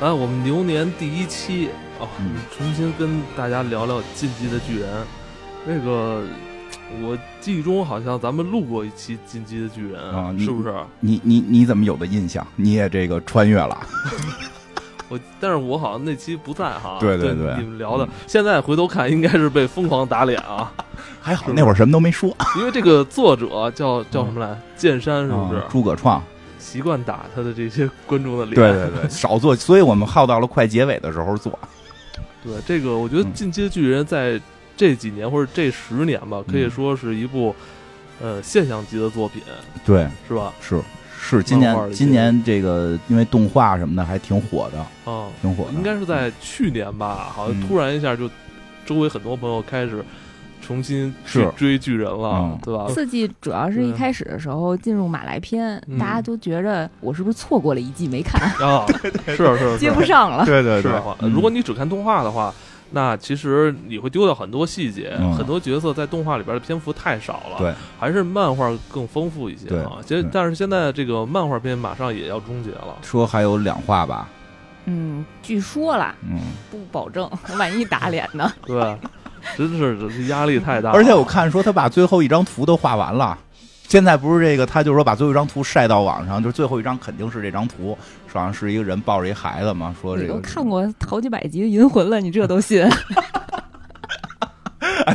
啊，我们牛年第一期哦，嗯重新跟大家聊聊《进击的巨人》。那个，我记忆中好像咱们录过一期《进击的巨人》啊你是不是？你你你怎么有的印象？你也这个穿越了？我，但是我好像那期不在哈。对对对对你们聊的，现在回头看应该是被疯狂打脸啊， 还好是那会儿嗯什么都没说，因为这个作者叫叫什么来？剑山是不是啊？诸葛创，习惯打他的这些观众的脸。对对对，少做，所以我们耗到了快结尾的时 候做。对，这个我觉得《嗯进击的巨人》在这几年或者这十年吧，可以嗯说是一部呃现象级的作品，对，是吧？是是，今漫画年的今年这个因为动画什么的还挺火的，啊、挺火的，应该是在去年吧，好像嗯突然一下就，周围很多朋友开始重新去是追巨人了嗯，对吧？四季主要是一对开始的时候进入马来篇，嗯大家都觉着我是不是错过了一季没 看，啊，是是接是不上了。对对是对的话，，嗯如果你只看动画的话。那其实你会丢掉很多细节，嗯很多角色在动画里边的篇幅太少了，对，还是漫画更丰富一些啊。其实对，嗯但是现在这个漫画片马上也要终结 了，说还有两话吧，嗯，据说啦，嗯，不保证，万一打脸 呢？对，真是这是压力太大了。而且我看说他把最后一张图都画完了。现在不是这个，他就说把最后一张图晒到网上，就是最后一张肯定是这张图，好像是一个人抱着一孩子嘛，说你这个都 看过好几百集的《银魂》了，你这都信？啊，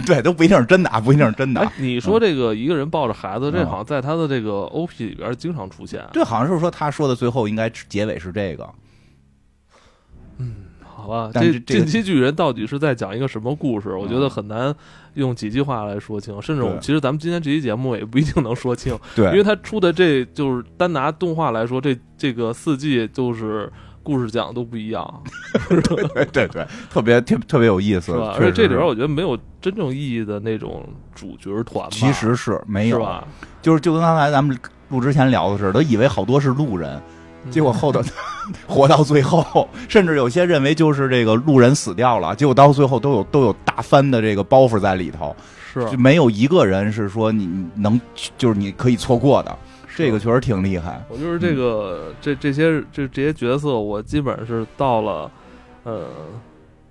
对，都不一定是真的啊，不一定是真的啊哎。，你说这个一个人抱着孩子，这嗯好像在他的这个 OP 里边经常出现。对，好像是说他说的最后应该结尾是这个，嗯好吧，但这是《这个嗯进击巨人》到底是在讲一个什么故事？我觉得很难用几句话来说清，甚至我们对其实咱们今天这期节目也不一定能说清，对因为他出的这就是单拿动画来说，这这个四季就是故事讲的都不一样， 对对对，特别特特别有意思是吧，？确而且这里实边是我觉得没有真正意义的那种主角团吧，其实是没是有，啊吧？就是就跟刚才咱们录之前聊的似的，都以为好多是路人，嗯 结果后头活到最后，甚至有些认为就是这个路人死掉了，结果到最后都有都有大番的这个包袱在里头，是就没有一个人是说你你能就是你可以错过的，这个确实挺厉害。我就是这个、这这些这这些角色，我基本上是到了，呃，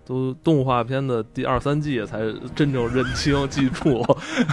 都动画片的第二三季才真正认清记 住。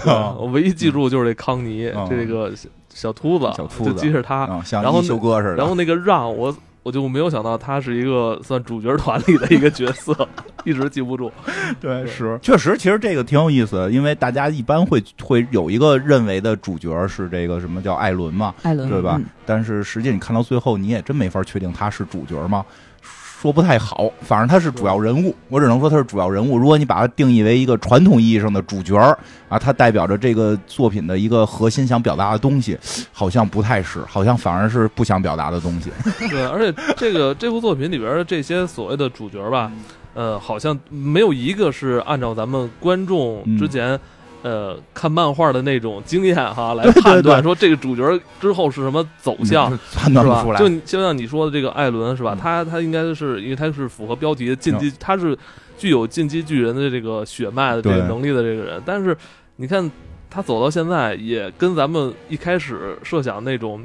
对啊我唯一记住就是这康妮，嗯这个小小秃子，小秃子就记着他。嗯，像啊然后一休哥似然的，后那个让我。我就没有想到他是一个算主角团里的一个角色， 一直记不 住。对对是确实，其实这个挺有意思的，因为大家一般会会有一个认为的主角是这个什么叫艾伦嘛，艾伦，对吧？嗯但是实际你看到最后，你也真没法确定他是主角吗？说不太好，反正他是主要人物，我只能说他是主要人物。如果你把它定义为一个传统意义上的主角儿啊，它代表着这个作品的一个核心想表达的东西，好像不太是，好像反而是不想表达的东西。对，而且这个这部作品里边的这些所谓的主角吧，呃，好像没有一个是按照咱们观众之前、呃看漫画的那种经验哈来嗯对对判断对说这个主角之后是什么走向。嗯判断是不吧出？来就，你就像你说的这个艾伦是吧？嗯他他应该是因为他是符合标题的进击，他是具有进击巨人的这个血脉的这个对能力的这个人。但是你看他走到现在，也跟咱们一开始设想那种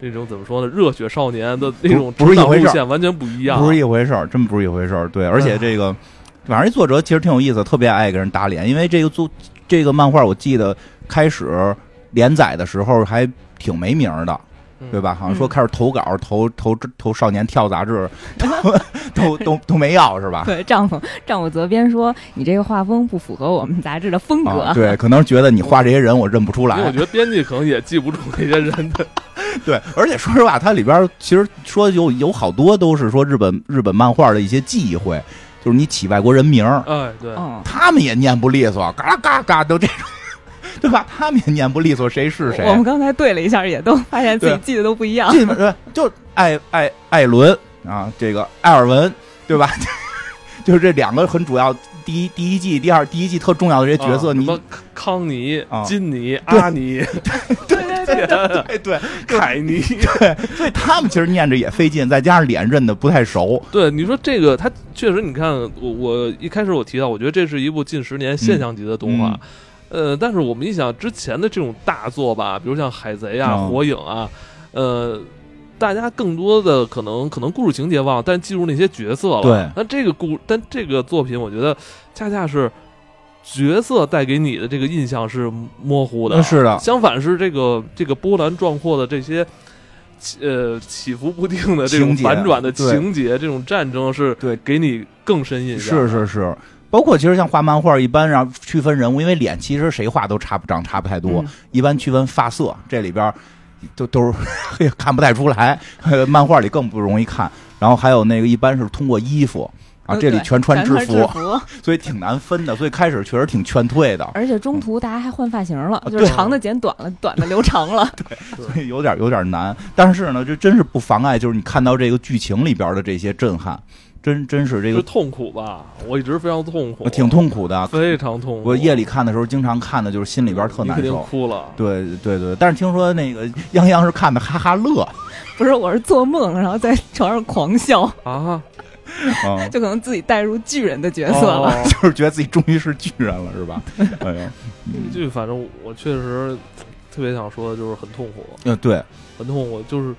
那种怎么说呢，热血少年的那种不成是长不是路一回事儿线完全不一样。哎不是一回事儿，真不是一回事儿。对，而且这个，反正这作者其实挺有意思，特别爱给人打脸，因为这个作这个漫画，我记得开始连载的时候还挺没名儿的。嗯对吧？好像说嗯开始投稿、投投投少年跳 杂志，都都都都没要是吧？对，丈夫丈夫责编说你这个画风不符合我们杂志的风格。啊，对，可能觉得你画这些人我认不出因为我来觉，得编辑可能也记不住那些人的， 对，而且说实话，它里边其实说有有好多都是说日本日本漫画的一些忌讳，就是你起外国人名儿，哎，对，嗯，他们也念不利索，嘎啦嘎啦嘎啦都这种，对吧？他们也念不利索，谁是谁？啊我们刚才对了一 下，也都发现自己对啊记得都不一 样。这本对，呃就艾艾艾伦啊，这个艾尔文，对吧？ 就是这两个很主要，第一第一季、第二第一季特重要的这些角色，啊你什么康尼啊、金尼、阿尼、对对对，哎 对，凯尼，所以他们其实念着也费劲，再加上脸认的不太熟， 对，你说这个，它确实，你看，我我一开始我提到，我觉得这是一部近十年嗯现象级的动画，呃，但是我们一想之前的这种大作吧，比如像《海贼》啊、嗯火影》啊，呃，大家更多的可能可能故事情节忘了，但记住那些角色了。对那这个故，但这个作品，我觉得恰恰是角色带给你的这个印象是模糊的。嗯是的相反是这个这个波澜壮阔的这些。起呃，起伏不定的这种情节反转的对情节，这种战争是对给你更深印象。是是是，包括其实像画漫画一般，让区分人物，因为脸其实谁画都差不长差不太 多，嗯一般区分发色这里边儿都都是看不太出来，呃漫画里更不容易看。然后还有那个一般是通过衣服啊，这里对全穿穿制服， 服，所以挺难分的，所以开始确实挺劝退的， 而且中途大家还换发型了，就啊对是长的剪短了，短的留长了。所以有点有点难。但是呢，这真是不妨碍，就是你看到这个剧情里边的这些震撼，真真是这就个呃痛苦吧，我一直非常痛苦，挺，痛苦的。非常痛苦。我夜里看的时候，经常看的就是心里边特你难肯定受。哭了。对对对，但是听说那个泱泱是看的哈哈乐，不是，我是做梦，然后在床上狂笑，啊，嗯，就可能自己带入巨人的角色了。哦 就是觉得自己终于是巨人了，是吧？哎呦，这句反正我确实特别想说的就是很痛苦，呃，对，很痛苦，就是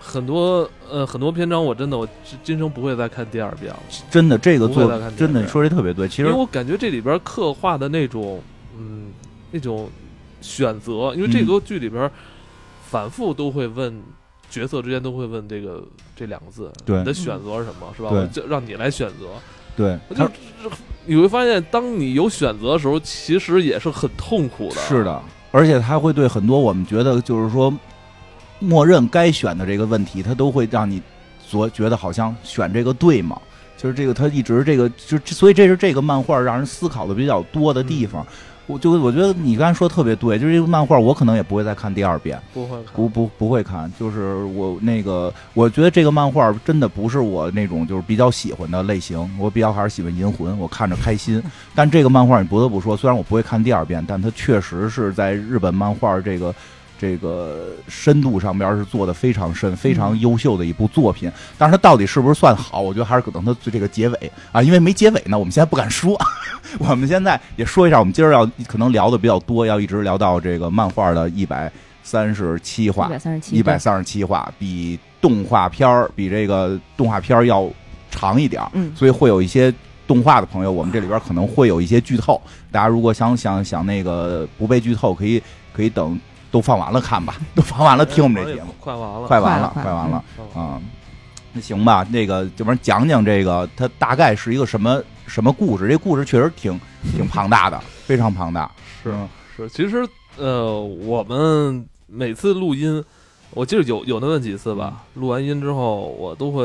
很多呃很多篇章我真的我今今生不会再看第二遍了，真的这个不会作再看电真的影你说这特别对，其因实为我感觉这里边刻画的那种嗯那种选择，因为嗯这个剧里边反复都会问。角色之间都会问这个这两个字，对你的选择是什么，是吧？对我就让你来选择，对，就你会发现，当你有选择的时候，其实也是很痛苦的。是的，而且他会对很多我们觉得就是说，默认该选的这个问题，他都会让你所觉得好像选这个对吗？就是这个，他一直这个，就所以这是这个漫画让人思考的比较多的地嗯方。我就我觉得你刚才说得特别对，就是这个漫画我可能也不会再看第二遍，不会看不不不会看，就是我那个，我觉得这个漫画真的不是我那种就是比较喜欢的类型，我比较还是喜欢银魂，我看着开心。但这个漫画你不得不说，虽然我不会看第二遍，但它确实是在日本漫画这个这个深度上边是做的非常深、非常优秀的一部作品。但是它到底是不是算好，我觉得还是可能它这个结尾啊，因为没结尾呢，我们现在不敢说。 我们现在也说一下，我们今儿要可能聊的比较多，要一直聊到这个漫画的一百三十七话一，百三十七，一百三十七话，比动画片儿比这个动画片儿要长一点儿，嗯所以会有一些动画的朋友，我们这里边儿可能会有一些剧透，大家如果想想想那个不被剧透，可以可以等都放完了看吧，都放完了听我们 这节目，快完了，快完了，快快了嗯完了快完了啊、那行吧，那个要不然讲讲这个它大概是一个什么什么故事？这故事确实挺挺庞大的，非常庞大，是嗯是。其实呃，我们每次录音，我记得有有那么几次吧，嗯录完音之后，我都会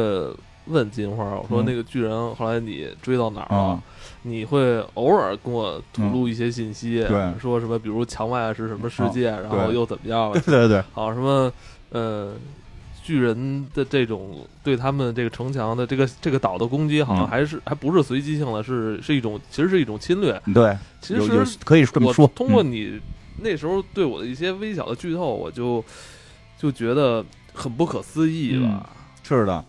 问金花，我说嗯那个巨人后来你追到哪儿啊了？你会偶尔跟我吐露一些信息，嗯对啊说什么比如墙外是什么世界，然后对又怎么样了对？对对，好什么呃。巨人的这种对他们这个城墙的这个这个岛的攻击，好像嗯还是、还不是随机性的，是是一种其实是一种侵略。对，其有实有可以这么我说，通过嗯你那时候对我的一些微小的剧透，我就就觉得很不可思议吧。是的，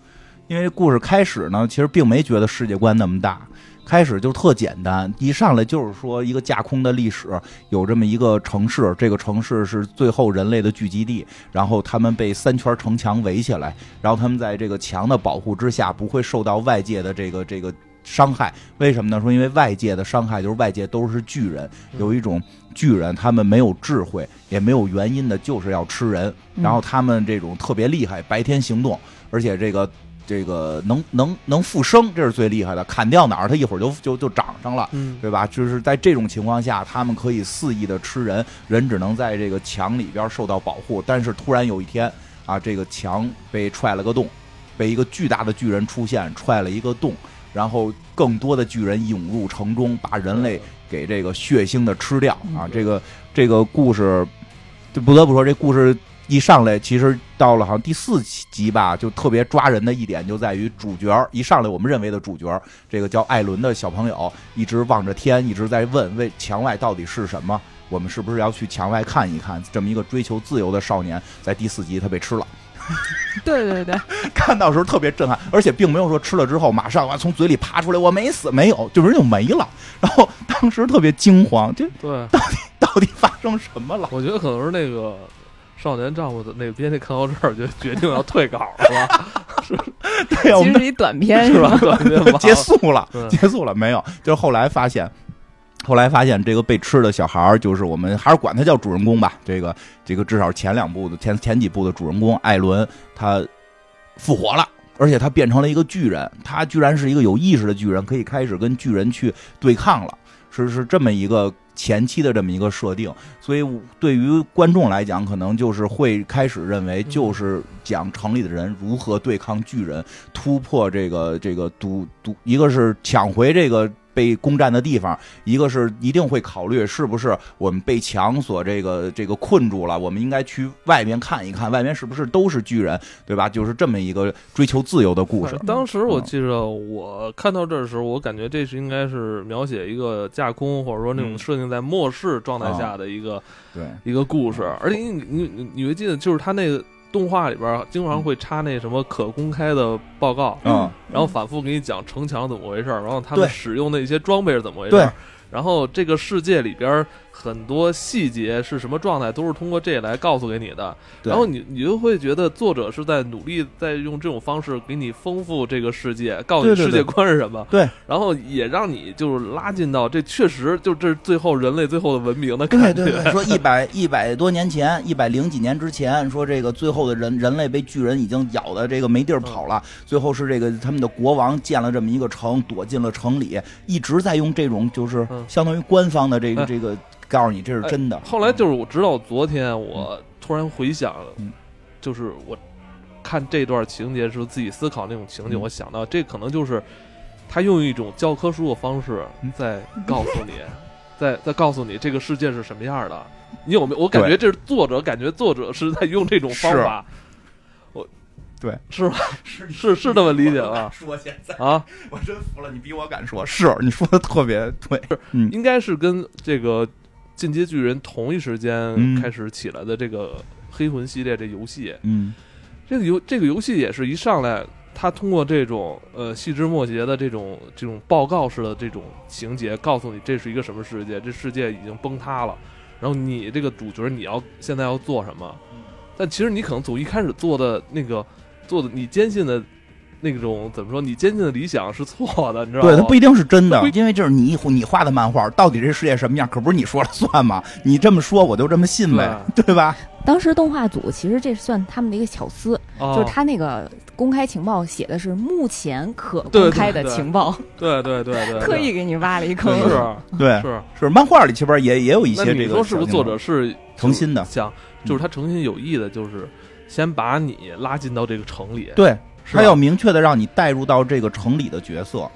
因为故事开始呢，其实并没觉得世界观那么大，开始就特简单，一上来就是说一个架空的历史，有这么一个城市，这个城市是最后人类的聚集地，然后他们被三圈城墙围起来，然后他们在这个墙的保护之下，不会受到外界的这个这个。伤害为什么呢？说因为外界的伤害就是外界都是巨人，嗯有一种巨人，他们没有智慧，也没有原因的，就是要吃人。嗯然后他们这种特别厉害，白天行动，而且这个这个能能能复生，这是最厉害的。砍掉哪儿，它一会儿就就就长上了，嗯，对吧？就是在这种情况下，他们可以肆意的吃人，人只能在这个墙里边受到保护。但是突然有一天啊，这个墙被踹了个洞，被一个巨大的巨人出现踹了一个洞，然后更多的巨人涌入城中，把人类给这个血腥的吃掉啊！这个这个故事，就不得不说，这故事一上来，其实到了好像第四集吧，就特别抓人的一点就在于主角儿一上来，我们认为的主角儿，这个叫艾伦的小朋友，一直望着天，一直在问为墙外到底是什么。我们是不是要去墙外看一看？这么一个追求自由的少年，在第四集他被吃了， 对对对， 看到的时候特别震撼，而且并没有说吃了之后马上啊从嘴里爬出来，我没死，没有，就人就没了。然后当时特别惊慌，这对，到底发生什么了？ 我觉得可能是那个少年丈夫的那个编辑看到这儿就决定要退稿了，对啊呀，我其们实是一短片是吧吧？？短篇完了结束了对，结束了，没有。就是后来发现，后来发现这个被吃的小孩儿，就是我们还是管他叫主人公吧。这个这个至少前两部的前前几部的主人公艾伦，他复活了。而且他变成了一个巨人，他居然是一个有意识的巨人，可以开始跟巨人去对抗了，是是这么一个前期的这么一个设定。所以我对于观众来讲，可能就是会开始认为，就是讲城里的人如何对抗巨人，突破这个这个独独，一个是抢回这个被攻占的地方，一个是一定会考虑是不是我们被墙所这个这个困住了，我们应该去外面看一看，外面是不是都是巨人，对吧？就是这么一个追求自由的故事哎。当时嗯我记着，我看到这儿的时候，我感觉这是应该是描写一个架空，或者说那种嗯啊设定在末世状态下的一个、对，一个故事。而且你你你你会记得，就是他那个动画里边儿经常会插那什么可公开的报告，嗯，然后反复给你讲城墙怎么回事儿，然后他们对使用的一些装备是怎么回事对儿。然后这个世界里边儿很多细节是什么状态，都是通过这来告诉给你的。对然后你你就会觉得作者是在努力在用这种方式给你丰富这个世界，告诉你对对世界观是什么，对然后也让你就是拉近到这确实就这是最后人类最后的文明的感觉。对对对，说一百一百多年前，一百零几年之前，说这个最后的人人类被巨人已经咬的这个没地儿跑了，最后是这个他们的国王建了这么一个城，躲进了城里，一直在用这种就是嗯相当于官方的这个哎这个告诉你这是真的。后来就是我直到昨天，我突然回想嗯，就是我看这段情节的时候，自己思考那种情景，嗯我想到这可能就是他用一种教科书的方式嗯在告诉 你，在在告诉你这个世界是什么样的。你有没有？我感觉这是作者，感觉作者是在用这种方法。我，对，是吧？哎是是这么理解吧？ 说现在啊， 我真服了，你比我敢说，是你说的特别对，嗯应该是跟这个《进阶巨人》同一时间嗯开始起来的这个黑魂系列这游戏。嗯这个游这个游戏也是一上来，它通过这种呃细枝末节的这种这种报告式的这种情节，告诉你这是一个什么世界，这世界已经崩塌了，然后你这个主角你要现在要做什么？但其实你可能从一开始做的那个做的你坚信的那种怎么说，你坚信的理想是错的，你知道吗？对，它不一定是真它的不一，因为这是你你画的漫画，到底这世界什么样，可不是你说了算嘛？你这么说，我就这么信啊呗，对吧？ 当时动画组其实这算他们的一个巧思，啊、就是他那个公开情报写的是目前可对对公开的对情报，对对对对，对刻意给你挖了一坑。是啊对，是。是漫画里其实也也有一那些你这个说是不是作小镜头者是诚心的嗯想，就是他诚心有意的，就是先把你拉进到这个城里，对，是吧他要明确的让你带入到这个城里的角色，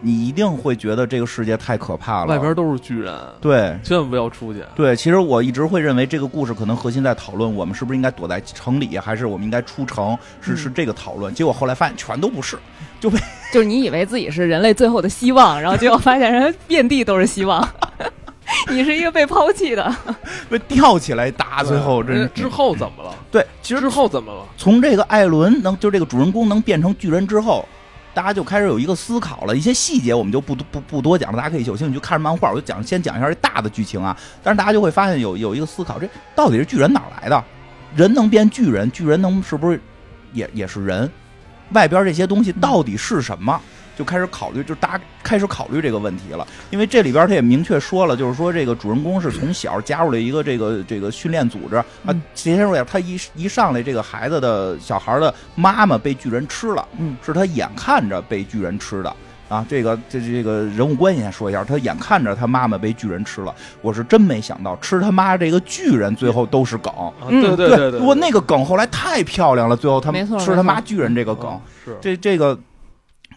你一定会觉得这个世界太可怕了。外边都是巨人，对啊千万不要出去。对，其实我一直会认为这个故事可能核心在讨论我们是不是应该躲在城里，还是我们应该出城，嗯是是这个讨论。结果后来发现全都不是，就是你以为自己是人类最后的希望，然后结果发现人家遍地都是希望，你是一个被抛弃的。被吊起来打，最后真这是哎嗯之后怎么了？对，其实之后怎么了？从这个艾伦能，就这个主人公能变成巨人之后，大家就开始有一个思考了。一些细节我们就不不不多讲了，大家可以有兴趣去看漫画。我就讲先讲一下这大的剧情啊，但是大家就会发现有有一个思考，这到底是巨人哪儿来的？人能变巨人，巨人能是不是也也是人？外边这些东西到底是什么？就开始考虑，就大家开始考虑这个问题了。因为这里边他也明确说了，就是说这个主人公是从小加入了一个这个这个训练组织啊。嗯先说一下，他一一上来，这个孩子的小孩的妈妈被巨人吃了，嗯，是他眼看着被巨人吃的。啊，这个这这个人物关系先说一下，他眼看着他妈妈被巨人吃了，我是真没想到吃他妈这个巨人最后都是梗。啊，嗯对对对，我那个梗后来太漂亮了，最后他没错吃他妈没巨人这个个梗，嗯是这这个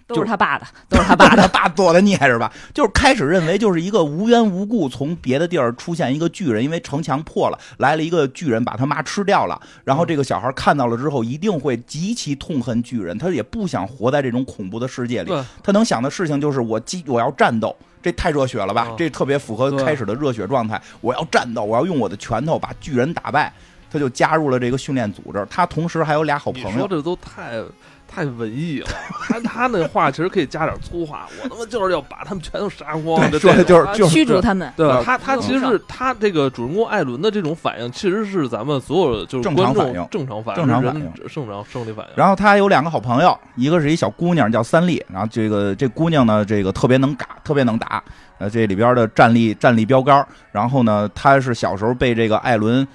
都是他爸的，都是他爸的。他爸做的孽是吧？就是开始认为就是一个无缘无故从别的地儿出现一个巨人，因为城墙破了，来了一个巨人把他妈吃掉了。然后这个小孩看到了之后，一定会极其痛恨巨人，他也不想活在这种恐怖的世界里。对他能想的事情就是我激我要战斗，这太热血了吧嗯？这特别符合对开始的热血状态。我要战斗，我要用我的拳头把巨人打败。他他就加入了这个训练组织。他同时还有俩好你朋说友，这都太太文艺了，他他那话其实可以加点粗话，我他妈就是要把他们全都杀光，对这说的这种 他就是就是驱逐他们。对吧？对他他嗯其实是他这个主人公艾伦的这种反应，其实是咱们所有就是正观常众反应正常反正常人反应正常生理反应。然后他有两个好朋友，一个是一小姑娘叫三丽，然后这个这姑娘呢，这个特别能嘎，特别能打，呃，这里边的战力战力标杆。然后呢，她是小时候被这个艾伦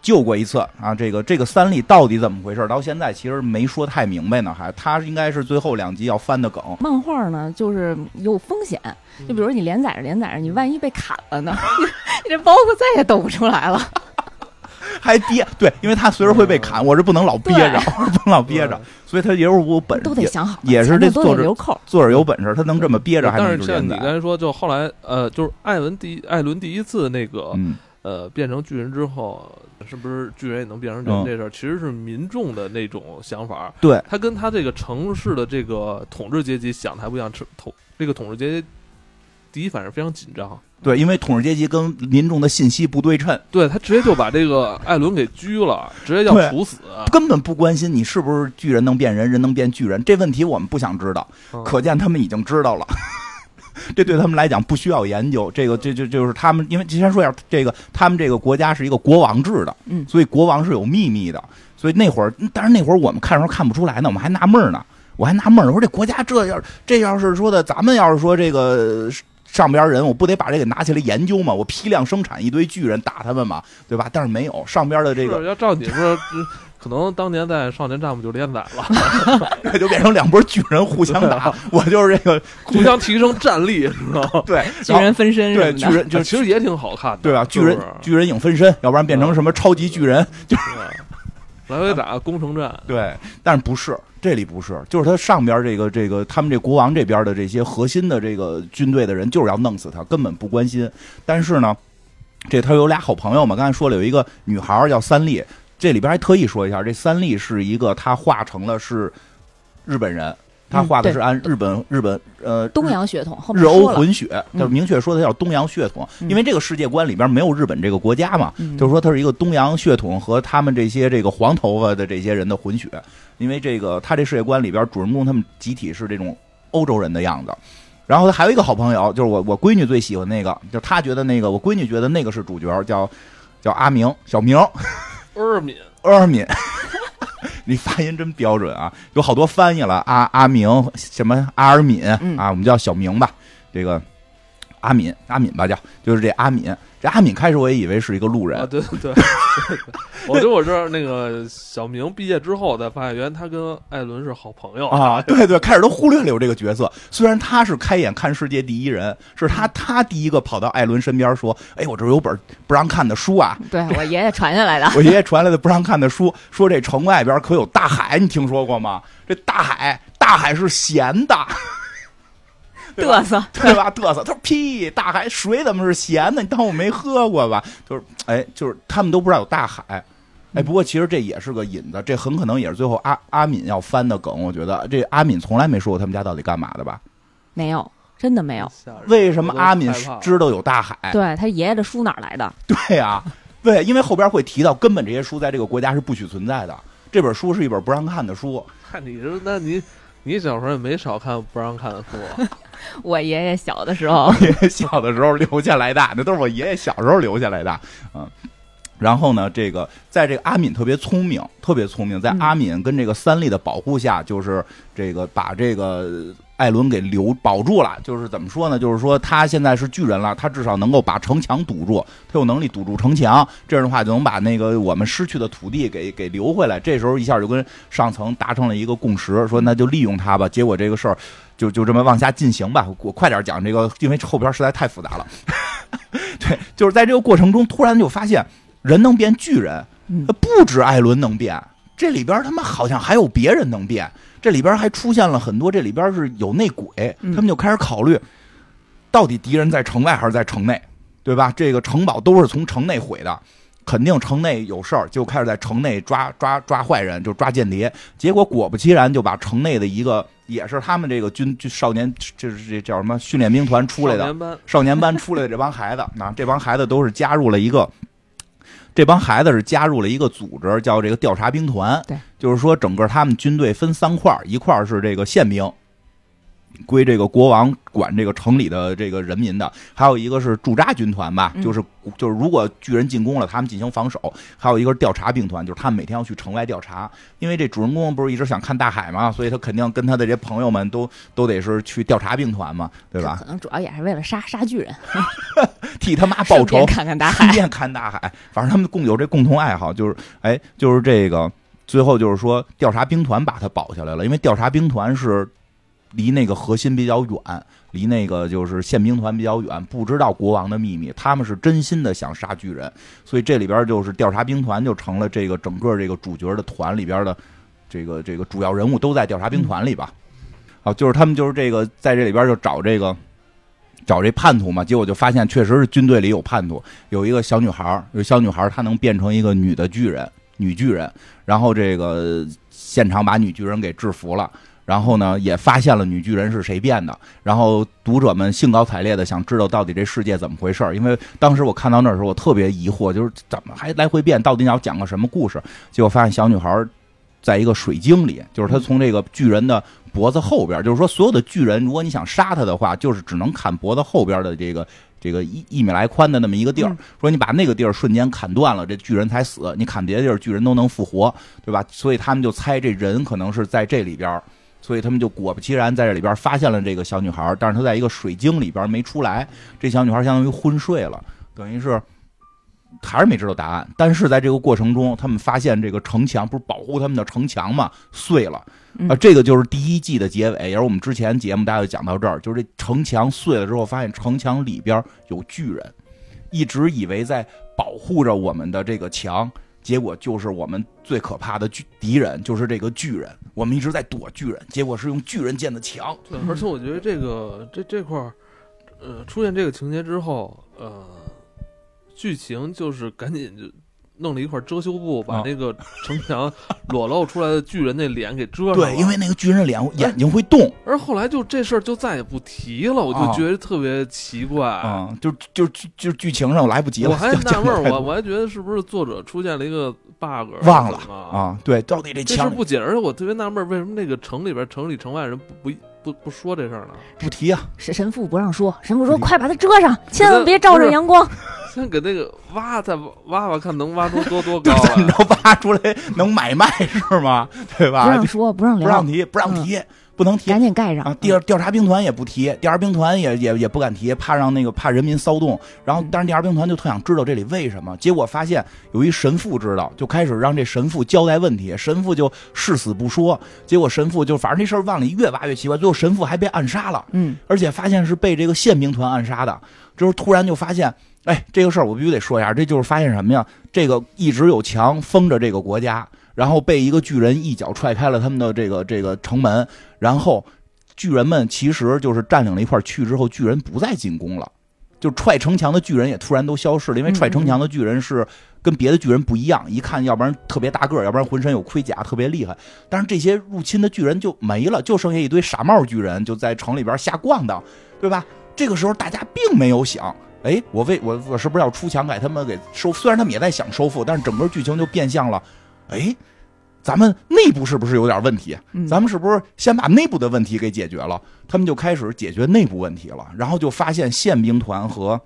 救过一次啊。这个这个三丽到底怎么回事？到现在其实没说太明白呢，还她应该是最后两集要翻的梗。漫画呢，就是有风险，嗯就比如你连载着连载着，你万一被砍了呢， 你这包袱再也抖不出来了。还憋对，因为他随时会被砍，我是不能老憋着，我是不能老憋着对，所以他也有我本都得想好，也是前面这都作得者啊留扣。作者有本事，他能这么憋着还能但一是直像连你刚载。才说，就后来呃，就是艾文第一艾伦第一次那个嗯，呃变成巨人之后，是不是巨人也能变成人嗯这事儿，其实是民众的那种想法。对，他跟他这个城市的这个统治阶级想的还不一样，是统这个统治阶级第一反应非常紧张。对，因为统治阶级跟民众的信息不对称，对他直接就把这个艾伦给拘了，直接要对处死。根本不关心你是不是巨人能变人，人能变巨人。这问题我们不想知道，嗯可见他们已经知道了。 这对他们来讲不需要研究，这个这这就是他们，因为之前说一下，这个他们这个国家是一个国王制的，嗯所以国王是有秘密的，所以那会儿，但是那会儿我们看的时候看不出来呢，我们还纳闷儿呢，我还纳闷儿，我说这国家这要这要是说的，咱们要是说这个呃上边人，我不得把这个拿起来研究吗？我批量生产一堆巨人打他们嘛，对吧？但是没有，上边的这个是要照你说，这可能当年在少年战部就连载了， 就变成两拨巨人互相打，我就是这 个互相提升战力，是吧？对巨然后人分身什对么的，巨 人就啊就其实也挺好看的，对吧？是巨不是人巨人影分身，要不然嗯变成什么超级巨人？对啊来回打攻城 战，对，但是不是这里不是，就是他上边这个这个他们这国王这边的这些核心的这个军队的人，就是要弄死他，根本不关心。但是呢，这他有俩好朋友嘛，刚才说了有一个女孩儿叫三丽，这里边还特意说一下，这三丽是一个他画成了是日本人，他嗯画的对是按日本、日本呃东洋血统后面日欧说了，混血，嗯他明确说他叫东洋血统，嗯因为这个世界观里边没有日本这个国家嘛，嗯就是说他是一个东洋血统和他们这些这个黄头发的这些人的混血，因为这个他这世界观里边主人公他们集体是这种欧洲人的样子。然后他还有一个好朋友，就是我我闺女最喜欢那个，就她觉得那个我闺女觉得那个是主角，叫叫阿明小明，欧尔敏阿敏， 你发音真标准啊！有好多翻译了，阿阿明什么阿尔敏、嗯啊，我们叫小明吧，这个阿敏阿敏吧叫，就是这阿敏。这阿敏开始我也以为是一个路人，啊，对对对， 对我觉得我是那个小明毕业之后才发现，原来他跟艾伦是好朋友。啊，对对，开始都忽略了有这个角色。虽然他是开眼看世界第一人，是他他第一个跑到艾伦身边说：“哎，我这儿有本不让看的书啊，，对我爷爷传下来的我爷爷传来的不让看的书，说这城外边可有大海，你听说过吗？这大海，大海是咸的。” 对吧嘚瑟。对吧？嘚瑟，他说屁，大海水怎么是咸的？你当我没喝过吧？就是，哎，就是他们都不知道有大海。哎，不过其实这也是个引子，这很可能也是最后阿阿敏要翻的梗。我觉得这阿敏从来没说过他们家到底干嘛的吧？没有，真的没有。吓人为什么阿敏我都害怕了知道有大海？对他爷爷的书哪儿来的？对啊，对，因为后边会提到，根本这些书在这个国家是不许存在的。这本书是一本不让看的书，看你是，那你你小时候也没少看不让 看的书啊，我爷爷小的时候小的时候留下来的，那都是我爷爷小时候留下来的，嗯。然后呢，这个在这个阿敏特别聪明，特别聪明，在嗯阿敏跟这个三笠的保护下，就是这个把这个艾伦给留保住了。就是怎么说呢？就是说他现在是巨人了，他至少能够把城墙堵住，他有能力堵住城墙。这样的话，就能把那个我们失去的土地给给留回来。这时候一下就跟上层达成了一个共识，说那就利用他吧。结果这个事儿就就这么往下进行吧。我快点讲这个，因为后边实在太复杂了。 对，就是在这个过程中，突然就发现人能变巨人，嗯呃不止艾伦能变，这里边他妈好像还有别人能变，这里边还出现了很多，这里边是有内鬼，嗯他们就开始考虑，到底敌人在城外还是在城内，对吧？这个城堡都是从城内毁的。肯定城内有事儿，就开始在城内抓抓抓坏人，就抓间谍。结果果不其然，就把城内的一个也是他们这个军军少年，这是这叫什么训练兵团出来的少年班少年班出来的这帮孩子，啊，这帮孩子都是加入了一个这帮孩子是加入了一个组织，叫这个调查兵团。对，就是说整个他们军队分三块儿，一块儿是这个宪兵，归这个国王管这个城里的这个人民的；还有一个是驻扎军团吧，嗯就是就是如果巨人进攻了，他们进行防守；还有一个是调查兵团，就是他们每天要去城外调查。因为这主人公不是一直想看大海嘛，所以他肯定跟他的这些朋友们都都得是去调查兵团嘛，对吧？ 可能主要也是为了杀杀巨人，替他妈报顺仇便。看看大顺 海。便看大海。反正他们共有这共同爱好，就是哎，就是这个。最后就是说，调查兵团把他保下来了，因为调查兵团是离那个核心比较远，离那个就是宪兵团比较远，不知道国王的秘密。他们是真心的想杀巨人，所以这里边就是调查兵团就成了这个整个这个主角的团里边的这个这个主要人物都在调查兵团里吧。啊，就是他们就是这个在这里边就找这个找这叛徒嘛，结果就发现确实是军队里有叛徒，有一个小女孩儿，有小女孩儿她能变成一个女的巨人，女巨人，然后这个现场把女巨人给制服了。然后呢，也发现了女巨人是谁变的。然后读者们兴高采烈的想知道到底这世界怎么回事儿，因为当时我看到那儿的时候，我特别疑惑，就是怎么还来回变，到底要讲个什么故事？结果发现小女孩儿在一个水晶里，就是她从这个巨人的脖子后边儿，就是说所有的巨人，如果你想杀他的话，就是只能砍脖子后边儿的这个这个一一米来宽的那么一个地儿。说你把那个地儿瞬间砍断了，这巨人才死；你砍别的地儿，巨人都能复活，对吧？所以他们就猜这人可能是在这里边儿，所以他们就果不其然在这里边儿发现了这个小女孩儿，但是她在一个水晶里边儿没出来，这小女孩儿相当于昏睡了，等于是。还是没知道答案，但是在这个过程中，他们发现这个城墙不是保护他们的城墙嘛碎了，嗯啊，这个就是第一季的结尾，也是我们之前节目大家就讲到这儿，就是这城墙碎了之后，发现城墙里边有巨人，一直以为在保护着我们的这个墙，结果就是我们最可怕的巨敌人，就是这个巨人。我们一直在躲巨人，结果是用巨人建的墙。对，而且我觉得这个这这块儿，呃，出现这个情节之后，呃，剧情就是赶紧就弄了一块遮羞布，把啊那个城墙裸露出来的巨人那脸给遮上了。哎对，因为那个巨人脸眼睛会动，而后来就这事儿就再也不提了，我啊就觉得特别奇怪。啊、就就就就剧情上来不及了。我还 就纳闷儿，就我我还觉得是不是作者出现了一个 bug，忘了啊？啊，对，到底这这事儿墙不解，而且我特别纳闷儿，为什么那个城里边、城里城外人不不不不说这事儿呢？不提啊，神神父不让说，神父说嗯快把它遮上，千万别照不着是阳光。先给那个挖，再挖挖看能挖出多多高啊就 怎么来。着挖出来能买卖是吗？ 对不吧让？说，不让不聊，让提，不让提，不能提赶紧盖上。啊，调调查兵团也不提，调查兵团也也也不敢提，怕让那个怕人民骚动。然后，但是调查兵团就特想知道这里为什么，结果发现有一神父知道，就开始让这神父交代问题，神父就誓死不说。结果神父就反正这事儿往里越挖越奇怪，最后神父还被暗杀了，嗯，而且发现是被这个宪兵团暗杀的。就是突然就发现，哎，这个事儿我必须得说一下，这就是发现什么呀？这个一直有墙封着这个国家，然后被一个巨人一脚踹开了他们的这个这个城门，然后巨人们其实就是占领了一块区之后，巨人不再进攻了。就踹城墙的巨人也突然都消失了，因为嗯踹城墙的巨人是跟别的巨人不一样，一看要不然特别大个儿，要不然浑身有盔甲，特别厉害。但是这些入侵的巨人就没了，就剩下一堆傻帽巨人就在城里边瞎逛荡，对吧？这个时候大家并没有想，哎，我为我我是不是要出墙给他们给收？虽然他们也在想收复，但是整个剧情就变相了，哎，咱们内部是不是有点问题？嗯咱们是不是先把内部的问题给解决了？他们就开始解决内部问题了，然后就发现宪兵团和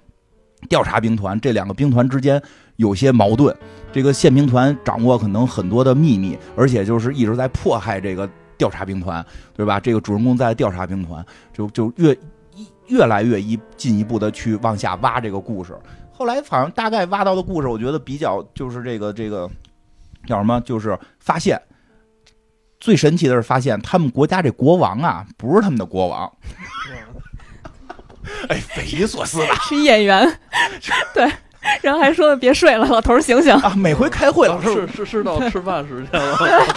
调查兵团这两个兵团之间有些矛盾。这个宪兵团掌握可能很多的秘密，而且就是一直在迫害这个调查兵团，对吧？这个主人公在调查兵团，就就越一越来越一进一步的去往下挖这个故事。后来反正大概挖到的故事，我觉得比较就是这个这个叫什么，就是发现最神奇的是发现他们国家这国王啊，不是他们的国王， 哎，匪夷所思吧？是演 员，对，然后还说别睡了，老头儿醒 醒。啊，每回开会老师哦是是是到吃饭时间 了，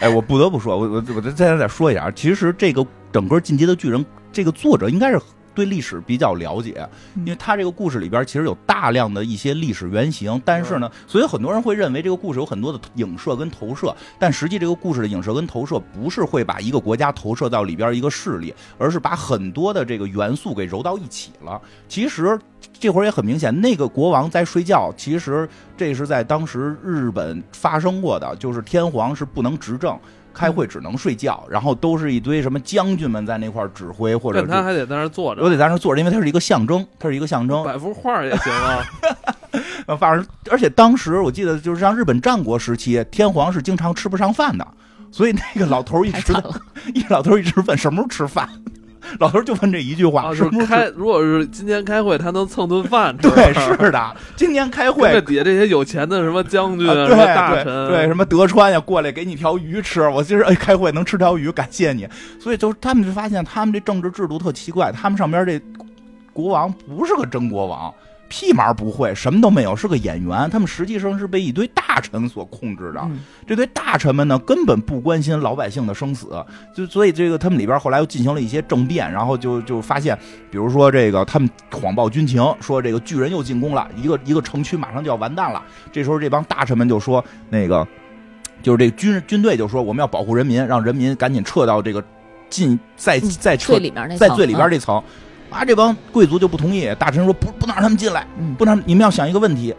哎，我不得啊不说，我我我再再再说一下，其实这个整个《进击的巨人》这个作者应该是。对历史比较了解，嗯因为他这个故事里边其实有大量的一些历史原型，但是呢，所以很多人会认为这个故事有很多的影射跟投射，但实际这个故事的影射跟投射不是会把一个国家投射到里边一个势力，而是把很多的这个元素给揉到一起了。其实这会儿也很明显，那个国王在睡觉，其实这是在当时日本发生过的，就是天皇是不能执政。开会只能睡觉，然后都是一堆什么将军们在那块儿指挥，或者但是他还得在那儿坐我着，得在那儿坐着，因为它是一个象征，它是一个象征。摆幅画也行 啊。呃反正，而且当时我记得，就是像日本战国时期，天皇是经常吃不上饭的，所以那个老头儿一太 直惨了，一 老头儿一直问什么时候吃饭，老头儿就问这一句话，啊，什就是么时候开，吃？如果是今天开会，他能蹭顿饭吃。 对，是的，今年开会跟这底下这些有钱的什么将军啊，对什么大对臣，对，什么德川呀，过来给你条鱼吃。我今儿哎开会能吃条鱼，感谢你。所以就是他们就发现他们这政治制度特奇怪，他们上边这国王不是个真国王，屁毛不会，什么都没有，是个演员。他们实际上是被一堆大臣所控制的。嗯这堆大臣们呢，根本不关心老百姓的生死，就所以这个他们里边后来又进行了一些政变，然后就就发现，比如说这个他们谎报军情，说这个巨人又进攻了，一个一个城区马上就要完蛋了。这时候这帮大臣们就说，那个就是这个军军队就说我们要保护人民，让人民赶紧撤到这个进再嗯再撤最里面那在层最里边嗯这层。啊，这帮贵族就不同意，大臣说不不能让他们进来，嗯不能你们要想一个问题，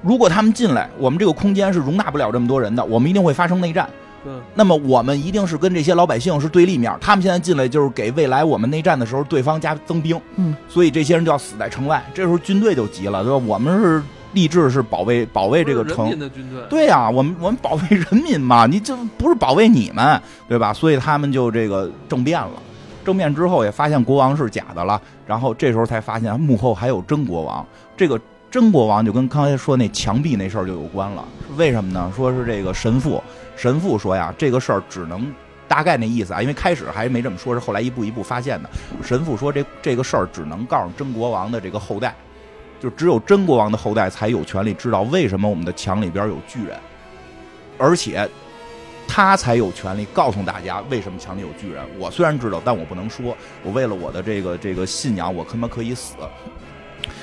如果他们进来，我们这个空间是容纳不了这么多人的，我们一定会发生内战。对那么我们一定是跟这些老百姓是对立面，他们现在进来就是给未来我们内战的时候对方加增兵，嗯，所以这些人就要死在城外。这时候军队就急了，对吧？我们是立志是保卫保卫这个不是人城民，的军队，对呀、我们我们保卫人民嘛，你这不是保卫你们，对吧？所以他们就这个政变了。政变之后也发现国王是假的了，然后这时候才发现幕后还有真国王。这个真国王就跟刚才说那墙壁那事儿就有关了，是为什么呢？说是这个神父，神父说呀，这个事儿只能。大概那意思啊，因为开始还没这么说，是后来一步一步发现的。神父说这这个事儿只能告诉真国王的这个后代，就只有真国王的后代才有权利知道为什么我们的墙里边有巨人，而且他才有权利告诉大家为什么墙里有巨人。我虽然知道，但我不能说。我为了我的这个这个信仰，我他妈可以死。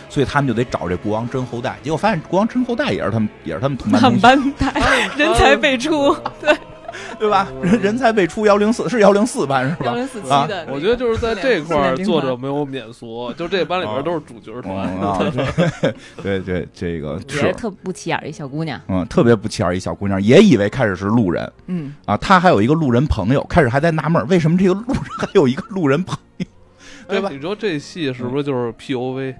所以他们就得找这国王真后代，结果发现国王真后代也是他们，也是他们同班同满学。班带，人才辈出，对吧？人人才辈出幺零四是幺零四班是幺吧？零四七啊的那 个。我觉得就是在这块儿， 四两作者没有免俗，就这班里哦边都是主角团。嗯 啊，对对，这个也是是特不起眼儿一小姑娘，嗯，特别不起眼一小姑娘，也以为开始是路人嗯，啊，她还有一个路人朋友，开始还在纳闷儿为什么这个路人还有一个路人朋友，对吧哎？你说这戏是不是就是 POV？POV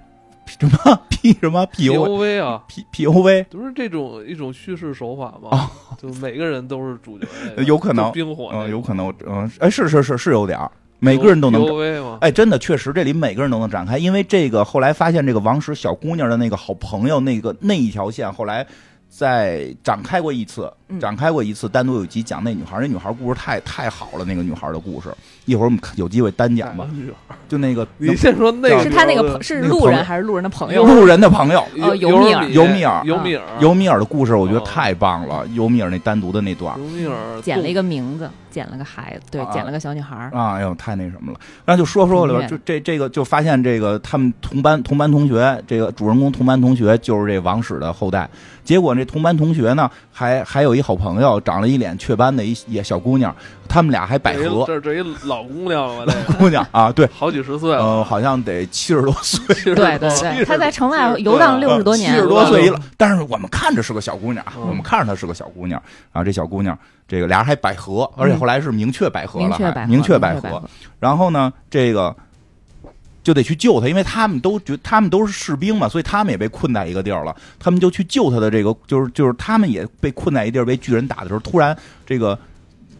什么 P 什么 P O 啊， P P O V 就是这种一种叙事手法嘛，就每个人都是主角那个，哦 有可能就冰火那嗯，个有可能我嗯，哎，是是是是有点儿，每个人都能 POV 嘛。哎，真的确实，这里每个人都能展开，因为这个后来发现这个王石小姑娘的那个好朋友那个那一条线，后来再展开过一次，嗯展开过一次，单独有一集讲那女孩，那女孩故事太太好了，那个女孩的故事，一会儿我们看有机会单讲吧哎，女孩就那个你先说那对个是他那个女孩朋是那个路朋人友还是路人的朋友？路人的朋友。尤哦尤尤米尔尤米尔尤米尔，尤米尔的故事，我觉得嗯哦嗯太棒了。尤米尔那单独的那段儿尤，米尔嗯捡了一个名字，捡了个孩子，对，啊捡了个小女孩 儿。啊，哎呦，太那什么了。然后就说说同了，院就这这个就发现这个他们同班同班同学，这个主人公同班同学就是这王室的后代。结果这同班同学呢，还还有一好朋友，长了一脸雀斑的一也小姑娘，他们俩还百合这这一老姑娘嘛，那个姑娘啊，对，好几十岁 了，呃，好像得七十多岁，对对对 对，他在城外游荡六十多年七70十了多岁一了。但是我们看着是个小姑娘啊，嗯我们看着她是个小姑娘。然后这小姑娘，这个俩人还百合，而且后来是明确百合嗯明了，确还百合， 明明确百合。，然后呢，这个就得去救他，因为他们都觉他们都是士兵嘛，所以他们也被困在一个地儿了。他们就去救他的这个，就是就是他们也被困在一地儿，被巨人打的时候，突然这个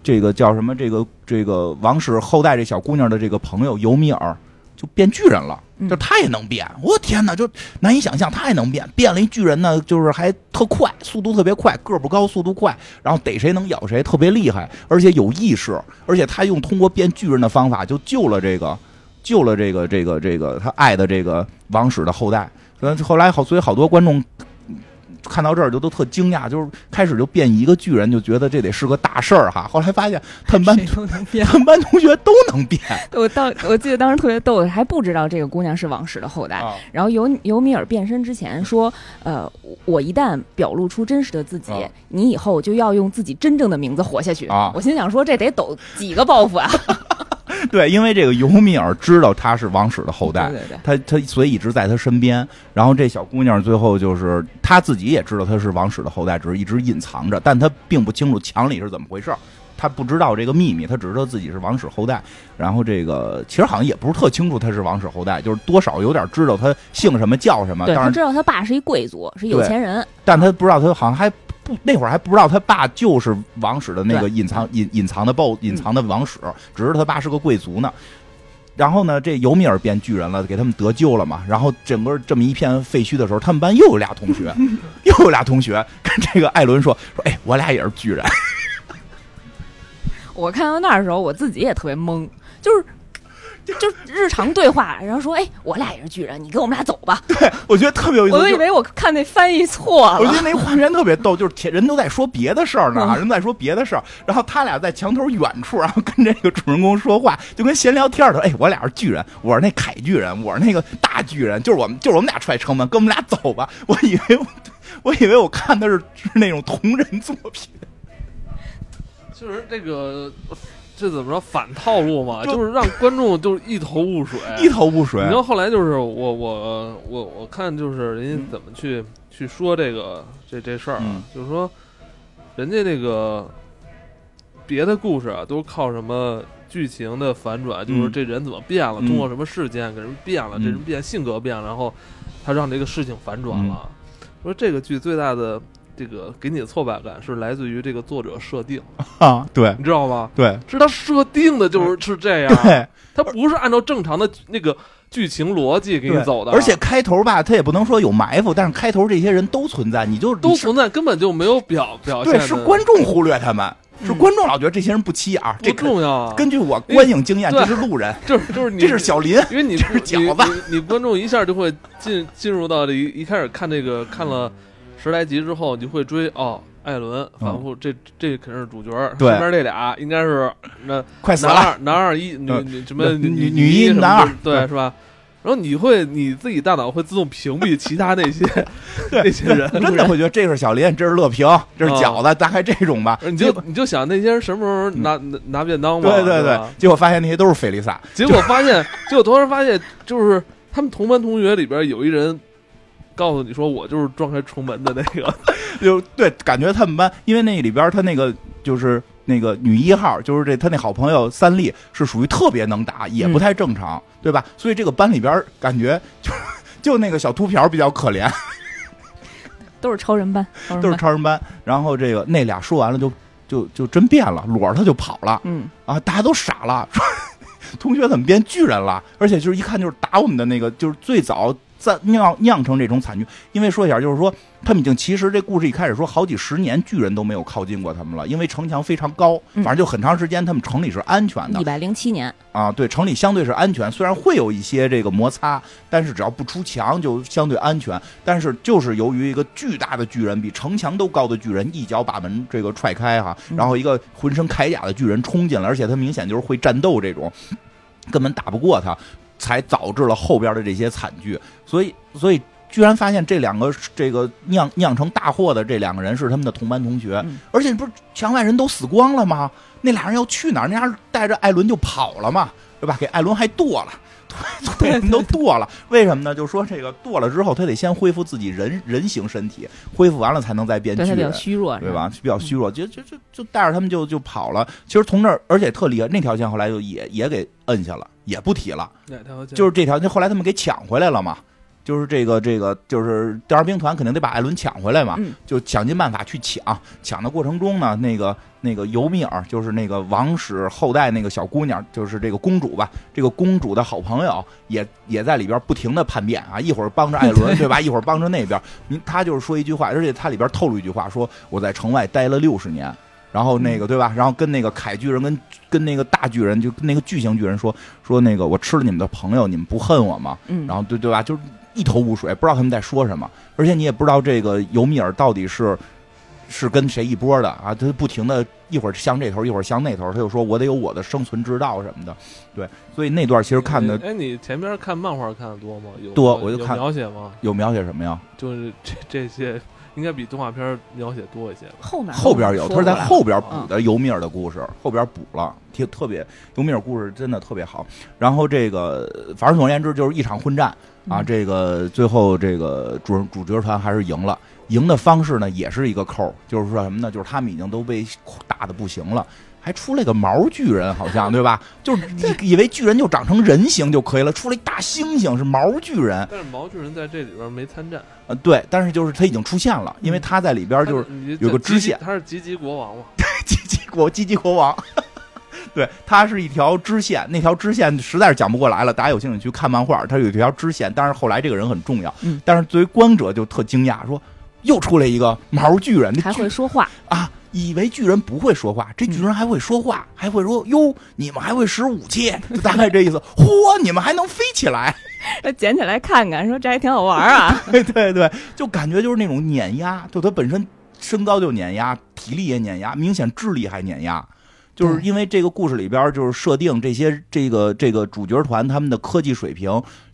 这个叫什么？这个这个王室后代这小姑娘的这个朋友尤米尔就变巨人了。嗯就他也能变，我天哪，就难以想象，他也能变。变了一巨人呢，就是还特快，速度特别快，个儿不高，速度快，然后逮谁能咬谁，特别厉害，而且有意识，而且他用通过变巨人的方法就救了这个，救了这个这个这个他爱的这个王室的后代。所以后来好，所以好多观众看到这儿就都特惊讶，就是开始就变一个巨人，就觉得这得是个大事儿哈。后来发现他 们班谁都能变。他们班同学都能变 我当我记得当时特别逗，还不知道这个姑娘是王室的后代。啊，然后尤尤米尔变身之前说，呃，我一旦表露出真实的自己，啊你以后就要用自己真正的名字活下去。啊我心想说，这得抖几个包 袱啊！对，因为这个尤米尔知道他是王室的后代对，对对，他他所以一直在他身边。然后这小姑娘最后就是她自己也知道她是王室的后代，只是一直隐藏着，但她并不清楚墙里是怎么回事儿。她不知道这个秘密，她只知道自己是王室后代。然后这个其实好像也不是特清楚她是王室后代，就是多少有点知道她姓什么叫什么，对他但知是道他爸是一贵族，是有对钱人，但她不知道她好像还不那会儿还不知道她爸就是王室的那个对嗯隐藏隐隐藏的 BOSS 隐藏的王室，只知道他爸是个贵族呢。然后呢，这尤米尔变巨人了，给他们得救了嘛。然后整个这么一片废墟的时候，他们班又有俩同 学，又有俩同学跟这个艾伦说说，哎，我俩也是巨人。 我看到那儿的时候，我自己也特别懵，就是。就是日常对话，然后说：“哎，我俩也是巨人，你跟我们俩走吧。我觉得特别有”意思，我都以就是为我看那翻译错啊我觉了，得那画面特别逗，就是铁人都在说别的事儿呢，啊嗯人都在说别的事儿，然后他俩在墙头远处，然后跟这个主人公说话，就跟闲聊天儿的，哎，我俩是巨人，我是那凯巨人，我是那个大巨人，就是我们就是我们俩出来撑门，跟我们俩走吧。我以为我我以为我看的是是那种同人作品，确实这个这怎么说反套路嘛，就就是让观众就是一头雾 水，一头雾水哎你知。道后来就是我我我我看就是人家怎么去、去说这个这这事儿啊，嗯就是说人家那个别的故事啊，都是靠什么剧情的反转，就是嗯这人怎么变了，嗯通过什么事件给人变了，嗯这人变性格变了，然后他让这个事情反转了。说这个剧最大的这个给你的挫败感是来自于这个作者设定，啊，对你知道吗？对是他设定的就是是这样，对，他不是按照正常的那个剧情逻辑给你对走的，啊而且开头吧，他也不能说有埋伏，但是开头这些人都存在，你就都你是存在，根本就没有表表现对，的，嗯是观众忽略他们，是观众老觉得这些人不起眼儿，不这个重要啊。根据我观影经验，对这是路 人，就是就是你这是，小林。因为你这是你饺子你你观众一下就会进进入到这一一开始看这个看了十来集之后，你就会追哦。艾伦反复，这这肯定是主角儿。嗯对身边这俩应该是那快死男了！二男二一女呃女什么女女女一什么男二嗯的对是吧？然后你会你自己大脑会自动屏蔽其他那些 那些人，啊真的会觉得这是小林，这是乐平，这是饺子，大概这种吧。呃你就你就想那些人什么时候拿拿拿便当嘛？对对是对吧，结果发现那些都是菲利萨，结果发现，结果突然发现，就是他们同班同学里边有一人告诉你说，我就是撞开重门的那 个。就对，感觉他们班，因为那里边他那个就是那个女一号，就是这他那好朋友三笠是属于特别能嗯打，也不太正常，对吧？所以这个班里边感觉 就就那个小秃瓢比较可怜，都是超人班，超人都是班。超人班。然后这个那俩说完了就就就真变了，裸着他就跑了。嗯，啊，大家都傻了，说同学怎么变巨人了？而且就是一看就是打我们的那个，就是最早在酿酿成这种惨剧。因为说一下，就是说他们已经其实这故事一开始说好几十年巨人都没有靠近过他们了，因为城墙非常高，嗯反正就很长时间他们城里是安全的一百零七年，啊。对，城里相对是安全，虽然会有一些这个摩擦，但是只要不出墙就相对安全。但是就是由于一个巨大的巨人，比城墙都高的巨人一脚把门这个踹开哈，嗯然后一个浑身铠甲的巨人冲进来，而且他明显就是会战斗这种，根本打不过他，才导致了后边的这些惨剧。所以，所以居然发现这两个这个酿酿成大祸的这两个人是他们的同班同学，嗯而且不是墙外人都死光了吗？那俩人要去哪儿？那俩人带着艾伦就跑了嘛，对吧？给艾伦还剁了。对，人都剁了，为什么呢？就说这个剁了之后，他得先恢复自己人人形身体，恢复完了才能再变巨对他比较人。虚弱，对？吧？比较虚弱，就就就就带着他们就就跑了。其实从这儿，而且特厉害，那条线后来就也也给摁下了，也不提了。哪条街就是这条，就后来他们给抢回来了嘛。就是这个这个，就是调查兵团肯定得把艾伦抢回来嘛，嗯就想尽办法去抢。抢的过程中呢，那个那个尤米尔，就是那个王室后代那个小姑娘，就是这个公主吧，这个公主的好朋友也也在里边不停的叛变啊，一会儿帮着艾伦 对吧，一会儿帮着那边。您他就是说一句话，而且他里边透露一句话，说我在城外待了六十年。然后那个对吧？然后跟那个凯巨人跟跟那个大巨人，就跟那个巨型巨人说说那个我吃了你们的朋友，你们不恨我吗？嗯，然后对对吧？就是一头雾水，不知道他们在说什么，而且你也不知道这个尤米尔到底是是跟谁一波的啊，他不停的一会儿向这头，一会儿向那头，他就说我得有我的生存之道什么的，对，所以那段其实看的哎，你前边看漫画看的多吗？有多有我就有看描写吗？有描写什么呀？就是这这些应该比动画片儿描写多一些吧。后面后边有，他说是在过来嗯后边补的尤米尔的故事，后边补了，挺特别，尤米尔故事真的特别好。然后这个，反正总而言之就是一场混战啊，嗯这个最后这个主主角团还是赢了。赢的方式呢，也是一个扣儿，就是说什么呢？就是他们已经都被打的不行了，还出来个毛巨人，好像对吧？ 就是以以为巨人就长成人形就可以了，出来一大猩猩是毛巨人，但是毛巨人在这里边没参战，呃，对，但是就是他已经出现了，嗯因为他在里边就是是有个支线他是吉吉国王嘛？吉吉国吉吉国王。对，它是一条支线，那条支线实在是讲不过来了。大家有兴趣去看漫画，它有一条支线，但是后来这个人很重要。嗯但是作为观者就特惊讶，说又出来一个毛巨人，那还巨会说话，啊，以为巨人不会说话，这巨人还会说话，还会说哟，你们还会使武器，就大概这意思。嚯，你们还能飞起来！ 捡起来看看，说这还挺好玩 啊。对 对对，就感觉就是那种碾压，就他本身身高就碾压，体力也碾压，明显智力还碾压。就是对因为这个故事里边儿就是设定这些这个这个主角团他们的科技水平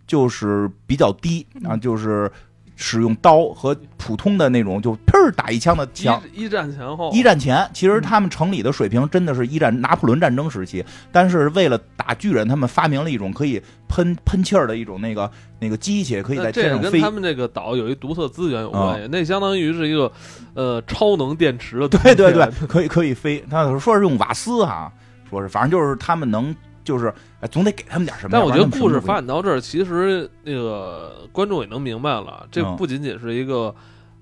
就是比较低啊，就是使用刀和普通的那种就砰儿打一枪的枪。一一战前后，一战前，其实他们城里的水平真的是一战拿破仑战争时期，但是为了打巨人，他们发明了一种可以喷喷气儿的一种那个那个机器，可以在那天呃这上个飞跟。啊他们这个岛有一独特资源有关系，那相当于是一个呃超能电池的东西 啊对对 对，可以可以飞。他说是用瓦斯哈，说是反正就是他们能，就是哎总得给他们点什么。但我觉得要不然他们故事什么都不发展到这儿，其实那个观众也能明白了，这啊不仅仅是一个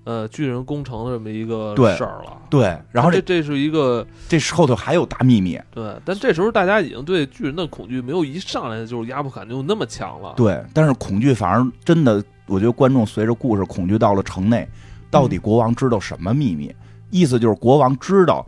呃巨人工程的这么一个对事儿了。对，然后这这这啊是一个这时后头还有大秘密，对，但这时候大家已经对巨人的恐惧没有一上来就是压迫感就那么强了。对，但是恐惧反而真的，我觉得观众随着故事恐惧到了城内，到嗯底国王知道什么秘密？意思就是国王知道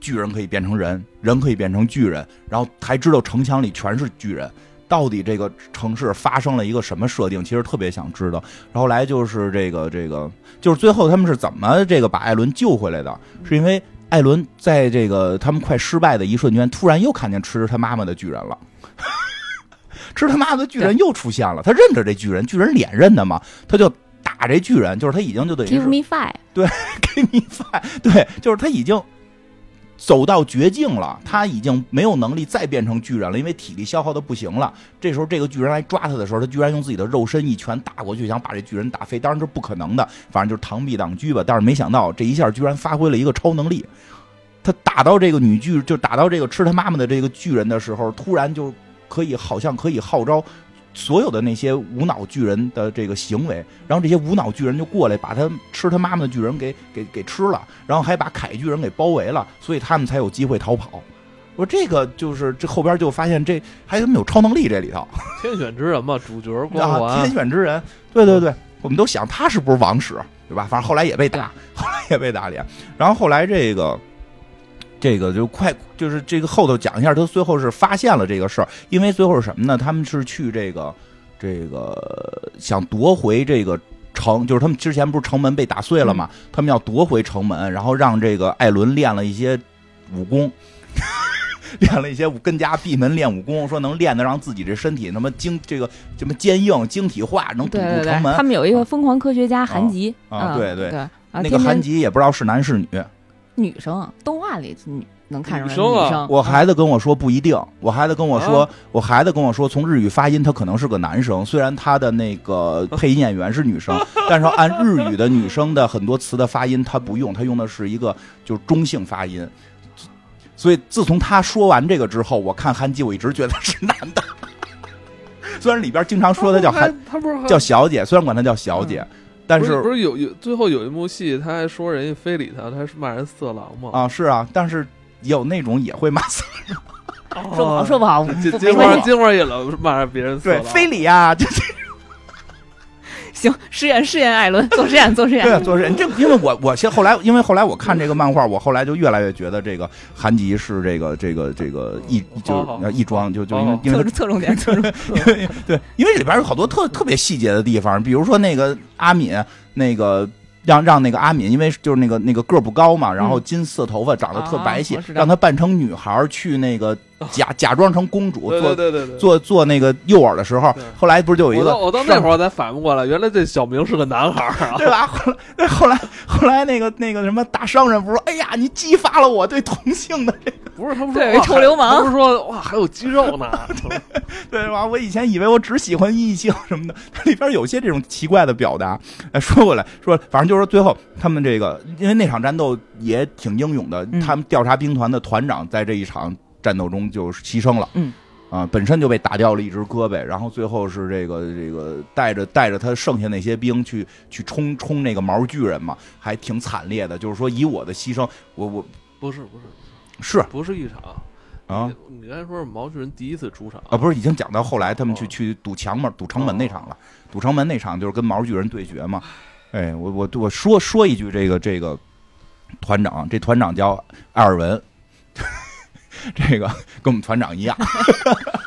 巨人可以变成人，人可以变成巨人，然后还知道城墙里全是巨人。到底这个城市发生了一个什么设定？其实特别想知道。然后来就是这个这个，就是最后他们是怎么这个把艾伦救回来的？是因为艾伦在这个他们快失败的一瞬间，突然又看见吃他妈妈的巨人了。 吃他妈的巨人又出现了，他认着这巨人，巨人脸认的嘛，他就打这巨人，就是他已经就等于是 Give me five，给你饭，对，就是他已经走到绝境了，他已经没有能力再变成巨人了，因为体力消耗的不行了。这时候这个巨人来抓他的时候，他居然用自己的肉身一拳打过去，想把这巨人打飞，当然这不可能的，反正就是螳臂挡车吧。但是没想到这一下居然发挥了一个超能力。他打到这个女巨，就打到这个吃他妈妈的这个巨人的时候，突然就可以好像可以号召所有的那些无脑巨人的这个行为，然后这些无脑巨人就过来把他吃他妈妈的巨人给给给吃了，然后还把凯巨人给包围了，所以他们才有机会逃跑。我说这个就是这后边就发现这还他妈有超能力这里头天选之人嘛，主角光啊，环天，选之人，对对对，我们都想他是不是王室，对吧？反正后来也被打，后来也被打脸，然后后来这个。这个就快，就是这个后头讲一下，他最后是发现了这个事儿，因为最后是什么呢？他们是去这个这个想夺回这个城，就是他们之前不是城门被打碎了嘛，嗯他们要夺回城门，然后让这个艾伦练了一些武功。 练了一些武，跟家闭门练武功，说能练得让自己这身体他妈精这个什么坚硬晶体化，能堵对住城对对，门他们有一个疯狂科学家韩吉啊啊对对对啊，那个天韩天吉也不知道是男是女，女生啊动画里女能看出来女是生啊女生，我啊孩子跟我说不一定，我孩子跟我说，啊我孩子跟我说，从日语发音他可能是个男生，虽然他的那个配音演员是 女生，但是按日语的女生的很多词的发音他不用，他用的是一个就是中性发音。所以自从他说完这个之后，我看韩姬，我一直觉得是男的。虽然里边经常说他叫韩，他不是哦还嗯叫小姐，虽然管她叫小姐，但不是是不是有有最后有一幕戏，他还说人家非礼他，他还是骂人色狼嘛？啊是啊，但是也有那种也会骂死哦说不好说不好，金不金没花关系。金花也老骂别人色对狼，非礼啊，就是行，实验实验，艾伦做实验做实对啊，验，做人这，因为我我先后来，因为后来我看这个漫画，我后来就越来越觉得这个韩吉是这个这个这个亦就好是好呃亦庄，就就因为好因为侧侧重 点侧重点，对，因为里边有好多特特别细节的地方，比如说那个阿敏那个。让让那个阿敏，因为就是那个那个个儿不高嘛，然嗯后金色头发长得特哦白皙，啊我知道让她扮成女孩儿去那个假假装成公主对做对对对对。做做那个诱饵的时候对，后来不是就有一我个到我到那上会儿我才反应过来，原来这小明是个男孩儿啊！对吧？后来，后来，后来那个那个什么大商人不是说，哎呀，你激发了我对同性的这 不是他们说对哇臭流氓他们说哇还有肌肉呢，对吧？我以前以为我只喜欢异性什么的，它里边有些这种奇怪的表达。 哎，说过来说，反正就是说最后他们这个，因为那场战斗也挺英勇的，嗯他们调查兵团的团长在这一场战斗中就牺牲了。嗯。啊，本身就被打掉了一只胳膊，然后最后是这个这个带着带着他剩下那些兵去去冲冲那个毛巨人嘛，还挺惨烈的。就是说以我的牺牲，我我不是不是是不是一场啊你你刚才说是毛巨人第一次出场啊，不是已经讲到后来他们去哦去堵墙门、堵城门那场了，堵城门那场就是跟毛巨人对决嘛。哎，我我我说说一句这个这个团长，这团长叫艾尔文， 这个跟我们团长一样。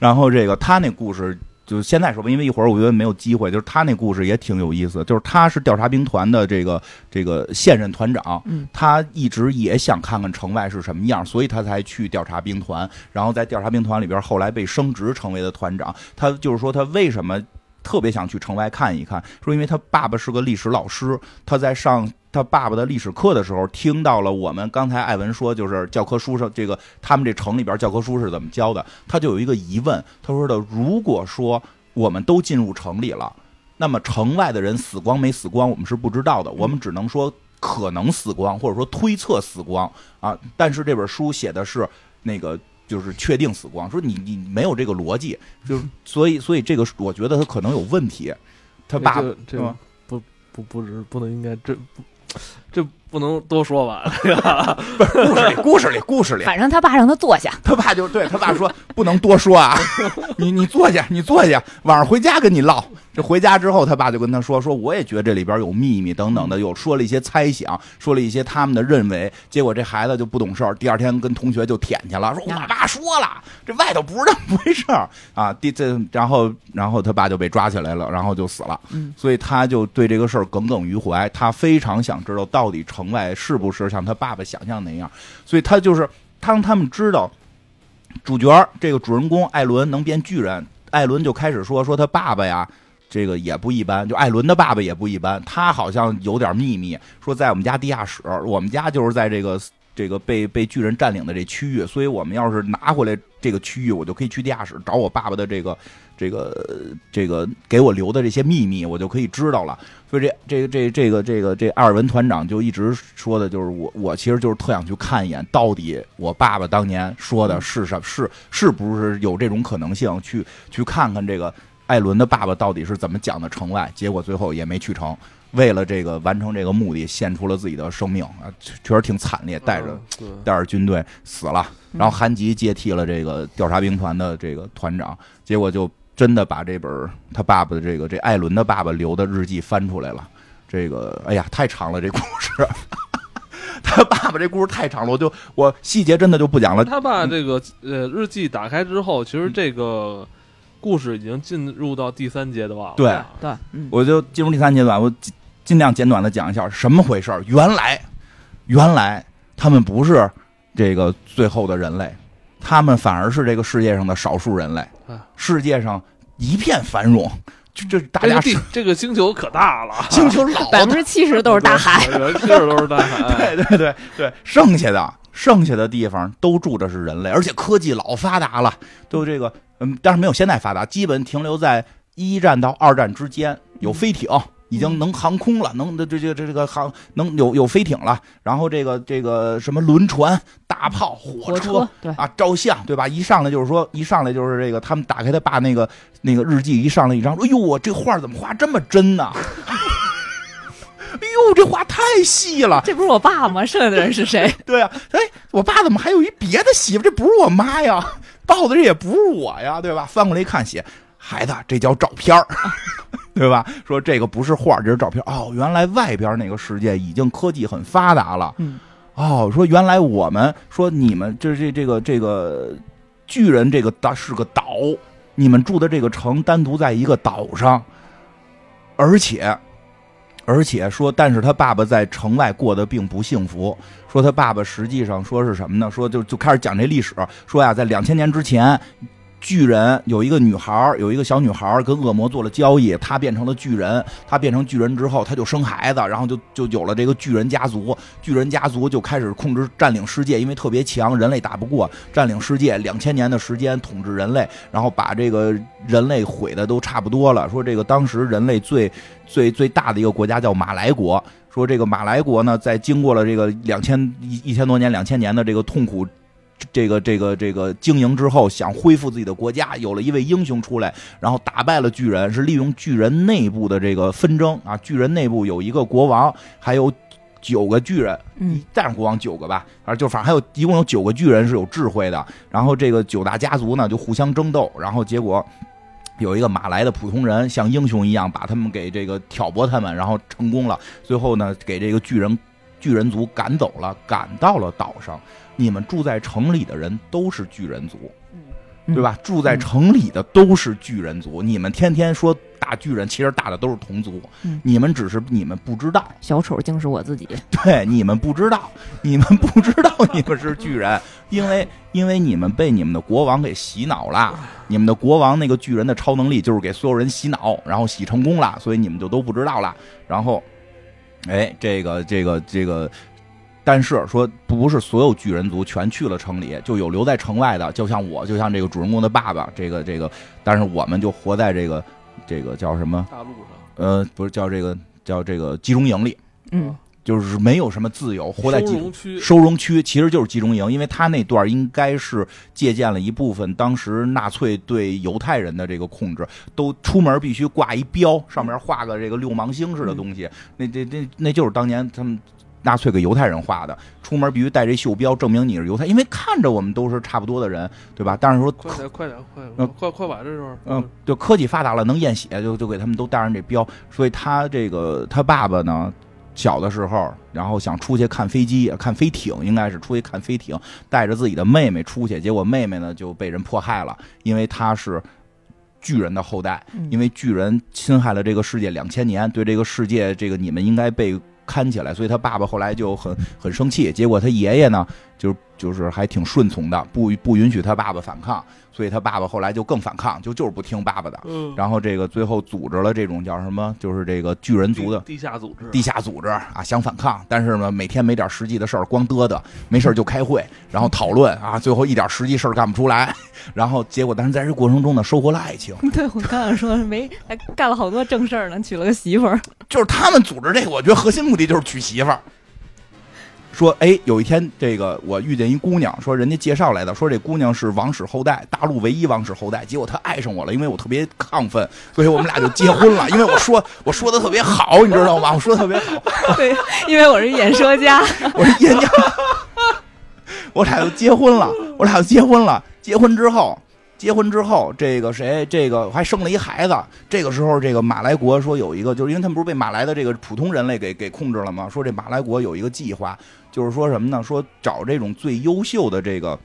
然后这个他那故事。就现在说吧，因为一会儿我觉得没有机会。就是他那故事也挺有意思，就是他是调查兵团的这个这个现任团长，嗯他一直也想看看城外是什么样，所以他才去调查兵团。然后在调查兵团里边，后来被升职成为了团长。他就是说，他为什么特别想去城外看一看？说因为他爸爸是个历史老师，他在上他爸爸的历史课的时候，听到了我们刚才艾文说，就是教科书上这个他们这城里边教科书是怎么教的，他就有一个疑问，他说的，如果说我们都进入城里了。 那么城外的人死光没死光，我们是不知道的，我们只能说可能死光，或者说推测死光啊。但是这本书写的是那个就是确定死光，说你你没有这个逻辑，就是所以所以这个我觉得他可能有问题，他这爸个这是个吗不不不是不能应该这不这不能多说吧？故事里 故事里故事里，反正他爸让他坐下， 他爸就对他爸说不能多说啊， 你你坐下你坐下，晚上回家跟你唠。这回家之后，他爸就跟他说说我也觉得这里边有秘密等等的，有说了一些猜想，说了一些他们的认为，结果这孩子就不懂事儿，第二天跟同学就舔去了，说我爸说了，这外头不是那么回事儿啊。第这然后然后他爸就被抓起来了，然后就死了。嗯，所以他就对这个事儿耿耿于怀，他非常想知道到底城外是不是像他爸爸想象那样，所以他就是当他们知道主角儿这个主人公艾伦能变巨人，艾伦就开始说说他爸爸呀。这个也不一般，就艾伦的爸爸也不一般，他好像有点秘密，说在我们家地下室，我们家就是在这个 这个被被巨人占领的这区域，所以我们要是拿回来这个区域，我就可以去地下室找我爸爸的这个这个这个给我留的这些秘密，我就可以知道了。所以这这这这个这个这艾尔文团长就一直说的就是我我其实就是特想去看一眼，到底我爸爸当年说的是什是是不是有这种可能性，去去看看这个艾伦的爸爸到底是怎么讲的城外。结果最后也没去成，为了这个完成这个目的，献出了自己的生命啊，确确实挺惨烈，带着 嗯对带着军队死了，嗯然后韩吉接替了这个调查兵团的这个团长，结果就真的把这本儿他爸爸的这个这艾伦的爸爸留的日记翻出来了。这个哎呀，太长了，这故事， 他爸爸这故事太长了，我就我细节真的就不讲了。他把这个呃日记打开之后，其实这个故事已经进入到第三阶段了。对对，嗯，我就进入第三阶段，我尽尽量简短的讲一下什么回事儿。原来，原来他们不是这个最后的人类，他们反而是这个世界上的少数人类啊。世界上一片繁荣，就这大这家啊个地这个星球可大了，星球老百分之七十都是 大海，，全是都是大 海。对哎对对对，剩下的剩下的地方都住的是人类，而且科技老发达了，都这个嗯，但是没有现在发达，基本停留在一战到二战之间，嗯有飞艇。已经能航空了，能这这这这个航能有有飞艇了，然后这个这个什么轮船、大炮、火火车对，啊，照相对吧？一上来就是说，一上来就是这个，他们打开他爸那个那个日记，一上来一张，哎呦，我这画怎么画这么真呢、 哎呦，这画太细了，这不是我爸吗？剩下的人是谁？ 对啊，哎，我爸怎么还有一别的媳妇？这不是我妈呀，抱的这也不是我呀，对吧？翻过来一看，写孩子，这叫照片儿，对吧？说这个不是画，这是照片。哦，原来外边那个世界已经科技很发达了。嗯，哦，说原来我们说你们这这这个这个巨人这个岛是个岛，你们住的这个城单独在一个岛上，而且而且说，但是他爸爸在城外过得并不幸福。说他爸爸实际上说是什么呢？说就就开始讲这历史，说呀，在两千年之前。巨人有一个女孩儿，有一个小女孩儿跟恶魔做了交易，她变成了巨人。她变成巨人之后，她就生孩子，然后就就有了这个巨人家族。巨人家族就开始控制占领世界，因为特别强，人类打不过，占领世界两千年的时间统治人类，然后把这个人类毁的都差不多了。说这个当时人类最最最大的一个国家叫马来国。说这个马来国呢，在经过了这个两千一一千多年、两千年的这个痛苦这个这个这个经营之后，想恢复自己的国家，有了一位英雄出来，然后打败了巨人，是利用巨人内部的这个纷争啊，巨人内部有一个国王，还有。九个巨人，嗯，但是国王九个吧，反正就反正还有一共有九个巨人是有智慧的。然后这个九大家族呢就互相争斗，然后结果有一个马来的普通人像英雄一样把他们给这个挑拨他们，然后成功了。最后呢给这个巨人巨人族赶走了，赶到了岛上。你们住在城里的人都是巨人族，嗯对吧？住在城里的都是巨人族，你们天天说打巨人，其实打的都是同族，嗯你们只是你们不知道，小丑竟是我自己。哦 对，你们不知道，你们不知道你们是巨人，因为因为你们被你们的国王给洗脑了，你们的国王那个巨人的超能力就是给所有人洗脑，然后洗成功了，所以你们就都不知道了。然后，哎，这个这个这个，但是说不是所有巨人族全去了城里，就有留在城外的，就像我，就像这个主人公的爸爸，这个这个，但是我们就活在这个这个叫什么？大陆上呃，不是叫这个叫这个集中营里。嗯，就是没有什么自由，活在集啊收中容区，收容区，其实就是集中营，因为他那段应该是借鉴了一部分当时纳粹对犹太人的这个控制，都出门必须挂一标，上面画个这个六芒星嗯似的东西，那这这那就是当年他们。纳粹给犹太人画的，出门必须带这袖标，证明你是犹太，因为看着我们都是差不多的人，对吧？但是说快点快点快点嗯快快把这段儿嗯，就科技发达了，能验血，就就给他们都带上这标。所以他这个他爸爸呢，小的时候，然后想出去看飞机，看飞艇，应该是出去看飞艇，带着自己的妹妹出去，结果妹妹呢就被人迫害了，因为她是巨人的后代，嗯因为巨人侵害了这个世界两千年，对这个世界，这个你们应该被看起来，所以他爸爸后来就很很生气。结果他爷爷呢，就是就是还挺顺从的，不不允许他爸爸反抗，所以他爸爸后来就更反抗，就就是不听爸爸的。嗯，然后这个最后组织了这种叫什么，就是这个巨人族的地地下组织，地下组织啊，想反抗，但是呢，每天没点实际的事儿，光嘚嘚，没事儿就开会，然后讨论啊，最后一点实际事儿干不出来， 然后结果，但是在这过程中呢，收获了爱情， 对我刚想说没，还干了好多正事儿呢，娶了个媳妇儿。就是他们组织这个，我觉得核心目的就是娶媳妇儿。说，哎，有一天这个我遇见一姑娘，说人家介绍来的，说这姑娘是王室后代，大陆唯一王室后代。结果她爱上我了，因为我特别亢奋，所以我们俩就结婚了。因为我说我说的特别好，你知道吗？我说的特别好， 对，因为我是演说 家。我是演讲，我俩就结婚了，我俩就结婚了。结婚之后，结婚之后，这个谁，这个还生了一孩子。这个时候，这个马来国说有一个，就是因为他们不是被马来的这个普通人类给给控制了吗？说这马来国有一个计划，就是说什么呢？说找这种最优秀的这个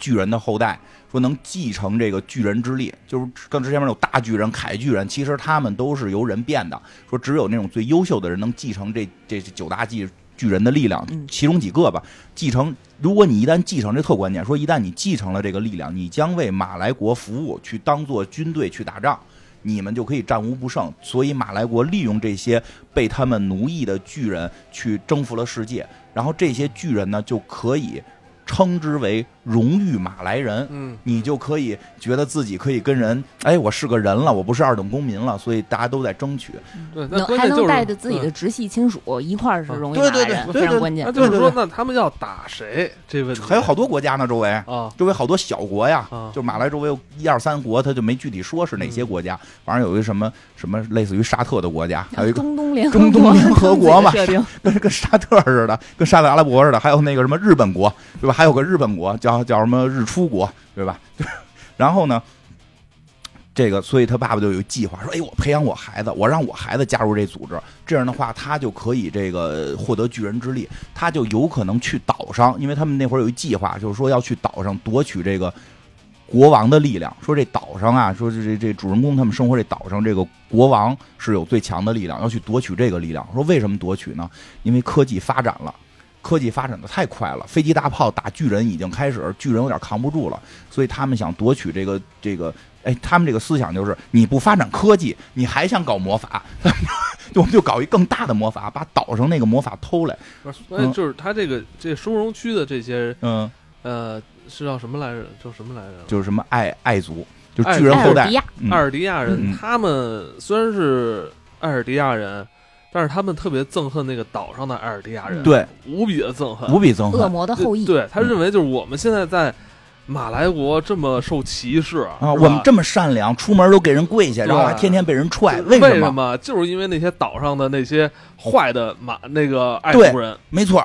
巨人的后代。说能继承这个巨人之力，就是跟之前面有大巨人、凯巨人，其实他们都是由人变的。说只有那种最优秀的人能继承这这这九大巨巨人的力量嗯，其中几个吧。继承，如果你一旦继承，这特关键。说一旦你继承了这个力量，你将为马来国服务，去当做军队去打仗，你们就可以战无不胜。所以马来国利用这些被他们奴役的巨人去征服了世界，然后这些巨人呢就可以称之为荣誉马来人。嗯，你就可以觉得自己可以跟人，哎，我是个人了，我不是二等公民了，所以大家都在争取。对，那能关还键就能是带着自己嗯的直系亲属一块儿是容易对拿对对人，对非常对关键那。就是对对说，对那他们要打谁？这问题还有好多国家呢，周围啊，周围好多小国呀啊，就马来周围有一二三国，他就没具体说是哪些国嗯家，反正有一个什么什么类似于沙特的国家，还有一个中东联合中东国联合国 嘛设定跟跟沙特似的，跟沙特阿拉伯似的，还有那个什么日本国，对 吧？还有个日本国叫叫什么日出国，对吧？然后呢，这个，所以他爸爸就有计划，说：“哎，我培养我孩子，我让我孩子加入这组织，这样的话，他就可以这个获得巨人之力，他就有可能去岛上，因为他们那会儿有一计划，就是说要去岛上夺取这个国王的力量。说这岛上啊，说这这这主人公他们生活这岛上，这个国王是有最强的力量，要去夺取这个力量。说为什么夺取呢？因为科技发展了。”科技发展的太快了，飞机大炮打巨人已经开始，巨人有点扛不住了，所以他们想夺取这个这个哎，他们这个思想就是你不发展科技，你还想搞魔法， 就我们就搞一更大的魔法，把岛上那个魔法偷来。不是所以就是他这个这收容区的这些嗯，呃是叫什么来着？叫什么来着？就是什么爱爱族，就爱巨人艾后尔代迪。亚嗯爱尔迪亚人，嗯他们虽然是爱尔迪亚人，但是他们特别憎恨那个岛上的爱尔迪亚人，，对，无比的憎恨无。比憎恶恨魔的对后裔，对他认为就是我们现在在马来国这么受歧视啊啊！我们这么善良，出门都给人跪下，对然后还天天被人踹，为什什么？么？就是因为那些岛上的那些坏的马那个爱对族人，没错。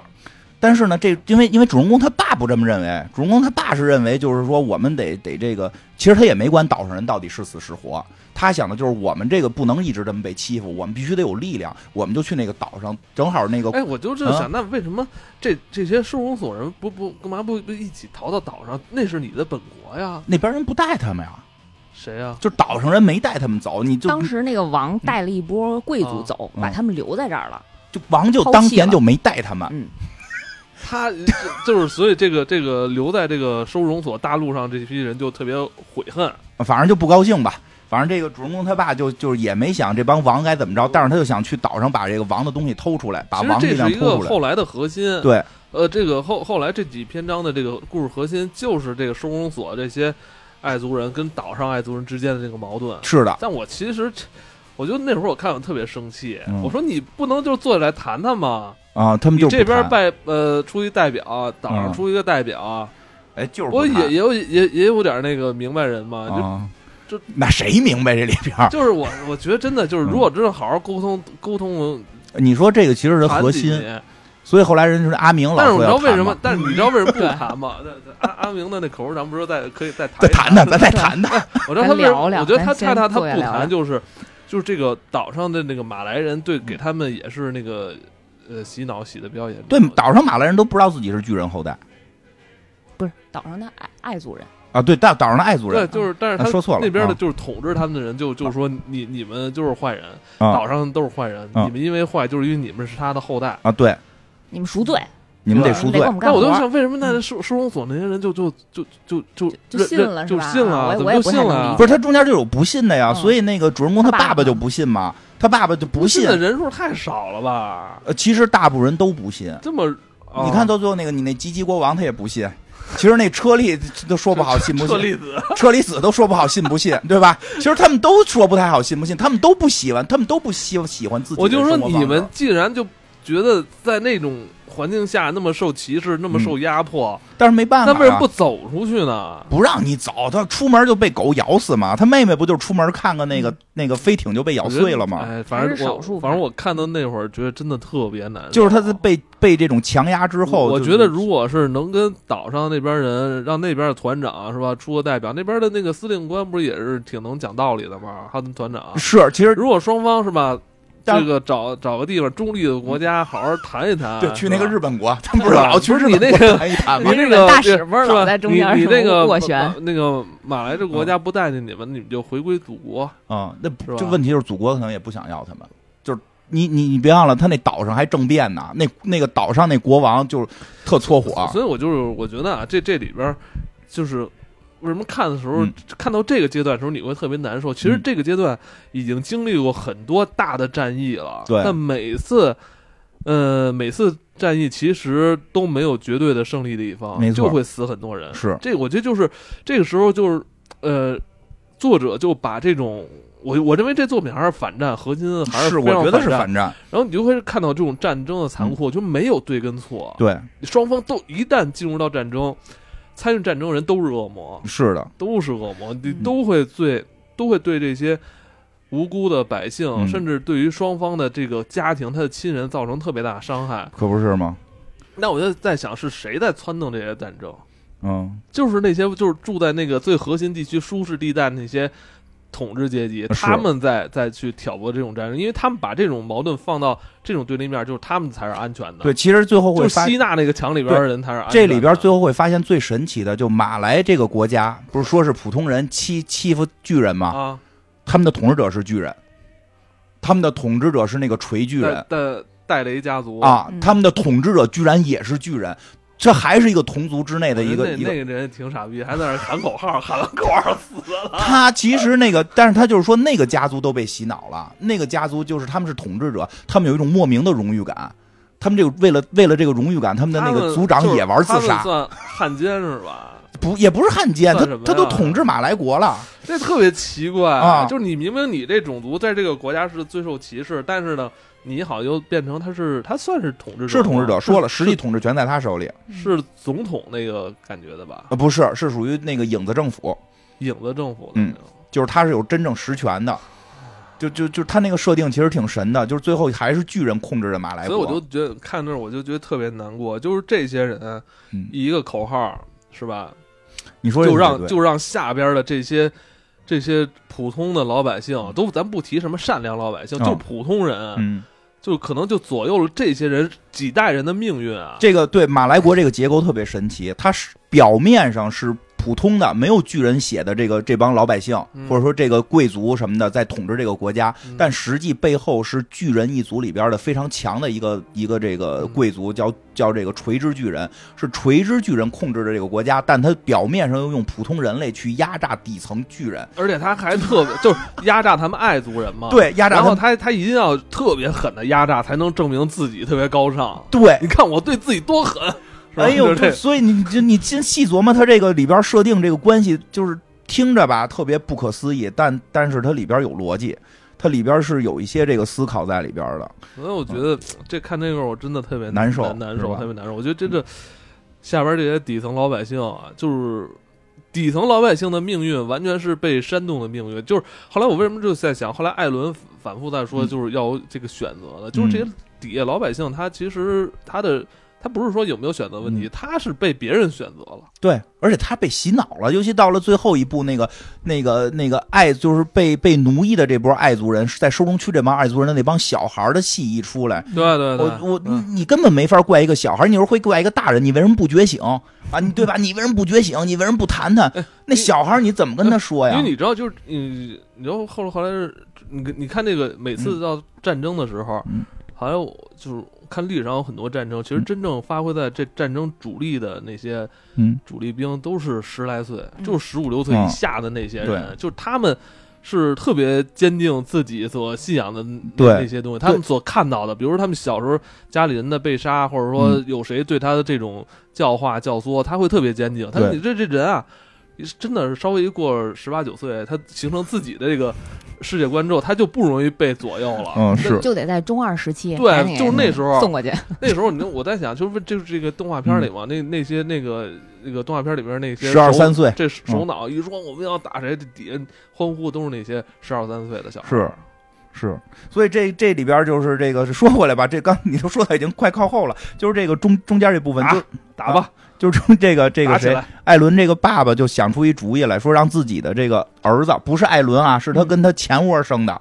但是呢，这因为因为主人公他爸不这么认为，主人公他爸是认为就是说我们得得这个，其实他也没管岛上人到底是死是活，他想的就是我们这个不能一直这么被欺负，我们必须得有力量，我们就去那个岛上，正好那个哎，我就是啊想，那为什么这这些收容所人不不干嘛不不一起逃到岛上？那是你的本国呀，那边人不带他们呀，谁呀？就岛上人没带他们走，你就当时那个王带了一波贵族嗯走，嗯把他们留在这儿了。就王就当年就没带他们，嗯，他 就就是所以这个这个留在这个收容所大陆上这批人就特别悔恨，反正就不高兴吧。反正这个主人公他爸就就是也没想这帮王该怎么着，但是他就想去岛上把这个王的东西偷出来，把其王力实这量是一个偷出来。后来的核心。对，呃，这个后后来这几篇章的这个故事核心就是这个收容所这些爱族人跟岛上爱族人之间的这个矛盾。是的，但我其实，我就那会儿我看我特别生气，嗯我说你不能就坐下来谈谈吗？啊，他们就你不这边谈拜呃出一代表，岛嗯上出一个代表，哎，就是不我谈也也有也也有点那个明白人嘛，就啊，就那谁明白这里 边 儿？就是我我觉得真的就是，嗯如果真的好好沟通沟通，你说这个其实是谈嗯核几心，年所以后来人就是阿明老但是说我知道要为谈什么嘛，，但是你知道为什么不谈吗？那那阿阿明的那口儿，咱们不是再可以再谈再一谈谈，咱再 谈谈。我知道他为什么，咱聊聊我觉得他咱先恰恰他坐下不聊聊谈就是，就是这个岛上的那个马来人对给他们也是那个呃洗脑洗的比较严重。对，岛上马来人都不知道自己是巨人后代不是岛上的爱爱族人，啊，对，岛岛上的爱族对人，就是，但是啊他说错了那边的啊就是统治他们的人就就说你你们就是坏人，啊岛上都是坏人，啊你们因为坏就是因为你们是他的后代。啊，对，你们赎罪，你们得对赎你们得罪跟我，们干嗯那我活就儿。嗯想，为什么那收收容所那些人就就就就就就信认了是就吧信了，我也怎我么也就不太信能了理不？是他中间就有不信的呀，嗯所以那个主人公他他爸爸爸呢就不信嘛，他爸爸就不信信的。人数太少了吧？呃，其实大部分人都不信，这么哦你看到最后那个你那吉吉国王他也不信，其实那车力都说不好信不 车信，厘子，车厘子都说不好信 不信，对吧？其实他们都说不太好信不信，他们都不喜欢，他们都不喜喜欢自己的我就说生活方你式们既然就觉得在那种环境下那么受歧视，那么嗯受压迫，但是没办法、那啊，为什么不走出去呢？不让你走？他出门就被狗咬死嘛。他妹妹不就是出门看看那个、那个飞艇就被咬碎了吗？哎，反还是正少嗯我数吧反正我看到那会儿觉得真的特别难受，就是他在被被这种强压之后，我就觉得如果是能跟岛上那边人，让那边的团长是吧，出个代表，那边的那个司令官不是也是挺能讲道理的吗？他们团长，是其实啊如果双方是吧，但这个找找个地方中立的国家，好好谈一谈，对去那个啊是吧日 本国，他们不是老去日你本那国个谈一谈你吗？那日本个大使不是是吧老在中间你你什么那个斡旋马那个马来这国家不待见你们，你们就回归祖国。嗯，那是不吧这问题就是祖国可能也不想要他们，就是你你你别忘了，他那岛上还政变呢，那那个岛上那国王就是特搓火，所以我就是我觉得啊，这这里边儿就是为什么看的时候、嗯看到这个阶段的时候你会特别难受。其实嗯这个阶段已经经历过很多大的战役了，对但每次呃每次战役其实都没有绝对的胜利的一方，没错就会死很多人。是这我觉得就是这个时候就是呃，作者就把这种。我我认为这作品还是反战，核心还是非我常觉得是战啊反战，嗯然后你就会看到这种战争的残酷，就没有对跟错，对，双方都一旦进入到战争，参与战争的人都是恶魔，是的，都是恶魔，你嗯都会对都会对这些无辜的百姓，嗯甚至对于双方的这个家庭、他的亲人造成特别大的伤害。可不是吗？那我就在想，是谁在撺掇这些战争？嗯，就是那些就是住在那个最核心地区、舒适地带那些统治阶级，是他们在在去挑拨这种战争，因为他们把这种矛盾放到这种对立面，就是他们才是安全的。对，，其实最后就会是发吸纳那个墙里边的人才是安全这的。里边最后会发现最神奇的，就马来这个国家，不是说是普通人欺欺负巨人吗？啊，他们的统治者是巨人，他们的统治者是那个锤巨人戴戴戴雷家族，啊嗯，他们的统治者居然也是巨人，这还是一个同族之内的一个那一个那个人挺傻逼，还在那儿喊口号，喊完口号死了。他其实那个，但是他就是说那个家族都被洗脑了，那个家族就是他们是统治者，他们有一种莫名的荣誉感，他们这个为了为了这个荣誉感，他们 的那他个们族长就是也玩自他们杀，算汉奸是吧？不也不是汉奸，他算什么呀他都统治马来国了，这特别奇怪啊就是你明明你这种族在这个国家是最受歧视，但是呢，你好像又变成他是他算是统治者吗，是统治者，说了实际是统治权在他手里，是总统那个感觉的吧？呃，不是，是属于那个影子政府，影子政府的那嗯种，就是他是有真正实权的。就就就他那个设定其实挺神的，就是最后还是巨人控制着马来所以国。我就觉得看那儿我就觉得特别难过，就是这些人嗯一个口号是吧，你说这就个让对就让下边的这些这些普通的老百姓都，咱不提什么善良老百姓，嗯就普通人，嗯，就可能就左右了这些人几代人的命运啊。这个对马来国这个结构特别神奇，它是表面上是普通的，没有巨人血的这个这帮老百姓，嗯或者说这个贵族什么的在统治这个国家，嗯但实际背后是巨人一族里边的非常强的一个一个这个嗯贵族，叫叫这个垂直巨人，是垂直巨人控制着这个国家，但他表面上又用普通人类去压榨底层巨人，而且他还 特别就是压榨他们爱族人嘛，，对， 压哦榨然他后们，他他一定要特别狠的压榨，才能证明自己特别高尚。对你。看我对自己多狠，是吧哎呦，就对这所以你就你真细琢磨，它这个里边设定这个关系，就是听着吧，特别不可思议，但但是它里边有逻辑，它里边是有一些这个思考在里边的。所以我觉得这看这个我真的特别嗯难受难是受，吧嗯特别难受。我觉得真的下边这些底层老百姓啊，就是底层老百姓的命运完全是被煽动的命运。就是后来我为什么就在想，后来艾伦反复在说，嗯就是要有这个选择的，就是这些底下老百姓，他其实他的他不是说有没有选择嗯问题，他是被别人选择了。对，而且他被洗脑了，尤其到了最后一步，那个、那个、那个爱，就是被被奴役的这波爱族人，是在收容区这帮爱族人的那帮小孩的戏一出来，对对对我，我你嗯你根本没法怪一个小孩，你说会怪一个大人，你为什么不觉醒啊？你对吧？你为什么不觉醒？啊你为什么不谈谈哎？那你小孩你怎么跟他说呀？因为你知道，就是你，你知道后来后来是，你你看那个每次到战争的时候，嗯好像我就是看历史上有很多战争，其实嗯真正发挥在这战争主力的那些嗯，主力兵都是十来岁，嗯就是十五六岁以下的那些人，对就是他们。是特别坚定自己所信仰的那对那些东西，他们所看到的，比如说他们小时候家里人的被杀，或者说嗯有谁对他的这种教化教唆，他会特别坚定。他说对你这这人啊，真的是稍微一过十八九岁，他形成自己的这个世界观之后，他就不容易被左右了。嗯是就嗯得在中二时期，对赶紧就是那时候送过去， 那时候你就我在想，就是就是这个动画片里嘛，那那些那个那个动画片里边那些嗯十二手三岁嗯这首脑一说我们要打谁，这底下欢呼都是那些十二三岁的小孩。是是，所以这这里边就是这个说回来吧，这刚你都说到已经快靠后了，就是这个中中间这部分打就啊打吧，就是中这啊个这打个起谁来，艾伦这个爸爸就想出一主意来说，让自己的这个儿子不是艾伦啊，是他嗯跟他前窝生的。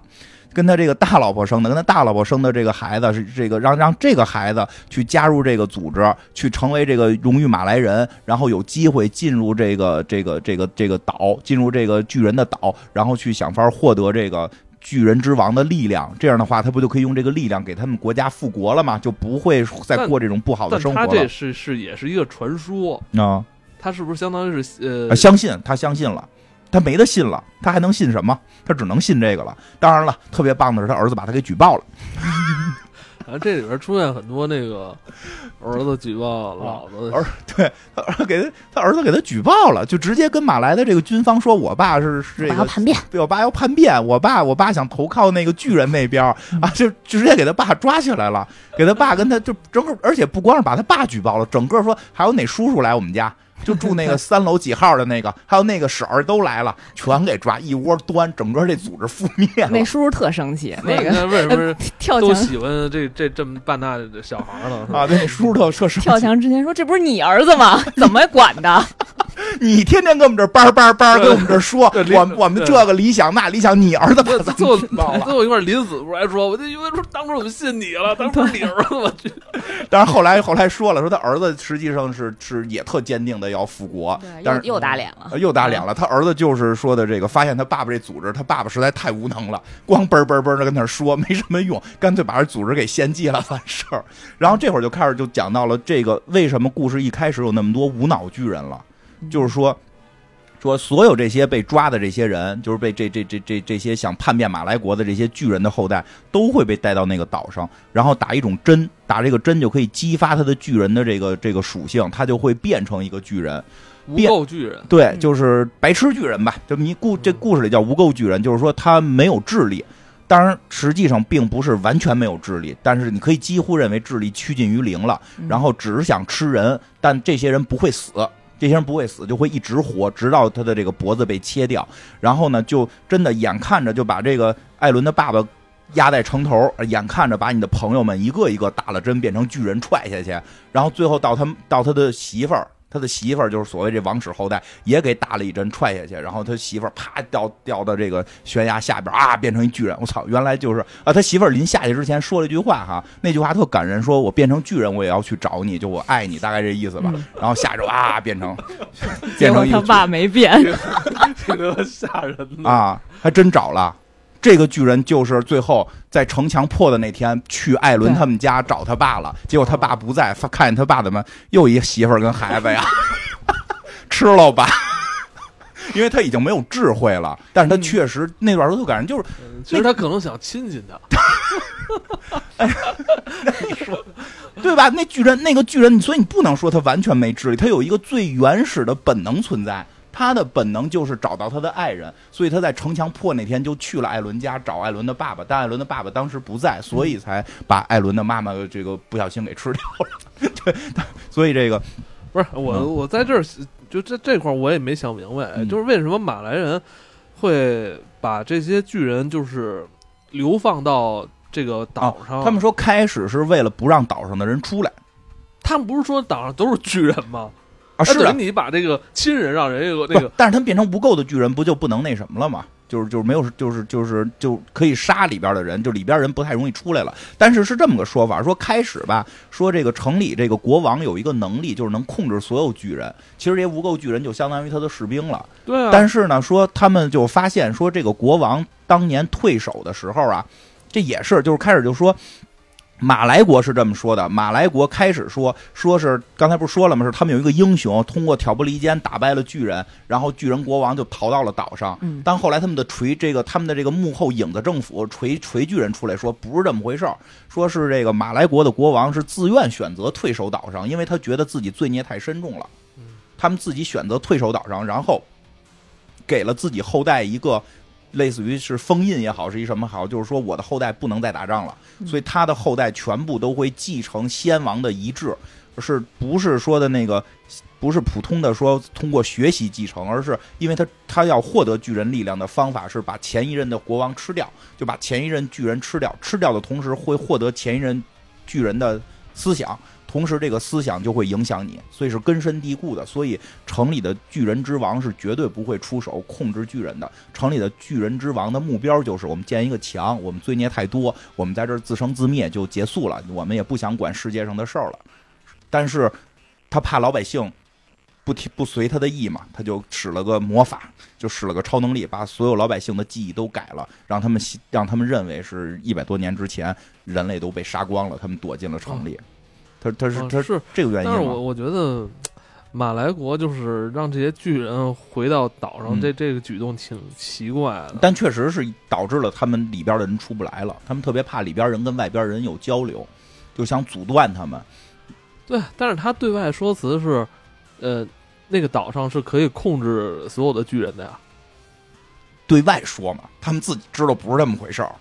跟他这个大老婆生的，跟他大老婆生的这个孩子是这个让让这个孩子去加入这个组织，去成为这个荣誉马来人，然后有机会进入这个这个这个这个岛，进入这个巨人的岛，然后去想法获得这个巨人之王的力量。这样的话，他不就可以用这个力量给他们国家复国了吗？就不会再但过这种不好的但生他活这了。是是也是一个传说，啊。他是不是相当于是呃啊，相信他相信了，他没得信了，他还能信什么？他只能信这个了。当然了，特别棒的是他儿子把他给举报了， 然后这里边出现很多那个儿子举报老子啊儿对他儿子给他他儿子给他举报了，就直接跟马来的这个军方说，我爸是是这然后个。叛变，我爸要叛变，我爸我爸想投靠那个巨人那边儿啊，就直接给他爸抓起来了，给他爸跟他就整个，而且不光是把他爸举报了，整个说还有哪叔叔来我们家，就住那个三楼几号的那个，还有那个婶儿都来了，全给抓一窝端，整个这组织覆灭了。那叔叔特生气，那个呃那为什么 跳都墙喜欢这这这么半大的 小孩了？是吧啊啊，对，叔叔特特生跳气，墙之前说这不是你儿子吗？怎么管的？ 你天天跟我们这叭叭叭对跟我们这说对，理我们我们这个理想那理想，你儿子把最咱后们举报了。最后一块临死不是还说，我就因为说当初我们信你了，当初你儿子我去，但是后来后来说了，说他儿子实际上是是也特坚定的要复国，对，但又是又打脸了呃。又打脸了。他儿子就是说的这个，发现他爸爸这组织，他爸爸实在太无能了，光嘣儿嘣儿嘣儿的跟那儿说没什么用，干脆把这组织给献祭了，完事儿。然后这会儿就开始就讲到了这个为什么故事一开始有那么多无脑巨人了，嗯就是说。说所有这些被抓的这些人，就是被这这这这这些想叛变马来国的这些巨人的后代，都会被带到那个岛上，然后打一种针，打这个针就可以激发他的巨人的这个这个属性，他就会变成一个巨人。无变垢巨人，对，嗯就是白痴巨人吧，就你故这嗯故事里叫无垢巨人，就是说他没有智力。当然，实际上并不是完全没有智力，但是你可以几乎认为智力趋近于零了。嗯然后只是想吃人，但这些人不会死，这些人不会死，就会一直活，直到他的这个脖子被切掉。然后呢，就真的眼看着就把这个艾伦的爸爸压在城头，呃眼看着把你的朋友们一个一个打了针变成巨人踹下去，然后最后到他们到他的媳妇儿。他的媳妇儿就是所谓这王室后代，也给打了一针踹下去，然后他媳妇儿啪掉掉到这个悬崖下边啊，变成一巨人。我操，原来就是啊！他媳妇儿临下去之前说了一句话哈，那句话特感人，说我变成巨人我也要去找你，就我爱你，大概这意思吧。嗯然后下周啊，变成结变果成一他个爸没 变，这他妈吓人的！啊，还真找了。这个巨人就是最后在城墙破的那天去艾伦对哦他们家找他爸了，结果他爸不在，发看见他爸怎么又一媳妇儿跟孩子呀， 吃了吧， 因为他已经没有智慧了，但是他嗯确实那段儿都感人，就是嗯其实他可能想亲亲他，对吧？那巨人，那个巨人，所以你不能说他完全没智力，他有一个最原始的本能存在。他的本能就是找到他的爱人，所以他在城墙破那天就去了艾伦家找艾伦的爸爸，但艾伦的爸爸当时不在，所以才把艾伦的妈妈这个不小心给吃掉了。 对，所以这个不是我，嗯我在这儿就这这块儿我也没想明白，嗯就是为什么马来人会把这些巨人就是流放到这个岛上？哦他们说开始是为了不让岛上的人出来他们不是说岛上都是巨人吗？啊，是那啊等于你把这个亲人让人有不那是个，但是他们变成无垢的巨人，不就不能那什么了吗？就是就是没有，就是就是就可以杀里边的人，就里边人不太容易出来了。但是是这么个说法，说开始吧，说这个城里这个国王有一个能力，就是能控制所有巨人。其实这些无垢巨人就相当于他的士兵了。对啊，但是呢，说他们就发现说这个国王当年退守的时候啊，这也是就是开始就说。马来国是这么说的，马来国开始说说是刚才不是说了吗？是他们有一个英雄通过挑拨离间打败了巨人，然后巨人国王就逃到了岛上。嗯但后来他们的锤这个他们的这个幕后影子政府锤锤巨人出来说不是这么回事儿，说是这个马来国的国王是自愿选择退守岛上，因为他觉得自己罪孽太深重了嗯，他们自己选择退守岛上，然后给了自己后代一个。类似于是封印也好，是一什么好，就是说我的后代不能再打仗了，嗯所以他的后代全部都会继承先王的遗志，是不是说的那个不是普通的说通过学习继承，而是因为他他要获得巨人力量的方法是把前一任的国王吃掉，就把前一任巨人吃掉，吃掉的同时会获得前一任巨人的思想，同时这个思想就会影响你，所以是根深蒂固的。所以城里的巨人之王是绝对不会出手控制巨人的。城里的巨人之王的目标就是我们建一个墙，我们罪孽太多，我们在这儿自生自灭就结束了，我们也不想管世界上的事儿了。但是他怕老百姓不听不随他的意嘛，他就使了个魔法，就使了个超能力，把所有老百姓的记忆都改了，让他们信让他们认为是一百多年之前人类都被杀光了，他们躲进了城里。他他是啊他哦是，这个原因但是吗我我觉得。马来国就是让这些巨人回到岛上，嗯这这个举动挺奇怪的。但确实是导致了他们里边的人出不来了，他们特别怕里边人跟外边人有交流，就想阻断他们。对，但是他对外说辞是，呃，那个岛上是可以控制所有的巨人的呀。对外说嘛，他们自己知道不是这么回事儿。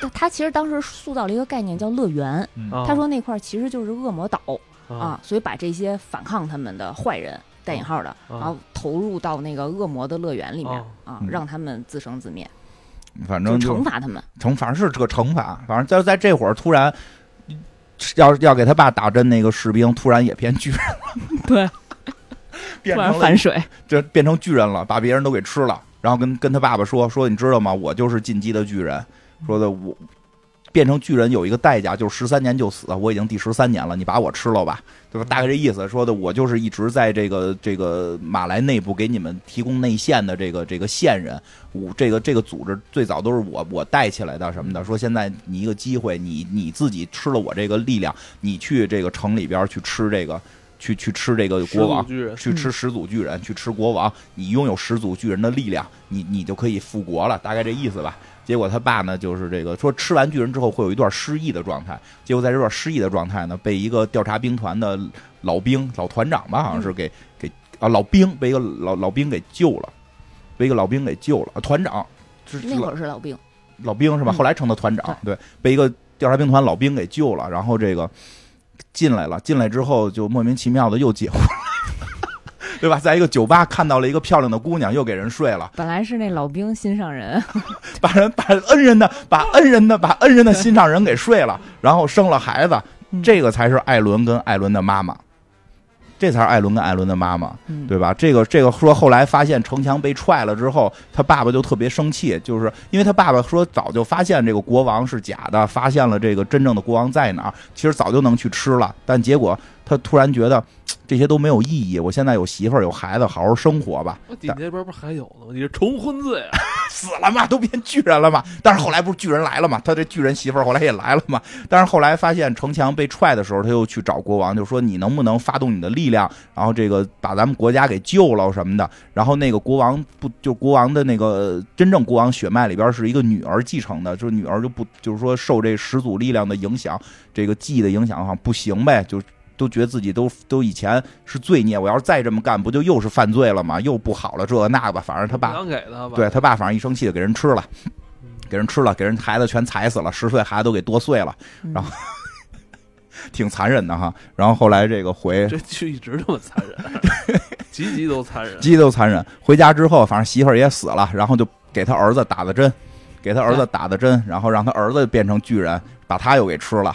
他他其实当时塑造了一个概念叫乐园，嗯啊、哦他说那块儿其实就是恶魔岛啊啊，所以把这些反抗他们的坏人（带引号的）啊哦然后投入到那个恶魔的乐园里面哦啊嗯，让他们自生自灭，反就正就惩罚 他们。惩，反正是这个惩罚，反正就在这会儿突然。要要给他爸打针那个士兵突然也变巨人了，对，变突成然了反水，这变成巨人了，把别人都给吃了，然后跟跟他爸爸说说，你知道吗？我就是进击的巨人，说的我变成巨人有一个代价，就是十三年就死，我已经第十三年了，你把我吃了吧，对吧？大概这意思，说的我就是一直在这个这个马来内部给你们提供内线的这个这个线人，我这个这个组织最早都是我我带起来的什么的，说现在你一个机会，你你自己吃了我这个力量，你去这个城里边去吃这个。去去吃这个始国王祖，巨人，去吃始祖巨人，去吃国王，你拥有始祖巨人的力量，你你就可以复国了，大概这意思吧。结果他爸呢，就是这个说吃完巨人之后会有一段失忆的状态，结果在这段失忆的状态呢，被一个调查兵团的老兵老团长吧，好像是给给啊老兵被一个老老兵给救了，被一个老兵给救了，啊团长是是那老会儿是老兵，老兵是吧？嗯后来成的团长，对，被一个调查兵团老兵给救了，然后这个进来了，进来之后就莫名其妙的又结婚了， 对吧？在一个酒吧看到了一个漂亮的姑娘，又给人睡了，本来是那老兵心 上人，把人把恩人的把恩人的把恩人的心上人给睡了， 然后生了孩子，嗯这个才是艾伦跟艾伦的妈妈，这才是艾伦跟艾伦的妈妈。嗯，对吧？这个这个说后来发现城墙被踹了之后，他爸爸就特别生气，就是因为他爸爸说早就发现这个国王是假的，发现了这个真正的国王在哪儿，其实早就能去吃了，但结果他突然觉得这些都没有意义，我现在有媳妇儿有孩子，好好生活吧。我底那边不是还有呢吗？你是重婚罪啊！死了嘛，都变巨人了嘛。但是后来不是巨人来了嘛，他这巨人媳妇儿后来也来了嘛。但是后来发现城墙被踹的时候，他又去找国王，就说你能不能发动你的力量，然后这个把咱们国家给救了什么的。然后那个国王不就国王的那个真正国王血脉里边是一个女儿继承的，就是女儿就不就是说受这始祖力量的影响，这个记忆的影响好像不行呗，就。都觉得自己都都以前是罪孽，我要是再这么干，不就又是犯罪了吗？又不好了，这个那个，反正他爸不想给他吧？对他爸，反正一生气就给人吃了，给人吃了，给人孩子全踩死了，十岁孩子都给剁碎了，嗯然后挺残忍的哈。然后后来这个回这剧一直这么残 忍，集集都残忍。鸡都残忍，回家之后反正媳妇儿也死了，然后就给他儿子打的针，给他儿子打的针，然后让他儿子变成巨人，把他又给吃了，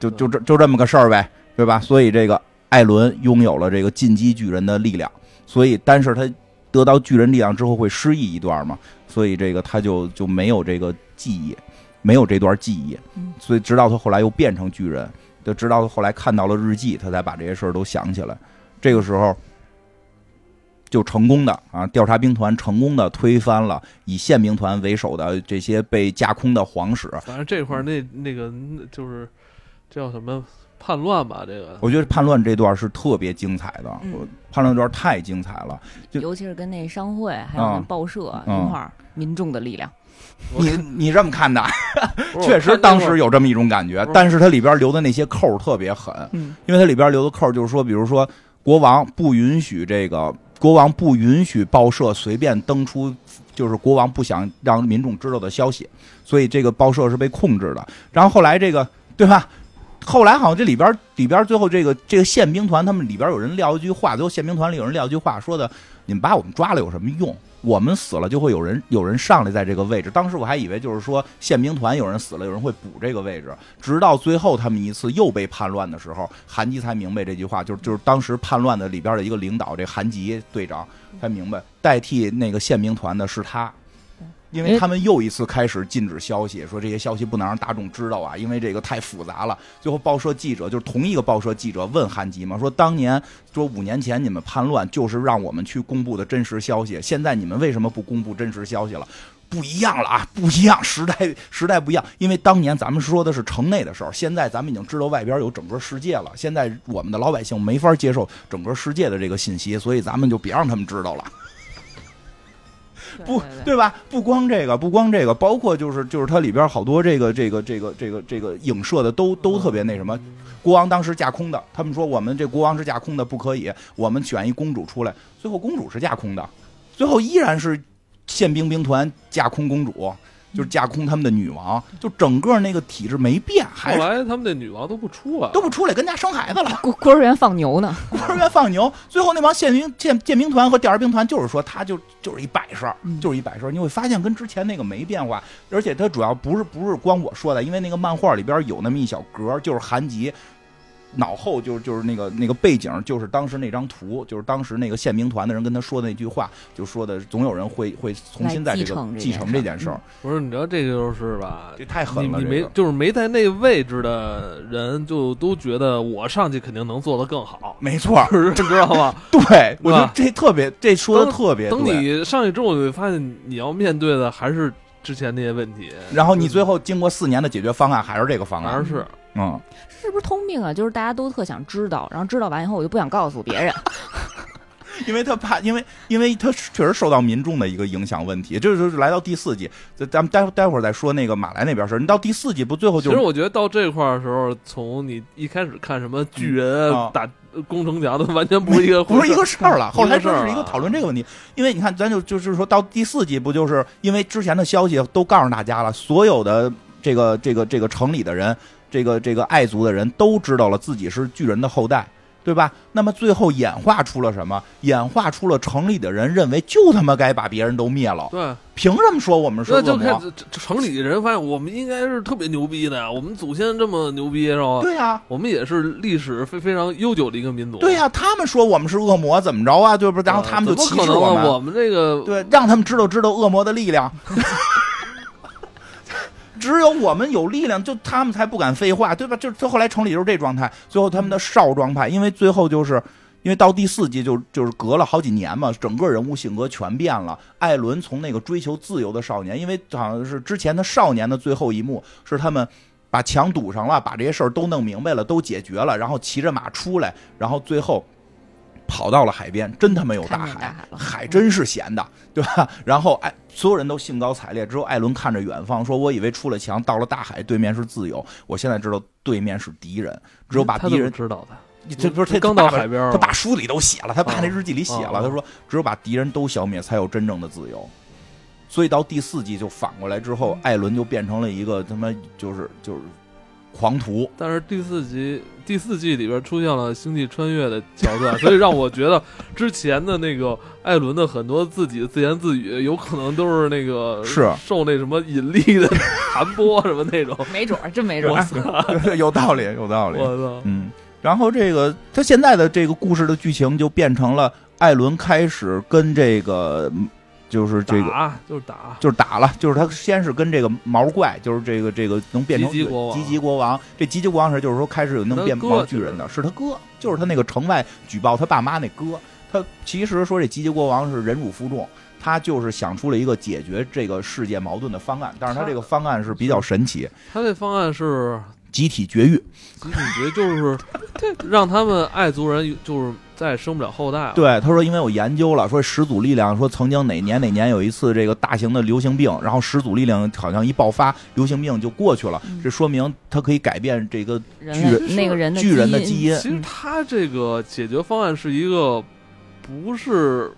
就就这就这么个事儿呗，对吧？所以这个艾伦拥有了这个进击巨人的力量，所以但是他得到巨人力量之后会失忆一段嘛，所以这个他就就没有这个记忆，没有这段记忆嗯，所以直到他后来又变成巨人，就直到他后来看到了日记，他才把这些事儿都想起来。这个时候。就成功的啊，调查兵团成功的推翻了以宪兵团为首的这些被架空的皇室，反正这块儿那那个那就是这叫什么叛乱吧？这个我觉得叛乱这段是特别精彩的，嗯我叛乱这段太精彩了。就尤其是跟那商会还有那啊报社一嗯块儿，民众的力量。我你你这么看的，不是确我实看当那会时儿有这么一种感觉不，是但是它里边留的那些扣儿特别狠，嗯因为它里边留的扣儿就是说，比如说国王不允许这个国王不允许报社随便登出，就是国王不想让民众知道的消息，所以这个报社是被控制的。然后后来这个对吧？后来好像这里边里边最后这个这个宪兵团他们里边有人撂一句话，最后宪兵团里有人撂一句话说的：“你们把我们抓了有什么用？我们死了就会有人有人上来在这个位置。”当时我还以为就是说宪兵团有人死了，有人会补这个位置，直到最后他们一次又被叛乱的时候，韩吉才明白这句话，就是就是当时叛乱的里边的一个领导，这韩吉队长才明白，代替那个宪兵团的是他。因为他们又一次开始禁止消息，说这些消息不能让大众知道啊，因为这个太复杂了。最后报社记者就是同一个报社记者问韩吉嘛，说当年说五年前你们叛乱就是让我们去公布的真实消息，现在你们为什么不公布真实消息了？不一样了啊，不一样，时代时代不一样，因为当年咱们说的是城内的事儿，现在咱们已经知道外边有整个世界了，现在我们的老百姓没法接受整个世界的这个信息，所以咱们就别让他们知道了。不对对对对吧？不光这个，不光这个，包括就是就是它里边好多这个这个这个这个这个影射的都都特别那什么。嗯国王当时架空的，他们说我们这国王是架空的，不可以，我们选一公主出来，最后公主是架空的，最后依然是宪兵兵团架空公主。就是架空他们的女王，就整个那个体制没变，还后是来他们那女王都不出啊来了，都不出来跟家生孩子了。孤孤儿园放牛呢，孤儿院放牛，最后那帮宪兵宪宪兵团和调查兵团就是说，他就就是一摆设，嗯就是一摆设。你会发现跟之前那个没变化，而且它主要不是不是光我说的，因为那个漫画里边有那么一小格，就是韩吉脑后就是就是那个那个背景，就是当时那张图，就是当时那个宪兵团的人跟他说的那句话，就说的总有人会会重新在这来继承个这继件承事这儿件事儿，不是，你知道这就是吧？这太你狠了。你这没个就是没在那位置的人，就都觉得我上去肯定能做得更好， 没错儿，是知道 吗？对我觉是吧得这特别，这说的等特别等对你上去之后，你会发现你要面对的还是之前那些问题，然后你最后经过四年的解决方案还是这个方反而案，是嗯，是不是通病啊？就是大家都特想知道，然后知道完以后我就不想告诉 别人。因为他怕，因为因为他确实受到民众的一个影响问题，这就是来到第四季，这咱们待会待会儿再说那个马来那边事儿。你到第四季不最后其就实我觉得到这块儿的时候，从你一开始看什么巨人嗯啊打攻城墙的，完全不是一个不是一个事儿了，后来不这是是一个讨论这个问题，因为你看，咱就就是说到第四季，不就是因为之前的消息都告诉大家了，所有的这个这个这个城里的人，这个这个爱族的人都知道了自己是巨人的后代，对吧？那么最后演化出了什么？演化出了城里的人认为就他妈该把别人都灭了，对，凭什么说我们是那恶就看魔？这这城里人发现我们应该是特别牛逼的呀，我们祖先这么牛逼是吧？对呀、我们也是历史非非常悠久的一个民族。对呀、他们说我们是恶魔，怎么着啊？对不？呃，然后他们就怎歧么可视能我啊们，我们这个嗯对，让他们知道知道恶魔的力量。只有我们有力量，就他们才不敢废话，对吧？就是他后来城里就是这状态，最后他们的少壮派，因为最后就是。因为到第四季就就是隔了好几年嘛，整个人物性格全变了。艾伦从那个追求自由的少年，因为好像是之前的少年的最后一幕是他们把墙堵上了，把这些事儿都弄明白了，都解决了，然后骑着马出来，然后最后跑到了海边，真他妈有大看见大海海，了海真是咸的，对吧？然后艾所有人都兴高采烈，只有艾伦看着远方说：“我以为出了墙，到了大海，对面是自由，我现在知道对面是敌人，只有把他敌怎么人知道的？这不是他刚到爸爸海边儿吗，他把书里都写了，他爸啊那日记里写啊了，啊他说只有把敌人都消灭，才有真正的自由。所以到第四季就反过来之后，艾伦就变成了一个他妈就是就是狂 徒，但是第四集第四季里边出现了星际穿越的桥段，所以让我觉得之前的那个艾伦的很多自己自言自语，有可能都是那个是受那什么引力的 弹波什么那种。没准儿，真没准我儿。啊操！有道理，有道理。我操！嗯，然后这个他现在的这个故事的剧情就变成了艾伦开始跟这个嗯就是这个。打就是打，就是打了，就是他先是跟这个毛怪，就是这个这个能变成吉吉国王吉吉国王，这吉吉国王是就是说开始有能变他哥毛巨人的，是他哥，就是他那个城外举报他爸妈那哥。他其实说这吉吉国王是忍辱负重，他就是想出了一个解决这个世界矛盾的方案，但是他他这个方案是比较神奇，他这方案是集体绝育。集体决， 就是让他们爱族人就是再也生不了后代了。对，他说，因为我研究了，说始祖力量说曾经哪年哪年有一次这个大型的流行病，然后始祖力量好像一爆发，流行病就过去了，嗯这说明它可以改变这个人巨类那个人的巨人的基因其实他这个解决方案是一个，不是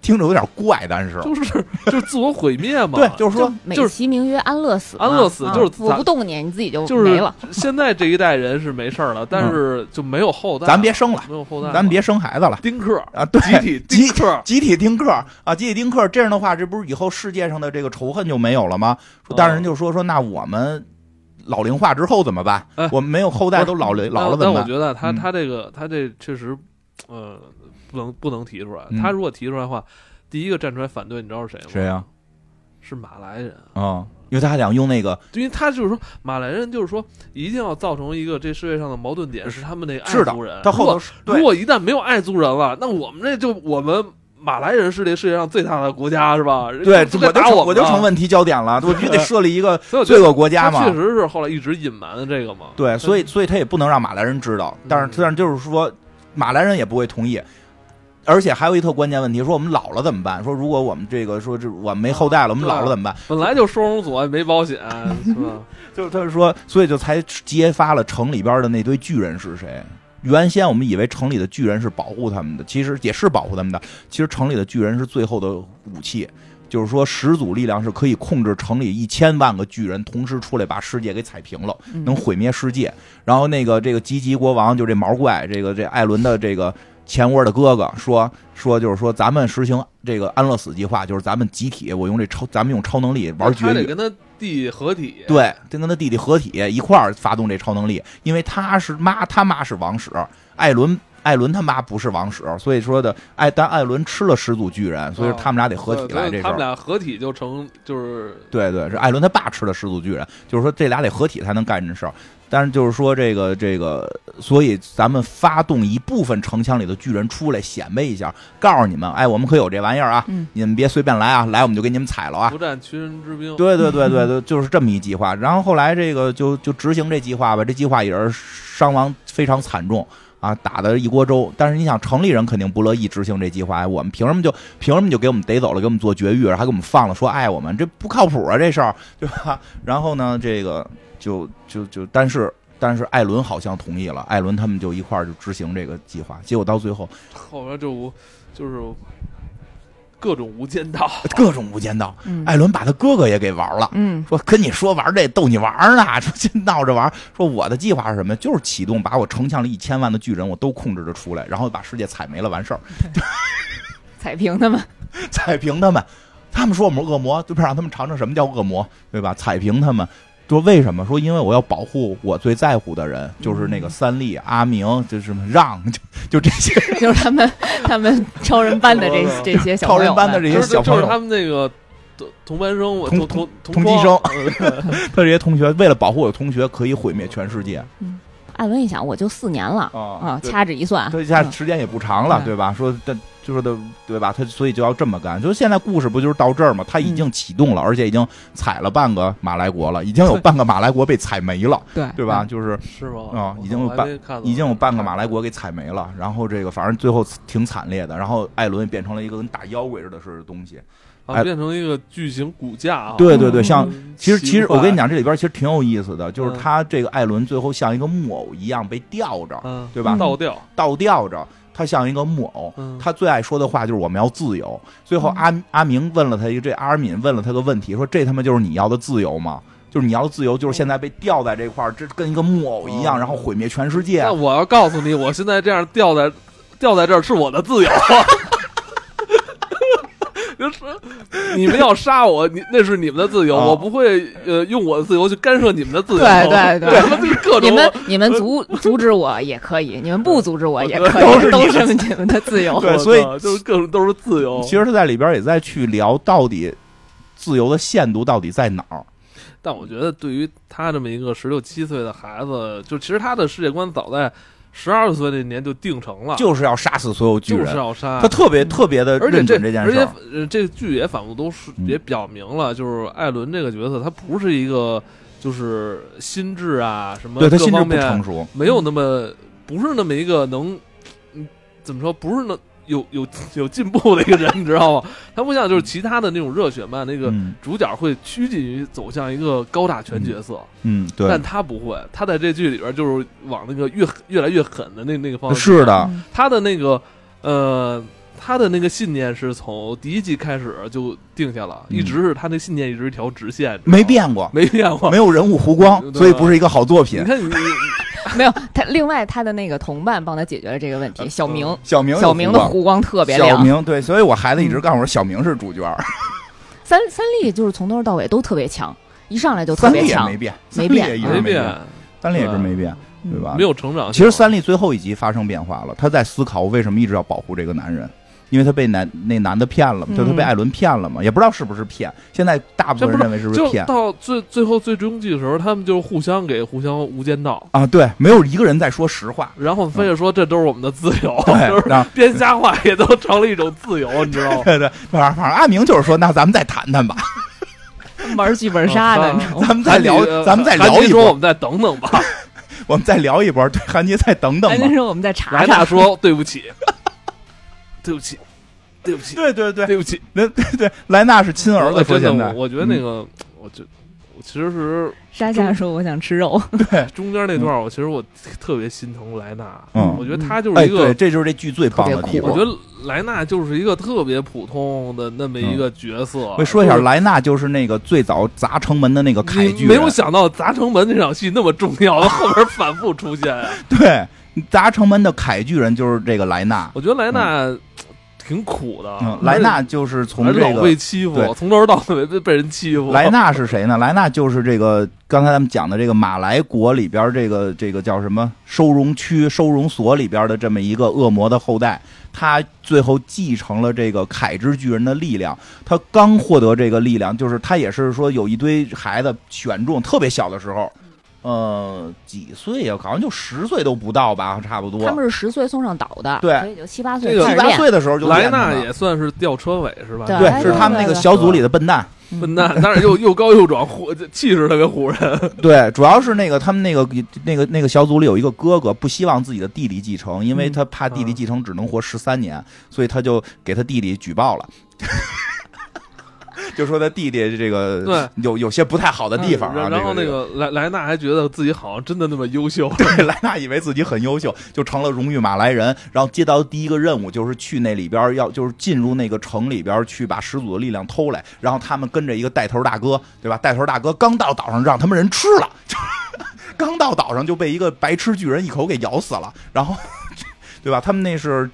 听着有点怪，但是啊就是 就是自我毁灭嘛？对，就是就说美就是其名曰安乐死嘛，安乐死啊就是我咱不动你，你自己就就是没了。现在这一代人是没事儿了，但是就没有后代了，嗯咱别生了，没有后代了，咱别生孩子了丁 克啊，对，集体丁克，集体丁克啊，集体丁克，这样的话，这不是以后世界上的这个仇恨就没有了吗？说但是人就说说，那我们老龄化之后怎么办？哎我们没有后代不是都老龄老了怎但么我办？觉得他嗯他这个他这确实，呃，不能不能提出来嗯。他如果提出来的话，第一个站出来反对，你知道是谁吗？谁呀？是马来人，啊，因为他还想用那个因为他就是说马来人就是说一定要造成一个这世界上的矛盾点是他们那个是爱的族人，他后呃如果头是对如。果一旦没有爱族人了，那我们这就我们马来人是这世界上最大的国家是吧？人对，家就我就在打成我们我就了成问题焦点了，我必须得设立一个所以我觉罪得恶国家他确嘛。实是后来一直隐瞒的这个嘛。对，所以所以他也不能让马来人知道，但是嗯但是就是说，马来人也不会同意。而且还有一特关键问题，说我们老了怎么办？说如果我们这个说这我们没后代了，我们啊老了怎么办？本来就收容所也没保险，是吧？就是他是说，所以就才揭发了城里边的那堆巨人是谁。原先我们以为城里的巨人是保护他们的，其实也是保护他们的。其实城里的巨人是最后的武器，就是说始祖力量是可以控制城里一千万个巨人同时出来把世界给踩平了，嗯能毁灭世界。然后那个这个吉吉国王就这毛怪，这个这艾伦的这个前窝的哥哥说说就是说咱们实行这个安乐死计划，就是咱们集体，我用这超咱们用超能力 他玩绝得育。跟他弟合体，对，就跟他弟弟合体一块儿发动这超能力，因为他是妈，他妈是王室，艾伦艾伦他妈不是王室，所以说的艾但艾伦吃了始祖巨人，所以说他们俩得合体来哦对所以这事他们儿。俩合体就成就是对对，是艾伦他爸吃了始祖巨人，就是说这俩得合体才能干这事儿。但是就是说这个这个，所以咱们发动一部分城墙里的巨人出来显摆一下，告诉你们，哎，我们可有这玩意儿啊，嗯你们别随便来啊，来我们就给你们踩了啊。不战群人之兵。对对对对对，就是这么一计划。然后后来这个就就执行这计划吧，这计划也是伤亡非常惨重啊，打的一锅粥。但是你想，城里人肯定不乐意执行这计划，哎我们凭什么就凭什么就给我们逮走了，给我们做绝育，还给我们放了，说爱我们，这不靠谱啊，这事儿对吧？然后呢，这个就就就，但是。但是艾伦好像同意了，艾伦他们就一块儿就执行这个计划，结果到最后后边就无就是各种无间道，各种无间道，嗯艾伦把他哥哥也给玩了，嗯，说跟你说玩这逗你玩儿呢， 说这闹着玩儿。说我的计划是什么？就是启动把我城墙里一千万的巨人我都控制着出来，然后把世界踩没了，完事儿， 彩屏他们，踩平他们。他们说我们是恶魔，对吧？让他们尝尝什么叫恶魔，对吧？踩平他们。说为什么？说因为我要保护我最在乎的人，就是那个三笠、阿明，就是什么让， 就就这些 就是他们他们超人 班的这我这些小超朋友人班的们，这就些是小朋就是友，他们那个同同班生，我同同同同窗级生， 嗯他这些同学为了保护我的同学，可以毁灭全世界艾文一想，我就四年了啊，对掐指一算，他一下嗯时间也不长了，嗯对吧？说但就是的，对吧？他所以就要这么干。就是现在故事不就是到这儿吗？他已经启动了，而且已经踩了半个马来国了，已经有对半个马来国被踩没了，嗯对对吧？？就是是吗？啊我已经有我还半没看到已经有半个马来国给踩没了。然后这个反正最后挺惨烈的。然后艾伦也变成了一个跟打妖怪似的似的东西。啊，哎变成一个巨型骨架啊！对对对嗯像其实，其实我跟你，奇讲，这里边其实挺有意思的，就是嗯他这个艾伦最后像一个木偶一样被吊着怪，嗯，对吧？倒吊，倒吊着，他像一个木偶。嗯，他最爱说的话就是我们要自由。最后阿阿明问了他一个，这阿尔敏问了他个问题，说这他妈就是你要的自由吗？就是你要的自由，就是现在被吊在这块儿，这跟一个木偶一样，哦然后毁灭全世界那。我要告诉你，我现在这样吊在吊在这儿是我的自由。 就是你们要杀我，你那是你们的自由，啊我不会呃用我的自由去干涉你们的自由。对对 对对，他们就是各种你们你们 阻阻止我也可以，你们不阻止我也可都是以，你都的是你们的自由。 对我所以操就是各种都是自由。其实他在里边也在去聊到底自由的限度到底在哪啊儿。但我觉得对于他这么一个十六七岁的孩子，就其实他的世界观早在十二岁那年就定成了，就是要杀死所有巨就是人。要杀他。特别特别的而且认准这件而事且儿，呃这个剧也反复都是嗯也表明了，就是艾伦这个角色他不是一个就是心智啊什么对他各心智方不成面熟，没有那么不是那么一个能嗯怎么说不是能有有有进步的一个人，你知道吗？他不像就是其他的那种热血漫那个。嗯主角会趋近于走向一个高大全角色，嗯，对但，他不会，他在这剧里边就是往那个越狠越来越狠的那那个方向。是的，他的那个呃，他的那个信念是从第一季开始就定下了，嗯一直是他那信念一直是一条直线，没，变过，没变过。没有人物弧光，对所以不是一个好作你品。看你， 没有他，另外他的那个同伴帮他解决了这个问题，小明。小呃明有小明弧的光弧光特别小亮，嗯明对，所以我孩子一直告诉我，小明是主角儿，三三笠就是从头到尾都特别强，一上来就特三别笠也强没，变，没三笠变也一直没变，变，三笠也一直没变，对吧？没。有成长。其实三笠最后一集发生变化了，他在思考为什么一直要保护这个男人，因为他被男那男的骗了嘛，就他被嗯艾伦骗了嘛，也不知道是不是骗。现在大部分人认为是不是就骗到最最后最终季的时候，他们就是互相给互相无间道，啊？对，没有一个人在说实 话。然后非得说这都是我们的自由，嗯对就，是然后编瞎话也都成了一种自由，你知道吗？对对，反正反正阿明就是说，那咱们再谈谈吧，玩剧本杀呢，嗯你知道 吗？咱们再聊韩琦，呃咱们再聊韩琦一说我波，们再等等吧。我们再聊一波。对，韩杰再等等 哎吧那。时候我们再查莱查纳，说对不 起，对不起，对不起，对对对，对不起。那对对，莱纳是亲儿我子说真的现在，嗯我我觉得那个，我就我其实是沙夏说我想吃肉，中间那段儿，我其实我特别心疼莱纳，嗯我觉得他就嗯是哎，一个对，，这就是这剧最棒的地特别方我。觉得莱纳就是一个特别普通的那么一个角色。嗯我说一下，就是莱纳就是那个最早砸城门的那个凯你巨人，没 有想到砸城门那场戏那么重要，后边反复出现啊，对。砸城门的凯巨人就是这个莱纳，我觉得莱纳挺苦的，嗯，莱纳就是还从这啊老个被欺负，对从头到尾被被人欺负。莱纳是谁呢？莱纳就是这个刚才咱们讲的这个马来国里边这个这个叫什么收容区、收容所里边的这么一个恶魔的后代，他最后继承了这个凯之巨人的力量。他刚获得这个力量，就是他也是说有一堆孩子选中，特别小的时候，呃，几岁呀、好像就十岁都不到吧，差不多。他们是十岁送上岛的，对所以就七八这岁个七开始八练。岁的时候就莱练纳了也算是吊车尾是吧？对对，哎是他们那个小组里的笨蛋。嗯笨蛋，但是又又高又壮，唬气势特别唬人。 对，主要是那个他们那个那个那个小组里有一个哥哥，不希望自己的弟弟继承，因嗯为他怕弟弟继承只能活十三年，所以他就给他弟弟举报了， 就说他弟弟这个有有些不太好的地方啊。嗯 然然后这那个个莱莱纳还觉得自己好像真的那么优秀， 对莱纳以为自己很优秀，就成了荣誉马来人，然后接到第一个任务就是去那里边儿要就是进入那个城里边儿去把始祖的力量偷来，然后他们跟着一个带头大哥，对吧？带头大哥刚到岛上让他们人吃了，就刚到岛上就被一个白痴巨人一口给咬死了，然后 对吧？他们那是。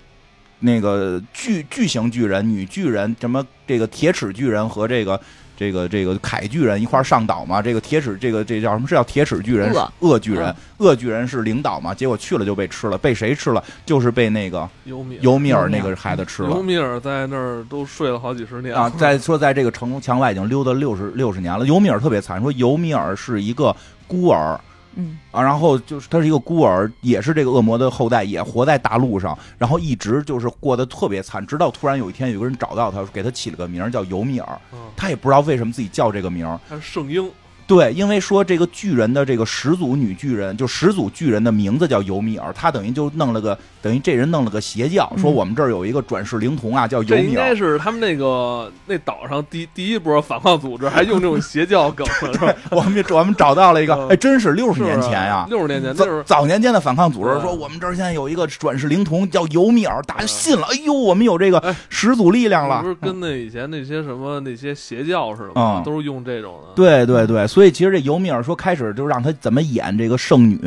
那个巨巨型巨人、女巨人，什么这个铁齿巨人和这个这个这个凯巨人一块儿上岛嘛？这个铁齿这个这叫什么？是叫铁齿巨人恶、恶巨人、恶巨人是领导嘛？结果去了就被吃了，被谁吃了？就是被那个尤米尤米尔那个孩子吃尤了。米尔在那儿都睡了好几十年啊，在说在这个城墙外已经溜达六十六十年了。尤米尔特别惨，说尤米尔是一个孤儿，嗯，啊，然后就是他是一个孤儿，也是这个恶魔的后代，也活在大陆上，然后一直就是过得特别惨，直到突然有一天有个人找到他，给他起了个名儿叫尤米尔，嗯他也不知道为什么自己叫这个名儿。他是圣婴，对，因为说这个巨人的这个始祖女巨人，就始祖巨人的名字叫尤米尔，他等于就弄了个等于这人弄了个邪教，说嗯我们这儿有一个转世灵童啊，叫尤这应米该尔。是他们那个那岛上第第一波反抗组织，还用这种邪教梗呢，是吧？我们我们找到了一个嗯，哎，真是六十是不是啊年前啊呀、六十年前那时早候早年间的反抗组织对说，我们这儿现在有一个转世灵童叫尤米尔，大家嗯信了，哎呦，我们有这哎个始祖力量那了不。是跟那以前那些什么那些邪教似的吗？嗯都是用这种的。对对对，所以其实这尤米尔说开始就让他怎么演这个圣女，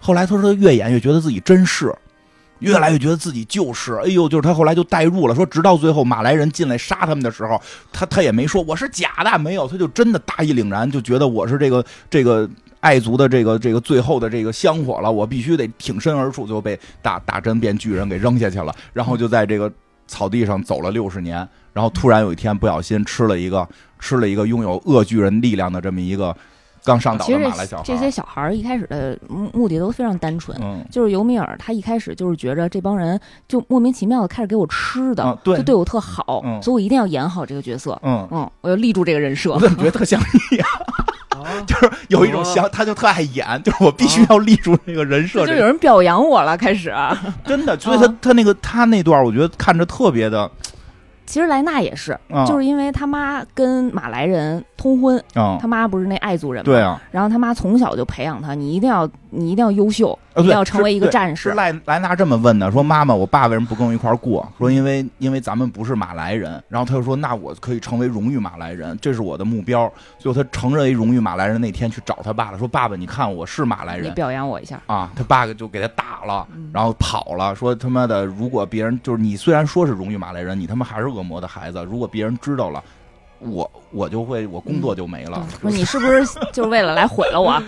后来他说他越演越觉得自己真是，越来越觉得自己就是，哎呦，就是他后来就代入了，说直到最后马来人进来杀他们的时候，他他也没说我是假的，没有，他就真的大义凛然，就觉得我是这个这个爱族的这个这个最后的这个香火了，我必须得挺身而出，就被打打针变巨人给扔下去了，然后就在这个草地上走了六十年，然后突然有一天不小心吃了一个 吃了一个拥有恶巨人力量的这么一个刚上岛其的实马来小孩，这些小孩儿一开始的目目的都非常单纯，嗯。就是尤米尔他一开始就是觉着这帮人就莫名其妙的开始给我吃的，啊对就对我特好，嗯所以我一定要演好这个角色。嗯，嗯，我要立住这个人我设。怎么觉得特像你啊？啊，就是有一种想，他就特爱演，就是我必须要立住这个人设就这有个，人表扬我了，开始。 真的。所以他他那个他那段，我觉得看着特别的，其实莱纳也是，啊就是因为他妈跟马来人通婚，嗯他，妈不是那爱族人嘛，对啊，然后他妈从小就培养他，你一定要，你一定要优秀，啊你一定对要成为一个是战是士。莱莱纳这么问的，说妈妈，我爸为什么不跟我一块儿过？说因为因为咱们不是马来人。然后他就说，那我可以成为荣誉马来人，这是我的目标。最后他承认为荣誉马来人那天去找他爸了，说爸爸，你看我是马来你人表扬我一下，啊。他爸就给他打了嗯，然后跑了，说他妈的，如果别人就是你虽然说是荣誉马来人，你他妈还是恶魔的孩子。如果别人知道了，我我就会我工作就没了嗯。说 你是不是就是为了来毁了我？啊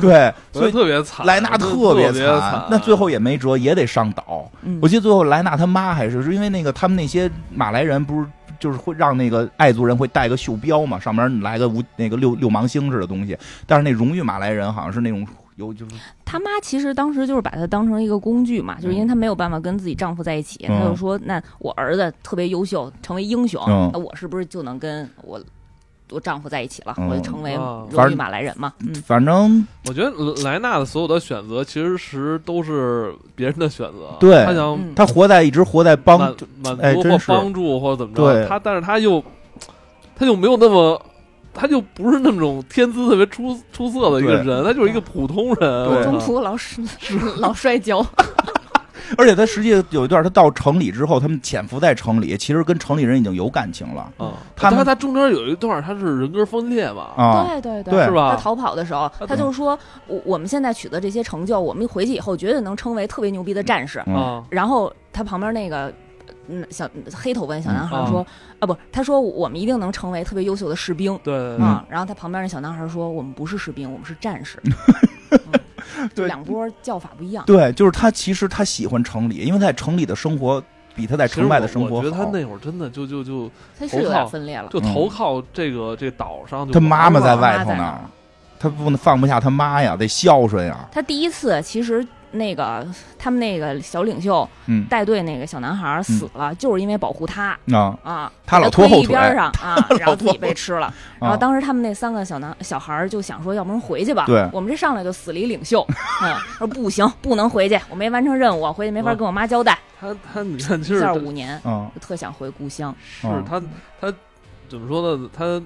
对，所所以 以特别惨，莱纳特别惨，那最后也没辙，也得上岛。嗯我记得最后莱纳他妈还是是因为那个他们那些马来人不是就是会让那个爱族人会带个袖标嘛，上面来个无那个六六芒星似的东西，但是那荣誉马来人好像是那种有就是他妈其实当时就是把他当成一个工具嘛，就是因为她没有办法跟自己丈夫在一起，嗯她就说：“那我儿子特别优秀，成为英雄，嗯那我是不是就能跟我我丈夫在一起了？嗯我就成为哦荣誉马来人嘛？”嗯，反正我觉得莱纳的所有的选择其实是都是别人的选择，对他想嗯他活在一直活在帮满满哎足真或是帮助或者怎么对着，他但是他又他又没有那么。他就不是那种天资特别出出色的一个对啊 人，他就是一个普通人。对我中操途老老摔跤，而且他实际有一段，他到城里之后，他们潜伏在城里，其实跟城里人已经有感情了啊，他们他他中间有一段他是人格分裂嘛，啊。对对对嗯是他吧？逃跑的时候，他他就说：“我我们现在取得这些成就，我们回去以后绝对能称为特别牛逼的战士。嗯啊”然后他旁边那个嗯小黑头发小嗯男孩说：“啊，不，他说我们一定能成为特别优秀的士兵。”对对对嗯啊，然后他旁边那小男孩说：“我们不是士兵，我们是战 士。嗯”对两波叫法不一样。对，就是他其实他喜欢城里，因为他在城里的生活比他在其实城外的生我活我觉得他好。嗯那会儿真的就就就他是有点分裂了。就投靠这个这岛上就他妈妈在他妈外头在哪呢儿，他不能放不下他妈呀，得孝顺呀。他第一次其实那个他们那个小领袖嗯带队那个小男孩死了，就是因为保护他啊，啊，嗯他老给拖推后一腿边 儿上啊，然后自拖己后被吃了。然啊后当时他们那三个小男小孩儿就想说，要不然回去吧。对我们这上来就死了一领袖， 嗯，说不行，不能回去，我没完成任务，我回去没法跟我妈交代。他他你看就一是下他五年，啊就特想回故乡。是嗯他他怎么说呢？他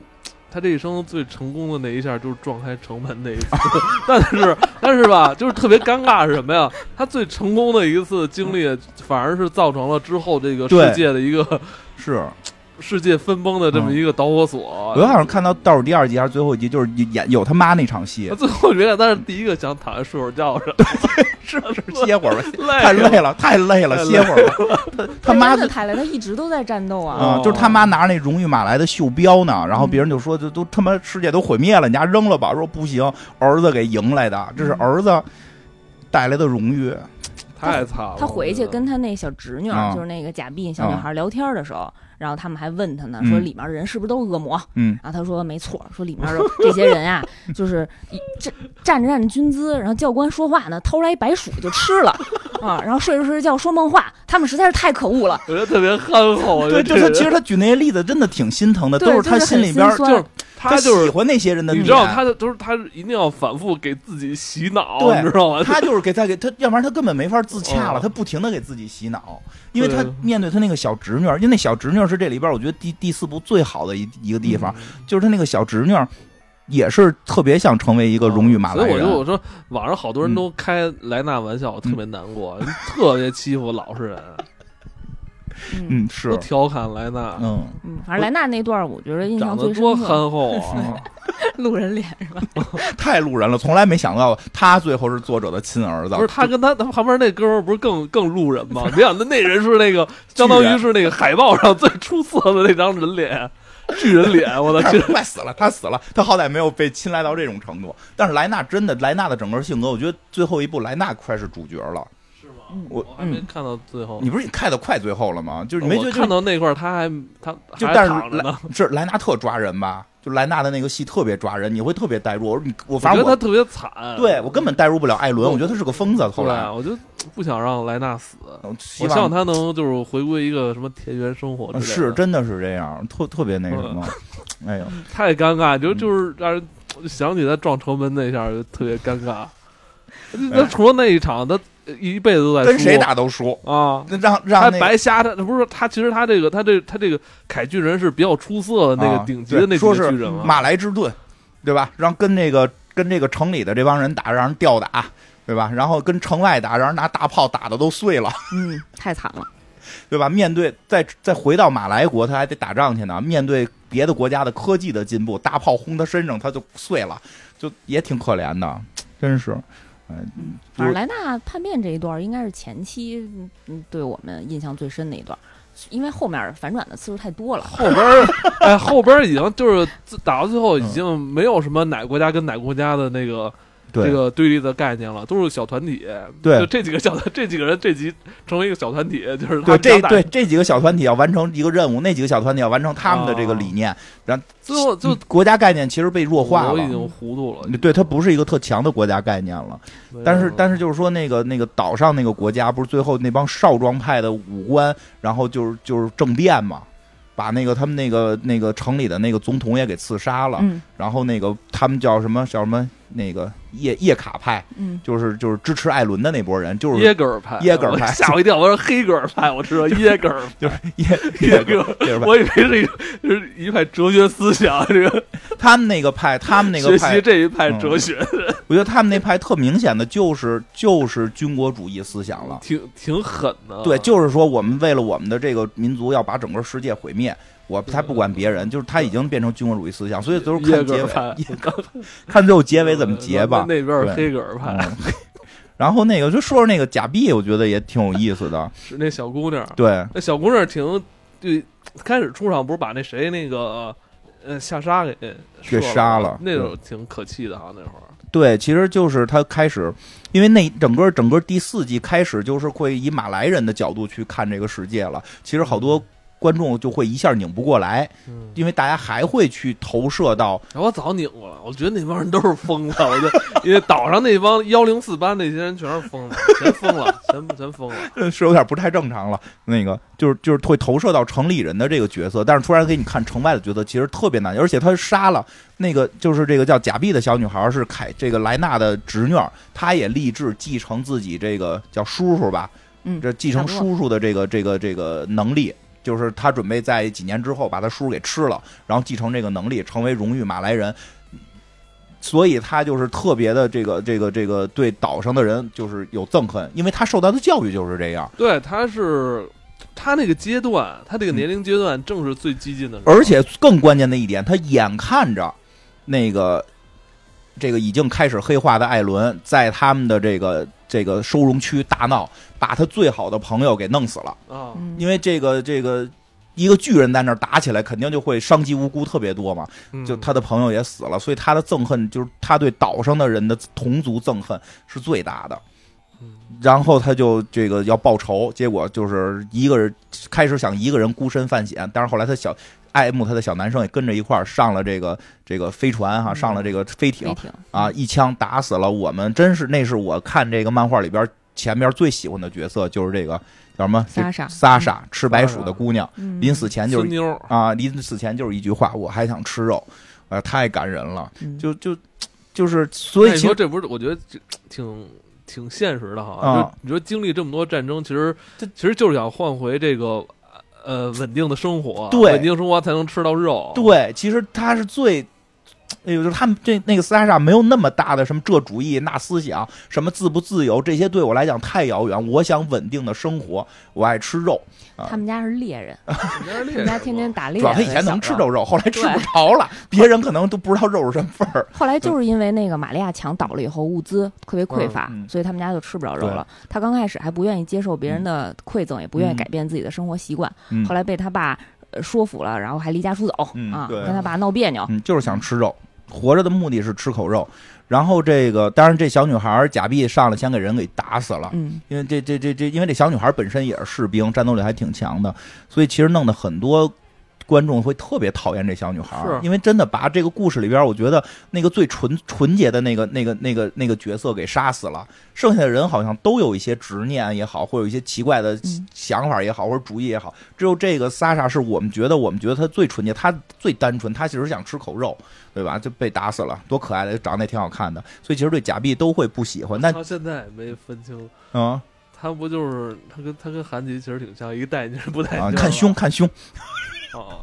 他这一生最成功的那一下就是撞开城门那一次， 但是但是吧，就是特别尴尬是什么呀？他最成功的一次经历，反而是造成了之后这个对世界的一个是。世界分崩的这嗯么一个导火索。我好像看到倒数第二集还是最后一集，就是演有他妈那场戏 他，最后觉得他是第一个想躺下睡会儿觉的， 是不是歇会儿 吧？累太累了，太累了，太累歇会儿吧。 他他妈哎真的太累，他一直都在战斗啊。啊、哦就是他妈拿着那荣誉马来的袖标呢，然后别人就说，这都他妈世界都毁灭了，你家扔了吧。说不行，儿子给赢来的，这是嗯儿子带来的荣誉。太惨了。他回去我觉得跟他那小侄女儿，啊就是那个假币小女孩聊天的时候，然后他们还问他呢，嗯说里面的人是不是都是恶魔？嗯，然后他说没错，说里面 的这些人啊，就是一这站着站着军姿，然后教官说话呢，掏出来一白薯就吃 了啊，然后睡着睡着觉说梦话，他们实在是太可恶了。我觉得特别憨厚。我觉对，得就这他人其实他举那些例子真的挺心疼的，对都是他就是心很里边儿心酸就是他他就是喜欢啊那些人的你脸，知道，他的就是他一定要反复给自己洗脑，对你知 道吗？他就是给他给他，要不然他根本没法自洽哦了。他不停的给自己洗脑，因为对他面对他那个小侄女儿，因为那小侄女儿是这里边儿我觉得第第四部最好的一一个地方，嗯就是他那个小侄女儿也是特别想成为一个荣誉马来所以我人嗯就。我说，网上好多人都开莱纳玩笑，我特别难过，嗯特别欺负老实人，嗯嗯，是都，调侃莱纳嗯，嗯，反正莱纳那段儿我觉得印象长得最多深刻，憨厚啊！嗯路人脸是吧？太路人了，从来没想到他最后是作者的亲儿子不。是他跟他他旁边那哥们儿不是更更路人吗？没想到那人是那个相当于是那个海报上最出色的那张人 脸，巨人脸！我的他天，快死了，他死了，他好歹没有被青睐到这种程度。但是莱纳真的，莱纳的整个性格，我觉得最后一部莱纳快是主角了。我嗯我还没看到最后，你不是也看到快最后了吗？就是你没觉我得就是看到那块儿他还他就还但是躺着呢莱。是莱纳特抓人吧？就莱纳的那个戏特别抓人，你会特别代入。我说你我我反觉正得我他特别惨，对我根本代入不了艾伦，我觉得他是个疯子。后对来啊，我就不想让莱纳死，嗯我希希望望嗯他能就是回归一个什么田园生活之类的，是真的是这样，特特别那什么。 哎呦，太尴尬，就嗯就是让人想起他撞城门那一下就特别尴尬。那除了那一场，他一辈子都在哎跟输谁打都输，啊？那让他让那个白瞎他，不是他，其实他这个他这他这个凯巨人是比较出色的那啊个顶级的那对几个说巨是人啊嘛。马来之盾，对吧？让跟那个跟这个城里的这帮人打，让人吊打，对吧？然后跟城外打，让人拿大炮打的都碎了。嗯，太惨了。对吧？面对再再回到马来国，他还得打仗去呢。面对别的国家的科技的进步，大炮轰他身上，他就碎了，就也挺可怜的，真是。反正莱纳叛变这一段儿应该是前期嗯嗯对我们印象最深的一段儿，因为后面反转的次数太多 了。后边儿，哎，后边儿已经就是自打到最后，已经没有什么哪个国家跟哪个国家的那个嗯对、这个对立的概念了，都是小团体。对就这几个小团，这几个人这集成为一个小团体，就是他对，们这想打对这几个小团体要完成一个任务，那几个小团体要完成他们的这个理念，最后哦就嗯国家概念其实被弱化我已了。经糊涂了。对，它不是一个特强的国家概念了。但嗯是，但是就是说，那个那个岛上那个国家，不是最后那帮少壮派的武官，然后就是就是政变嘛，把那个他们那个那个城里的那个总统也给刺杀了。嗯，然后那个他们叫什么叫什么那个叶叶卡派，嗯，就是就是支持艾伦的那波人，就是耶格尔派，耶格尔派我吓我一跳，我说黑格尔派，我知道耶格尔派，耶耶耶格格尔，耶格派，我以为是一是一派哲学思想，这个他们那个派，他们那学个派嗯习，这一派哲学，我觉得他们那派特明显的就是就是军国主义思想了。挺挺狠的，啊对，就是说我们为了我们的这个民族要把整个世界毁灭，我他不管别人，就是他已经变成军国主义思想，所以都是耶看格结尔尾，派，看最后结尾怎么结吧。那边是对黑格尔派，嗯然后那个就说说那个假币，我觉得也挺有意思的。是那小姑娘，对，那小姑娘挺对，开始出场不是把那谁那个呃夏莎给给给杀了嗯那种挺可气的哈，那会儿对，其实就是他开始，因为那整个整个第四季开始就是会以马来人的角度去看这个世界了。其实好多观众就会一下拧不过来，嗯，因为大家还会去投射到然后我早拧过了，我觉得那帮人都是疯子，我觉得因为岛上那帮幺零四班那些人全是疯子，全疯了，全全疯了，呃 是有点不太正常了。那个就是就是会投射到城里人的这个角色，但是突然给你看城外的角色，其实特别难。而且他杀了那个就是这个叫假币的小女孩，是凯这个莱纳的侄女儿，她也立志继承自己这个叫叔叔吧，嗯这继承差不叔叔的这个这个这个能力。就是她准备在几年之后把她叔叔给吃了，然后继承这个能力，成为荣誉马来人。所以他就是特别的这个这个这个对岛上的人就是有憎恨，因为他受到的教育就是这样。对，他是他那个阶段，他这个年龄阶段正是最激进的时候，嗯而且更关键的一点，他眼看着那个这个已经开始黑化的艾伦，在他们的这个这个收容区大闹，把他最好的朋友给弄死了。啊，嗯因为这个这个一个巨人在那儿打起来，肯定就会伤及无辜特别多嘛。嗯就他的朋友也死了，所以他的憎恨就是他对岛上的人的同族憎恨是最大的嗯。然后他就这个要报仇，结果就是一个人开始想一个人孤身犯险，但是后来他小爱慕他的小男生也跟着一块儿上了这个这个飞船哈、嗯上了这个飞艇没停啊，，一枪打死了我们，真是那是我看这个漫画里边前边最喜欢的角色，就是这个叫什么莎莎莎莎吃白薯的姑娘，嗯临死前就是妞儿，啊，临死前就是一句话，我还想吃肉，呃，太感人了，嗯就就就是，所那以你其说实这不是？我觉得这挺挺现实的哈。啊就你说经历这么多战争，其实这其实就是想换回这个呃稳定的生活，对稳定生活才能吃到肉。，对，其实他是最。哎呦，就是他们这那个斯拉莎没有那么大的什么这主义那思想，什么自不自由这些对我来讲太遥远。我想稳定的生活，我爱吃肉，他们家是猎人，他人们家天天打猎。主要他以前能吃小时着候肉，后来吃不着了，别人可能都不知道肉是什么味儿。后来就是因为那个玛利亚墙倒了以后，物资特别匮乏，嗯嗯嗯所以他们家就吃不着肉了。他刚开始还不愿意接受别人的馈赠，也不愿意嗯改变自己的生活习惯。嗯后来被他爸、呃说服了，然后还离家出走、嗯啊，对跟他爸闹别扭。嗯，就是想吃肉，活着的目的是吃口肉。然后这个，当然这小女孩儿假币上来先给人给打死了，嗯，因为这这这这，因为这小女孩本身也是士兵，战斗力还挺强的，所以其实弄得很多观众会特别讨厌这小女孩是，因为真的把这个故事里边，我觉得那个最纯纯洁的那个那个那个那个角色给杀死了，剩下的人好像都有一些执念也好，或有一些奇怪的嗯想法也好，或者主意也好，只有这个萨莎是我们觉得我们觉得她最纯洁，她最单纯，她其实想吃口肉，对吧？就被打死了，多可爱的，长得也挺好看的，所以其实对假币都会不喜欢，但他现在也没分清，嗯他不就是他跟他跟韩琦其实挺像，一戴眼镜不戴啊眼，镜。看胸看胸。啊，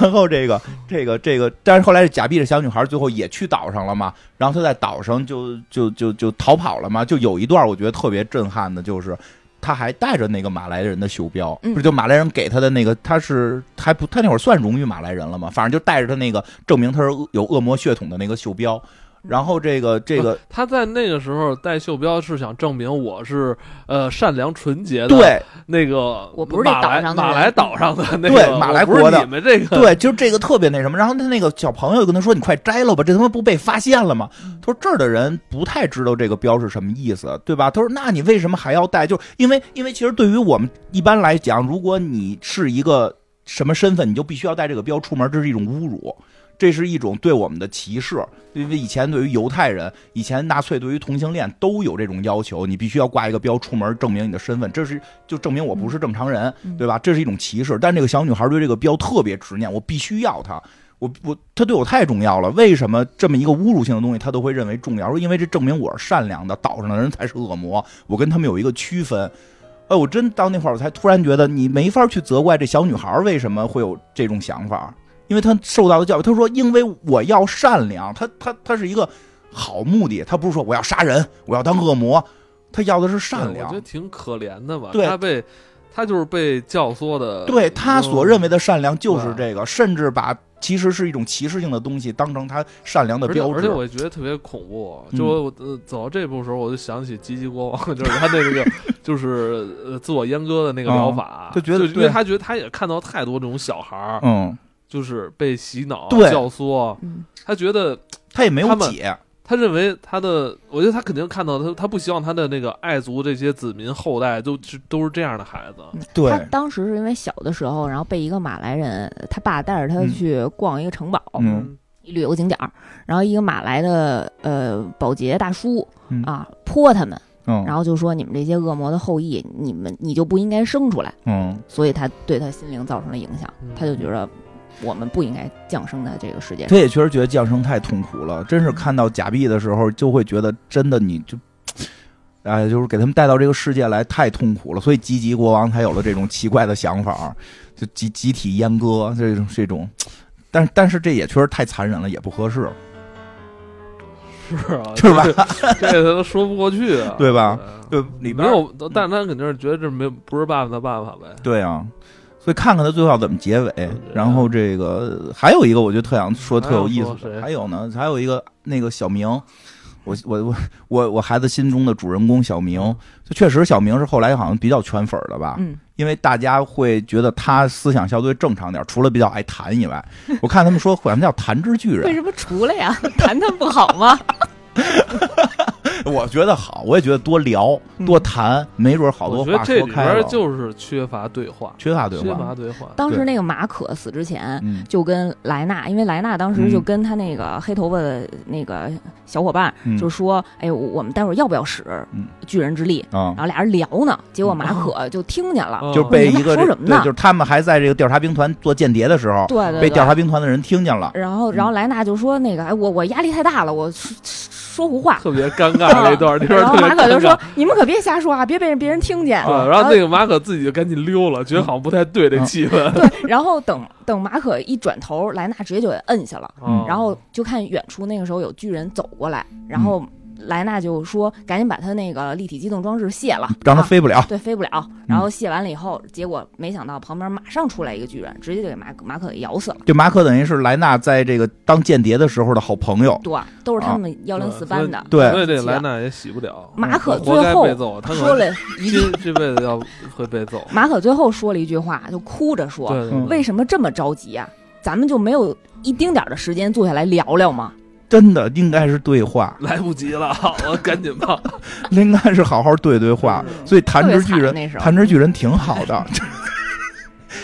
然后这个这个这个，但是后来这假币这小女孩最后也去岛上了嘛，然后她在岛上就就就就逃跑了嘛，就有一段我觉得特别震撼的，就是她还带着那个马来人的袖标，嗯不是就马来人给她的那个，她是还不她那会儿算荣誉马来人了嘛，反正就带着她那个证明她是有恶魔血统的那个袖标，然后这个这个不他在那个时候戴袖标是想证明我是呃善良纯洁的，对那个我不是这马来岛上的马人来岛上的那个对马来我不是国的你们这个 对，就是这个特别那什么。然后他那个小朋友就跟他说：“你快摘了吧，这他妈不被发现了吗？”他说：“这儿的人不太知道这个标是什么意思，对吧？”他说：“那你为什么还要戴？就是因为因为其实对于我们一般来讲，如果你是一个什么身份，你就必须要戴这个标出门，这是一种侮辱。”这是一种对我们的歧视，因为以前对于犹太人，以前纳粹对于同性恋都有这种要求，你必须要挂一个标出门，证明你的身份，这是就证明我不是正常人。嗯对吧？这是一种歧视，但这个小女孩对这个标特别执念，我必须要它，我我他对我太重要了，为什么这么一个侮辱性的东西他都会认为重要？说因为这证明我是善良的，岛上的人才是恶魔，我跟他们有一个区分。哎，我真到那会儿我才突然觉得，你没法去责怪这小女孩为什么会有这种想法，因为她受到的教育。她说，因为我要善良，她她她是一个好目的，她不是说我要杀人，我要当恶魔，她要的是善我良觉得。挺可怜的吧。对他被他就是被教唆的，对他所认为的善良就是嗯这个，甚至把其实是一种歧视性的东西当成他善良的而且标而且志。我也觉得特别恐怖，嗯就我、呃、走到这步的时候，我就想起《吉吉国王》，就是他那个就是 呃自我阉割的那个疗法，啊就觉得因为对他觉得他也看到太多这种小孩儿、嗯，就是被洗脑、对教唆，嗯他觉得他也没有他们解，他认为他的，我觉得他肯定看到他他不希望他的那个爱族这些子民后代都是都是这样的孩子，对他，当时是因为小的时候，然后被一个马来人，他爸带着他嗯去逛一个城堡，嗯一旅游景点儿，然后一个马来的呃保洁大叔嗯啊泼他们，嗯，然后就说你们这些恶魔的后裔，你们你就不应该生出来，嗯，所以他对他心灵造成了影响嗯，他就觉得我们不应该降生在这个世界上。他也确实觉得降生太痛苦了，真是看到假币的时候就会觉得真的你就。哎，就是给他们带到这个世界来太痛苦了，所以吉吉国王才有了这种奇怪的想法，就集集体阉割这种这种，但是但是这也确实太残忍了，也不合适，是啊，是吧？ 这个都说不过去啊，对吧？对，里没边有，但他肯定是觉得这没有不是办法的办法呗。对啊，所以看看他最后要怎么结尾。然后这个还有一个，我觉得特想说特有意思还有说的，哎谁还有呢，还有一个那个小明，我我我我我孩子心中的主人公小嗯明，就确实小明是后来好像比较圈粉儿的吧，嗯，因为大家会觉得他思想相对正常点儿，除了比较爱谈以 外，我看他们说管他们叫弹之巨 为人，什么除了呀？ 谈谈不好吗？我觉得好，我也觉得多聊嗯多谈，没准儿好多我觉得话这说里开了边，就是缺乏对话，缺乏对缺话乏，对话。 当时对那个马可死之前，嗯就跟莱纳，因为莱纳当时就嗯跟他那个黑头发的那个小伙伴嗯就说：“哎，我我们待会儿要不要使嗯巨人之力？”啊然。后俩人聊呢，结果马可就听见了，嗯就是被一个哦你们俩说什么呢对，就是他们还在这个调查兵团做间谍的时候，对对被对，啊调查兵团的人听见了。 然后嗯然后莱纳就说：“那个，哎，我我压力太大了，我说说胡话。嗯特别尴尬那段，”那段 然后特别马可就尴说尬。：“你们可别瞎说啊，别被别人听见。呃啊，嗯然后那个马可自己就赶紧溜了，觉得好像不太对这气氛。然后等等马可一转头，莱纳直接就给摁下了。嗯啊然后就看远处那个时候有巨人走过来，然后莱纳就说：“赶紧把他那个立体机动装置卸嗯了，让他啊飞不了，对，飞不了。然后卸完了以后，结果没想到旁边马上出来一个巨人，直接就给马可马可给咬死了。这马可等于是莱纳在这个当间谍的时候的好朋友，对，都是啊他们幺零四班的。对嗯所以这急了莱纳也洗不了。马可活最该后被揍，他可能说了一句，今这辈子要会被揍。马可最后说了一句话，就哭着说：“对，对嗯为什么这么着急啊？咱们就没有一丁点儿的时间坐下来聊聊吗？真的应该是对话，来不及了，我赶紧吧。应该是好好对对话。所以弹指巨嗯特别惨人，那时候弹指巨人挺好的，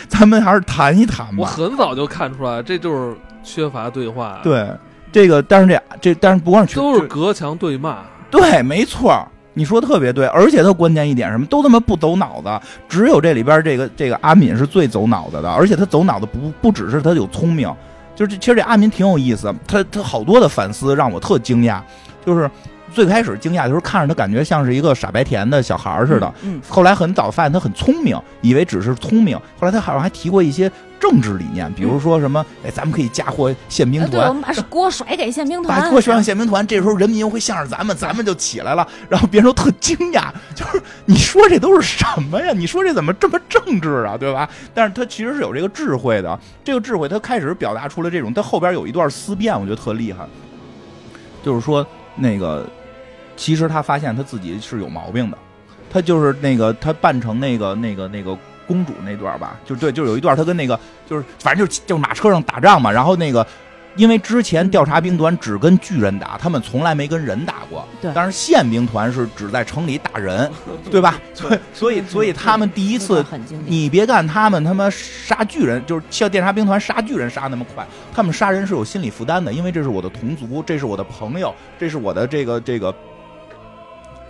咱们还是谈一谈我吧。很早就看出来，这就是缺乏对话。，对，这个但是这这但是不光是都是隔墙对骂。对，没错儿，你说的特别对，而且它关键一点是什么，都他妈不走脑子，只有这里边儿这个这个阿敏是最走脑子的，而且他走脑子不不只是他有聪明，就是这其实这阿敏挺有意思，他他好多的反思让我特惊讶，就是最开始惊讶的时候看着他感觉像是一个傻白甜的小孩儿似的， 嗯，后来很早发现他很聪明，以为只是聪明。后来他好像还提过一些政治理念，比如说什么，哎，咱们可以嫁祸宪兵呃对，团我，们把锅甩给宪兵团，把锅甩上宪兵团，这时候人民又会向着咱们，咱们就起来了。然后别人都特惊讶，就是你说这都是什么呀？你说这怎么这么政治啊，对吧？但是他其实是有这个智慧的，这个智慧他开始表达出了这种，他后边有一段思辨，我觉得特厉害，就是说那个其实他发现他自己是有毛病的，他就是那个他扮成那个那个那个公主那段吧，就对，就是有一段他跟那个就是反正就是就是马车上打仗嘛，然后那个。因为之前调查兵团只跟巨人打，他们从来没跟人打过。对但是宪兵团是只在城里打人，对吧？ 所以所以所以他们第一一次很经典。你别看他们他妈杀巨人，就是像电查兵团杀巨人杀那么快，他们杀人是有心理负担的，因为这是我的同族，这是我的朋友，这是我的这个这个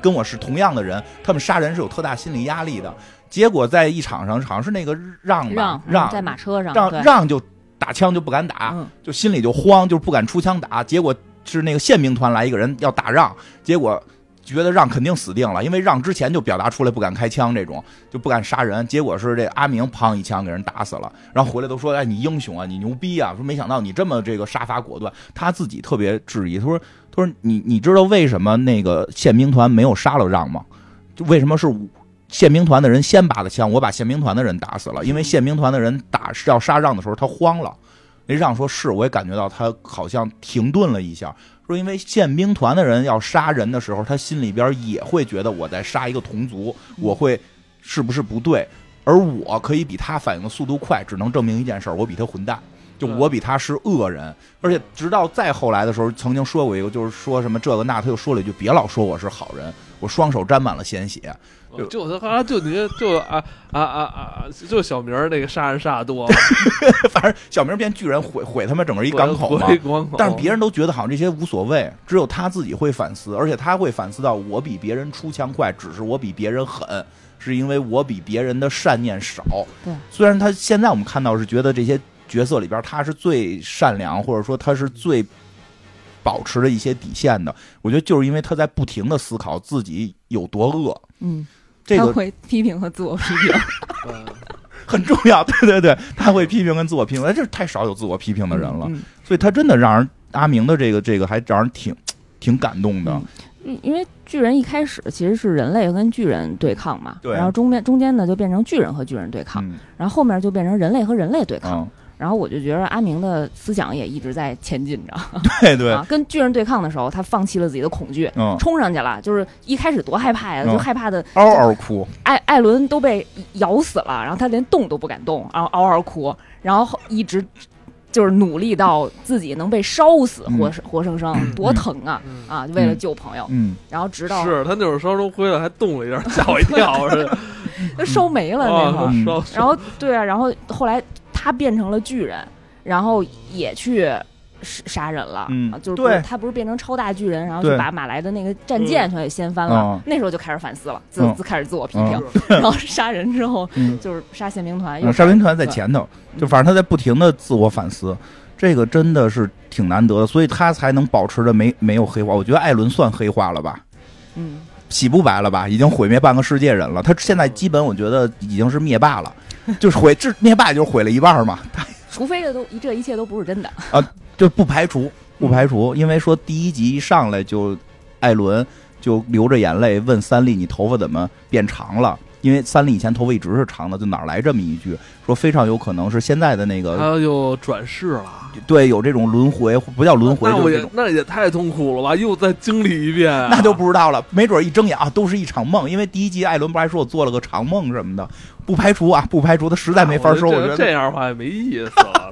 跟我是同样的人，他们杀人是有特大心理压力的。结果在一场上好像是那个让吧让嗯让在马车上，让对让就打枪就不敢打，嗯就心里就慌，就是不敢出枪打。结果是那个宪兵团来一个人要打让，结果觉得让肯定死定了，因为让之前就表达出来不敢开枪这种，就不敢杀人。结果是这阿明砰一枪给人打死了，然后回来都说：“哎，你英雄啊，你牛逼啊！”说没想到你这么这个杀伐果断。他自己特别质疑，他说：“他说你你知道为什么那个宪兵团没有杀了让吗？就为什么是我宪兵团的人先拔的枪，我把宪兵团的人打死了，因为宪兵团的人打是要杀让的时候，他慌了。那让说是，我也感觉到他好像停顿了一下，说因为宪兵团的人要杀人的时候，他心里边也会觉得我在杀一个同族，我会是不是不对？而我可以比他反应的速度快，只能证明一件事儿，我比他混蛋。就对我比他是恶人，而且直到再后来的时候，曾经说过一个，就是说什么这个那，他又说了一句：“别老说我是好人，我双手沾满了鲜血。”就就他刚才就你就啊啊啊啊，就小明儿那个杀人杀的多， 反正小明变巨人毁毁他们整个一港口嘛回。港口，但是别人都觉得好像这些无所谓，只有他自己会反思，而且他会反思到我比别人出枪快，只是我比别人狠，是因为我比别人的善念少。对，虽然他现在我们看到是觉得这些角色里边他是最善良，或者说他是最保持着一些底线的，我觉得就是因为他在不停的思考自己有多恶，嗯，这他个会批评和自我批 评，嗯很重要。对对对，他会批评跟自我批评，哎，这太少有自我批评的人了。嗯所以他真的让人阿明的这个这个还让人挺挺感动的。嗯嗯因为巨人一开始其实是人类跟巨人对抗嘛，对然后中间中间呢就变成巨人和巨人对抗，嗯然后后面就变成人类和人类对抗。嗯，然后我就觉得阿明的思想也一直在前进着对对，啊，跟巨人对抗的时候，他放弃了自己的恐惧。嗯，冲上去了，就是一开始多害怕呀，嗯就害怕的嗷嗷哭，艾艾伦都被咬死了，然后他连动都不敢动，然后嗷嗷哭，然后一直就是努力到自己能被烧死，嗯活生活生生，多疼啊！嗯啊，为了救朋友，嗯，然后直到是他那会儿烧成灰了，还动了一下，吓我一跳，是吧都烧没了那会啊儿，嗯烧，然后对啊，然后后来他变成了巨人，然后也去。杀杀人了，嗯啊就是对不是他不是变成超大巨人，然后对就把马来的那个战舰全给掀翻了嗯。那时候就开始反思了，自嗯自开始自我批嗯评， 是然后杀人之后嗯就是杀宪兵团，又嗯沙宾团在对前头，嗯就反正他在不停的自我反思，这个真的是挺难得的，所以他才能保持着没没有黑化。我觉得艾伦算黑化了吧，嗯，洗不白了吧？已经毁灭半个世界人了。他现在基本我觉得已经是灭霸了， 就是毁，这灭霸也就是毁了一半嘛。他除非这都这一切都不是真的。就不排除，嗯不排除，因为说第一集一上来就艾伦就流着眼泪问三笠：“你头发怎么变长了？”因为三笠以前头发一直是长的，就哪儿来这么一句？说非常有可能是现在的那个他又转世了。对有这种轮回，不叫轮回，那就我是这也种。那也太痛苦了吧，又再经历一遍啊，那就不知道了，没准一睁眼啊，都是一场梦。因为第一集艾伦不还说我做了个长梦什么的，不排除啊，不排除他实在没法说。啊我我觉觉得得这，样的话也没意思了。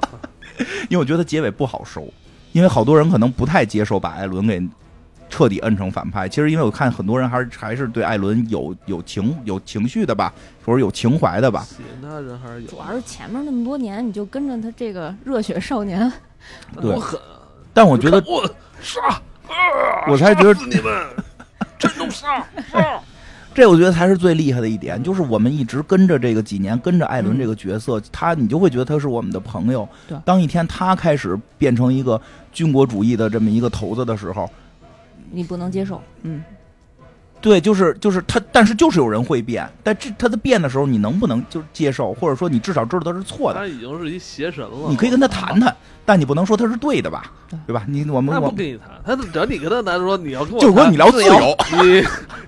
因为我觉得结尾不好收，因为好多人可能不太接受把艾伦给彻底摁成反派。其实，因为我看很多人还是还是对艾伦有有情有情绪的吧，或者有情怀的吧。喜那人还是有，主要是前面那么多年，你就跟着他这个热血少年，对多狠啊！但我觉得你看我杀，我才觉得杀死你 们，真都杀，杀这我觉得才是最厉害的一点，就是我们一直跟着这个几年，跟着艾伦这个角色，他你就会觉得他是我们的朋友对。当一天他开始变成一个军国主义的这么一个头子的时候，你不能接受。嗯，对，就是就是他，但是就是有人会变，但这他在变的时候，你能不能就是接受，或者说你至少知道他是错的， 他已经是一邪神了。你可以跟他谈谈，但你不能说他是对的吧对，对吧？你我们那我不跟你谈，他只要你跟他谈说你要跟我谈，就是说你聊自由， 你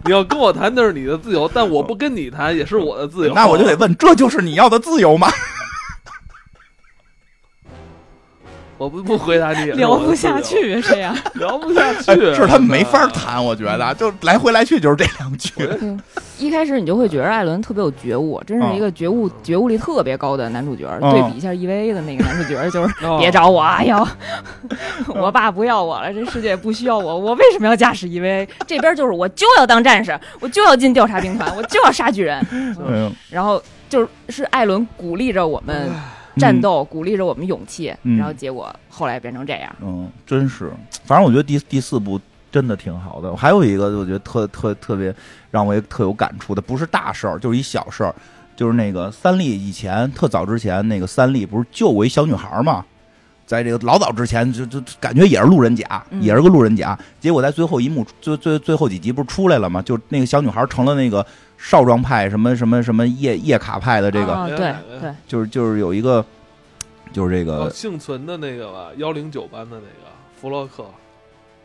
你要跟我谈那是你的自由，但我不跟你谈也是我的自由。那我就得问，这就是你要的自由吗？ 我不不回答你，也是聊我的不自由下，去这样， 聊不下哎 去，是他啊没法谈，我觉得啊就来回来去就是这两句。嗯一开始你就会觉得艾伦特别有觉悟，真是一个觉悟、嗯觉悟力特别高的男主角。嗯对比一下 EVA 的那个男主角，就是真的。别找我，哎 呦，我爸不要我了，这世界不需要我，我为什么要驾驶 EVA？这边就是我就要当战士，我就要进调查兵团，我就要杀巨人。嗯，然后就是是艾伦鼓励着我们嗯战斗，鼓励着我们勇气，嗯然后结果后来变成这样。嗯，真是，反正我觉得第第四部真的挺好的。还有一个，我觉得特特特别让我也特有感触的，不是大事儿，就是一小事儿。就是那个三笠以前特早之前，那个三笠不是救过一小女孩吗？在这个老早之前，就就就感觉也是路人甲，嗯也是个路人甲。结果在最后一幕，最最最后几集不是出来了吗？就那个小女孩成了那个少壮派什么什么什么叶叶卡派的这个，啊、对对，就是就是有一个，就是这个、哦，幸存的那个吧，幺零九班的那个弗洛克，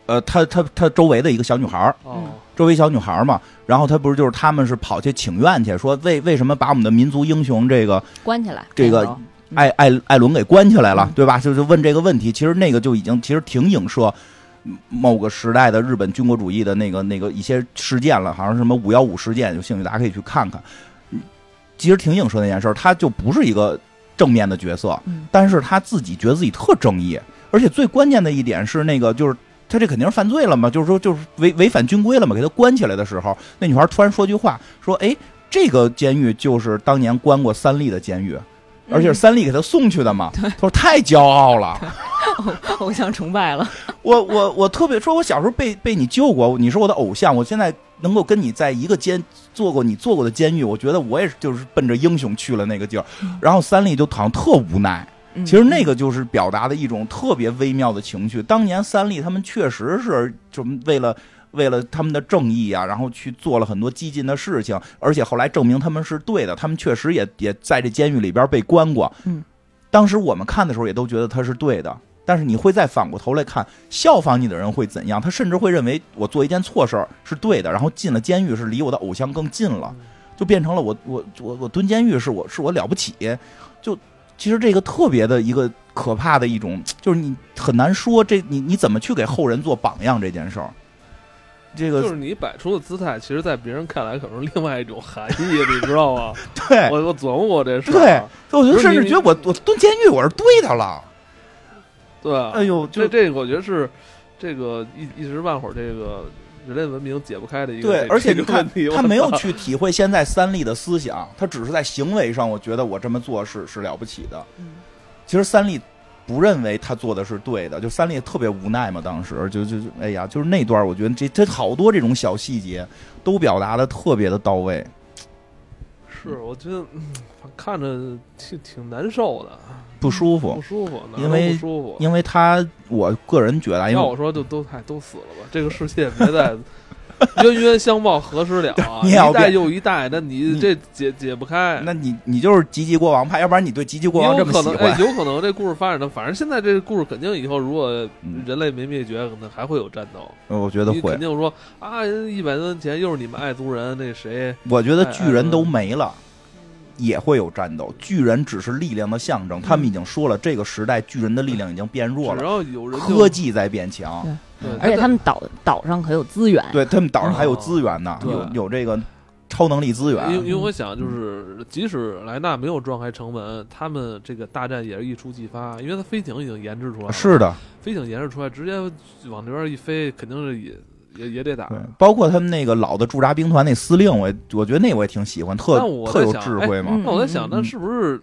呃，他他他周围的一个小女孩儿，哦，周围小女孩儿嘛，然后他不是就是他们是跑去请愿去，说为为什么把我们的民族英雄这个关起来。这个没有嗯艾艾艾伦给关起来了嗯，对吧？就就问这个问题，其实那个就已经其实挺影射某个时代的日本军国主义的那个那个一些事件了，好像是什么五幺五事件，有兴趣大家可以去看看。嗯其实挺影射那件事儿，他就不是一个正面的角色，嗯但是他自己觉得自己特正义，而且最关键的一点是那个就是。他这肯定是犯罪了嘛，就是说就是违违反军规了嘛，给他关起来的时候，那女孩突然说句话，说：“哎，这个监狱就是当年关过三立的监狱，而且是三立给他送去的嘛。他说太骄傲了，嗯 偶像崇拜了，我我我特别说，我小时候被被你救过，你是我的偶像，我现在能够跟你在一个监做过你做过的监狱，我觉得我也是就是奔着英雄去了那个地儿。然后三立就好像特无奈，嗯其实那个就是表达的一种特别微妙的情绪。当年三立他们确实是就为了。为了他们的正义啊，然后去做了很多激进的事情，而且后来证明他们是对的，他们确实也也在这监狱里边被关过。嗯，当时我们看的时候也都觉得他是对的，但是你会再反过头来看，效仿你的人会怎样？他甚至会认为我做一件错事儿是对的，然后进了监狱是离我的偶像更近了。嗯就变成了我我我我蹲监狱是我是我了不起，就其实这个特别的一个可怕的一种，就是你很难说这你你怎么去给后人做榜样这件事儿，这就个是你摆出的姿态，其实，在别人看来可能是另外一种含义，你知道吗？ 对，我我琢磨过这事对儿，啊我就不是甚你啊至觉得我我蹲监狱我是对的了，对啊吧，哎呦，就这这个我觉得是这个一一时半会儿这个人类文明解不开的一个对这，而且这你个看问题，我他没有操去体会现在三立的思想，他只是在行为上，我觉得我这么做是是了不起的。嗯其实三立不认为他做的是对的，就三立特别无奈嘛，当时就就就哎呀，就是那段，我觉得这这好多这种小细节都表达的特别的到位。是，我觉得嗯看着挺挺难受的，不舒服嗯不，舒服，哪儿因都为不舒服。因为他我个人觉得啊，因为要我说，就都太都死了吧，这个世界别再冤冤相报何时了啊！ 你一也要代变又一代，那你你这解解不开。那你你就是吉吉国王派，要不然你对吉吉国王有这么可喜能，欢哎，，有可能这故事发展的，反正现在这个故事肯定以后如果嗯人类没灭绝，可能还会有战斗。我觉得你会肯，定说啊，一百多年前又是你们爱族人，那谁我觉得哎巨人都没了。也会有战斗，巨人只是力量的象征。他们已经说了，这个时代巨人的力量已经变 弱嗯只了，要有人就科，技在变强。对嗯而且他们岛岛上可有资源，对他们岛上还有资源呢，哦对哎有有这个超能力资因为因为源。我想，就是即使莱纳没有撞开城门，他们这个大战也是一触即发，因为他飞艇已经研制出来了，是的，飞艇研制出来，直接往那边一飞，肯定是也也也得打对。，包括他们那个老的驻扎兵团那司令，我也我觉得那我也挺喜欢，特但我特在有想智慧嘛哎。那我在想，嗯那是不是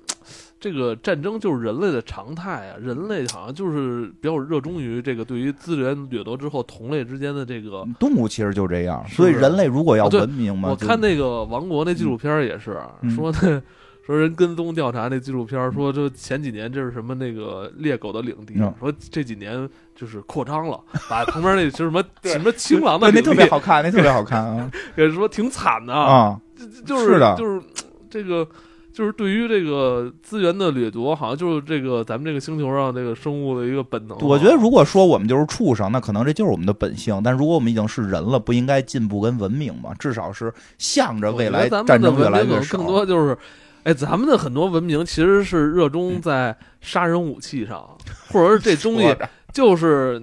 这个战争就是人类的常态啊？人类好像就是比较热衷于这个对于资源掠夺之后同类之间的这个。动物其实就这样，是所以人类如果要哦对文明嘛，我就看那个王国那纪录片儿也是、嗯说那。说人跟踪调查那纪录片儿说，这前几年这是什么那个猎狗的领地嗯，说这几年就是扩张了，把旁边那是什么什么青狼的对那领特 别地好看，那特别好看 啊也是说挺惨的，啊！就是的就是这个就是对于这个资源的掠夺，好像就是这个咱们这个星球上这个生物的一个本能啊。我觉得如果说我们就是畜生，那可能这就是我们的本性。但如果我们已经是人了，不应该进步跟文明嘛？至少是向着我觉未得来咱战们的争越文来明越可能少。更多就是，哎，咱们的很多文明其实是热衷在杀人武器上，或者是 这东嗯说西着就是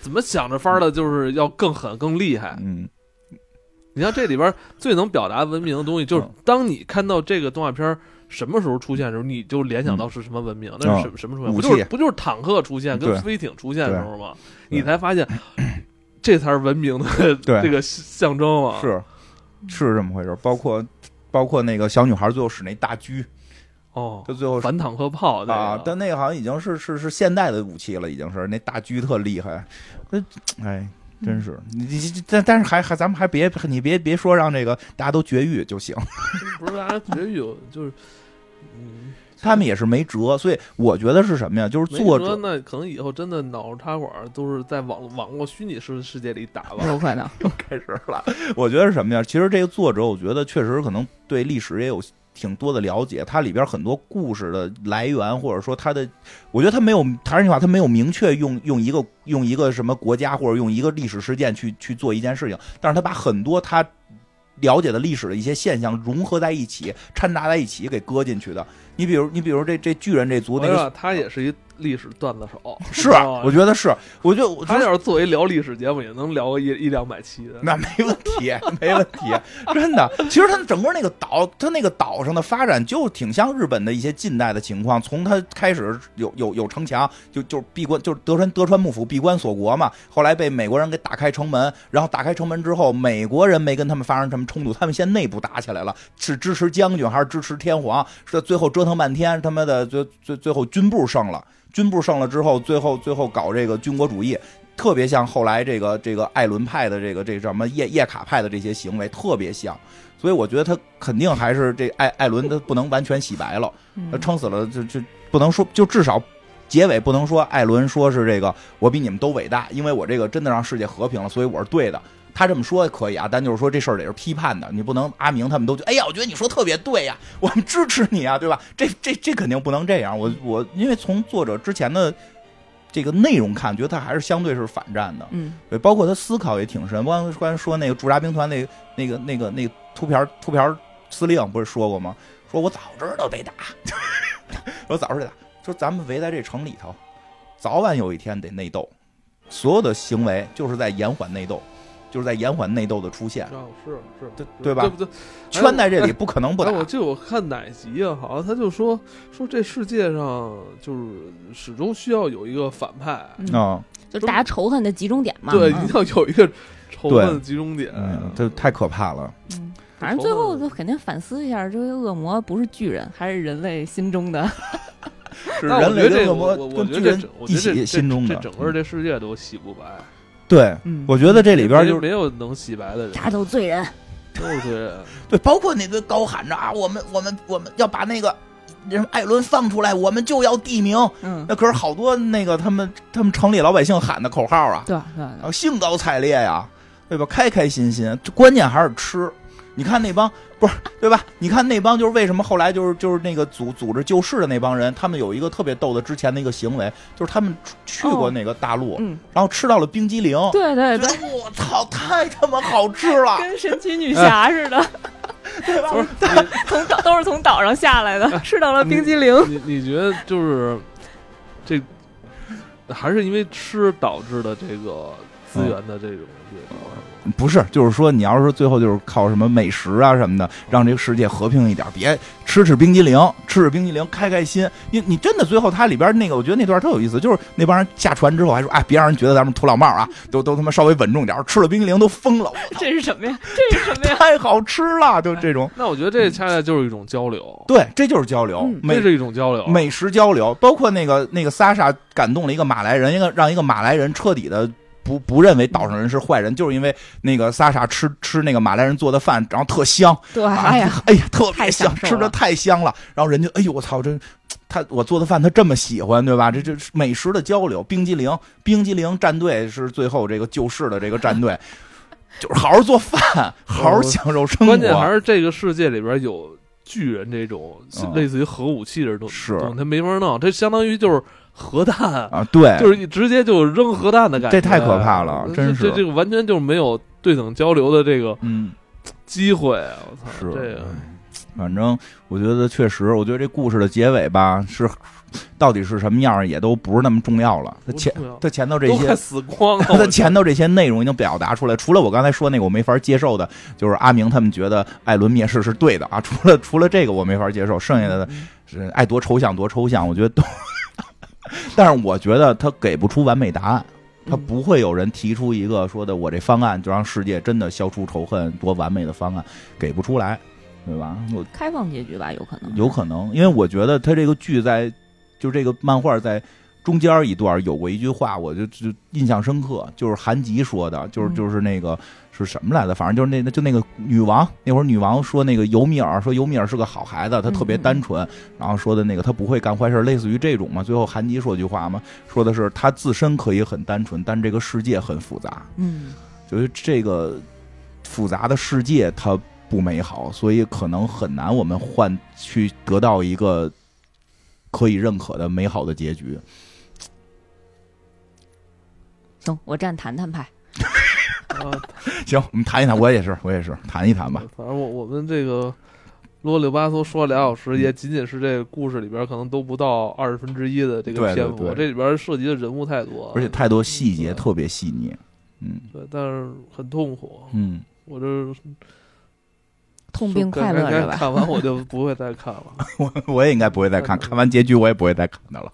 怎么想着法儿的，就是要更狠更厉害。嗯，你像这里边最能表达文明的东西，就是嗯当你看到这个动画片儿什么时候出现的时候，你就联想到是什么文明，那是什什么出现？嗯武不器就是不就是坦克出现对跟飞艇出现的时候吗？对你才发现。这才是文明的对这个象征嘛？是是这么回事儿，包括包括那个小女孩最后使那大狙，哦，她最后反坦克炮那个啊，但那个好像已经是是是现代的武器了，已经是那大狙特厉害。那哎，嗯真是你你你但但是还还咱们还别你别别说让这个大家都绝育就行，不是大家绝育有就是，嗯，他们也是没辙，所以我觉得是什么呀？就是没作辙者那可能以后真的脑插管都是在网网络虚拟世世界里打吧。有可能。开始了， 我觉得是什么呀？其实这个作者，我觉得确实可能对历史也有。挺多的了解，它里边很多故事的来源，或者说它的，我觉得他没有，还是那句话，他没有明确用用一个用一个什么国家或者用一个历史事件去去做一件事情，但是他把很多他了解的历史的一些现象融合在一起，掺杂在一起给搁进去的。你比如，你比如这这巨人这族我那跟你个说，他也是一历史段子手，是，哦我觉得是，我觉得我觉他得要是作为聊历史节目，也能聊个一一两百期的。那没问题， 没问题，真的。其实它整个那个岛，它那个岛上的发展就挺像日本的一些近代的情况。从它开始有有有城墙，就就闭关，就是德川德川幕府闭关锁国嘛。后来被美国人给打开城门，然后打开城门之后，美国人没跟他们发生什么冲突，他们先内部打起来了，是支持将军还是支持天皇？是最后折腾半天，他妈的最最最后军部胜了。军部胜了之后，最后最后搞这个军国主义，特别像后来这个这个艾伦派的这个这个叫什么叶叶卡派的这些行为，特别像。所以我觉得他肯定还是这艾艾伦他不能完全洗白了，嗯他撑死了就就不能说，就至少结尾不能说艾伦说是这个我比你们都伟大，因为我这个真的让世界和平了，所以我是对的。他这么说可以啊，但就是说这事儿得是批判的，你不能阿明他们都觉得，哎呀，我觉得你说特别对呀、我们支持你啊，对吧？这这这肯定不能这样。我我因为从作者之前的这个内容看，觉得他还是相对是反战的，嗯，对，包括他思考也挺深。我刚刚说那个驻扎兵团那那个那个那个秃瓢秃瓢司令不是说过吗？说我早知道得打， 我早知道得打，说咱们围在这城里头，早晚有一天得内斗，所有的行为就是在延缓内斗，就是在延缓内斗的出现。啊，是是，对对吧对不对？圈在这里，不可能不打哎，。我记得我看哪集啊？好像他就说说这世界上就是始终需要有一个反派，嗯啊、就大家仇恨的集中点嘛。对，嗯一定要有一个仇恨的集中点。嗯，这太可怕了。嗯反正最后就肯定反思一下，这个恶魔不是巨人，还是人类心中的是但我人觉得类这的个恶我魔我我跟觉巨得人这我觉一得这起这心中的这。整个这世界都洗不白，对，嗯，我觉得这里边没就是没有能洗白的人，大家都罪人。都是罪 人。对，包括那堆高喊着啊，我们我们我们要把那个人艾伦放出来，我们就要地名。嗯， 那可是好多那个他们他们城里老百姓喊的口号啊，对对对啊，兴高采烈呀、对吧？开开心心，这关键还是吃。你看那帮不是对吧？你看那帮就是为什么后来就是就是那个组组织救市的那帮人，他们有一个特别逗的之前的一个行为，就是他们去过那个大陆，嗯，然后吃到了冰激凌，对对觉对，得我操，太他妈好吃 了，跟神奇女侠似的，对吧？不是从岛都是从岛上下来的，吃到了冰激凌。你你觉得就是这还是因为吃导致的这个资源的这种这嗯个不是，就是说你要是最后就是靠什么美食啊什么的，让这个世界和平一点，别吃吃冰激凌，吃吃冰激凌，开开心。你你真的最后它里边那个，我觉得那段特有意思，就是那帮人下船之后还说，哎，别让人觉得咱们土老帽啊，都都他妈稍微稳重点，吃了冰激凌都疯了， 这是什么呀？这是什 么呀？太好吃了，就这种。那我觉得这恰恰就是一种交流，对，这就是交流嗯，美这是一种交流。美食交流，包括那个那个萨莎感动了一个马来人，一个让一个马来人彻底的不不认为岛上人是坏人，就是因为那个萨莎吃吃那个马来人做的饭，然后特香，对，啊哎 呀，，哎呀，特别太香，享受吃的了太香了。然后人家，哎呦，我操，这他我做的饭他这么喜欢，对吧？这这是美食的交流，冰激凌，冰激凌战队是最后这个救世的这个战 队，就是好好做饭，好嗯好享受生活。关键还是这个世界里边有巨人这种嗯类似于核武器这种是东西，他没法弄，这相当于就是核弹，啊，对，就是你直接就扔核弹的感觉，哎这太可怕了真是这这这个完全就没有对等交流的这个嗯。机会啊，我操，是，这个哎反正我觉得确实，我觉得这故事的结尾吧，是到底是什么样儿也都不是那么重要了。它前不重要它前头这都些快死光了， 它我的前头这些内容已经表达出来，除了我刚才说那个我没法接受的，就是阿明他们觉得艾伦灭世是对的啊， 除了除了这个我没法接受，剩下的是爱多抽象多抽象，我觉得都， 但是我觉得他给不出完美答案。他不会有人提出一个说的我这方案就让世界真的消除仇恨多完美的方案，给不出来，对吧？我开放结局吧，有可能有可能，因为我觉得他这个剧在，就这个漫画在中间一段有过一句话，我就就印象深刻，就是韩吉说的，就是嗯就是那个是什么来着？反正就是那那就那个女王那会儿，女王说那个尤米尔说尤米尔是个好孩子，他特别嗯嗯单纯，然后说的那个他不会干坏事，类似于这种嘛。最后韩吉说句话嘛，说的是他自身可以很单纯，但这个世界很复杂。嗯，就是这个复杂的世界它不美好，所以可能很难我们换去得到一个可以认可的美好的结局。行，我站谈谈派。啊， 行，我们谈一谈，我也是，我也是谈一谈吧。反正我我们这个啰里吧嗦说俩小嗯时，也仅仅是这个故事里边可能都不到二十分之一的这对个对篇幅，对这里边涉及的人物太多， 而且太多细节特别细腻，嗯对，但是很痛苦。 嗯，我这痛并快乐该该着吧。看完我就不会再看了。 我我也应该不会再看，看完结局我也不会再看的了。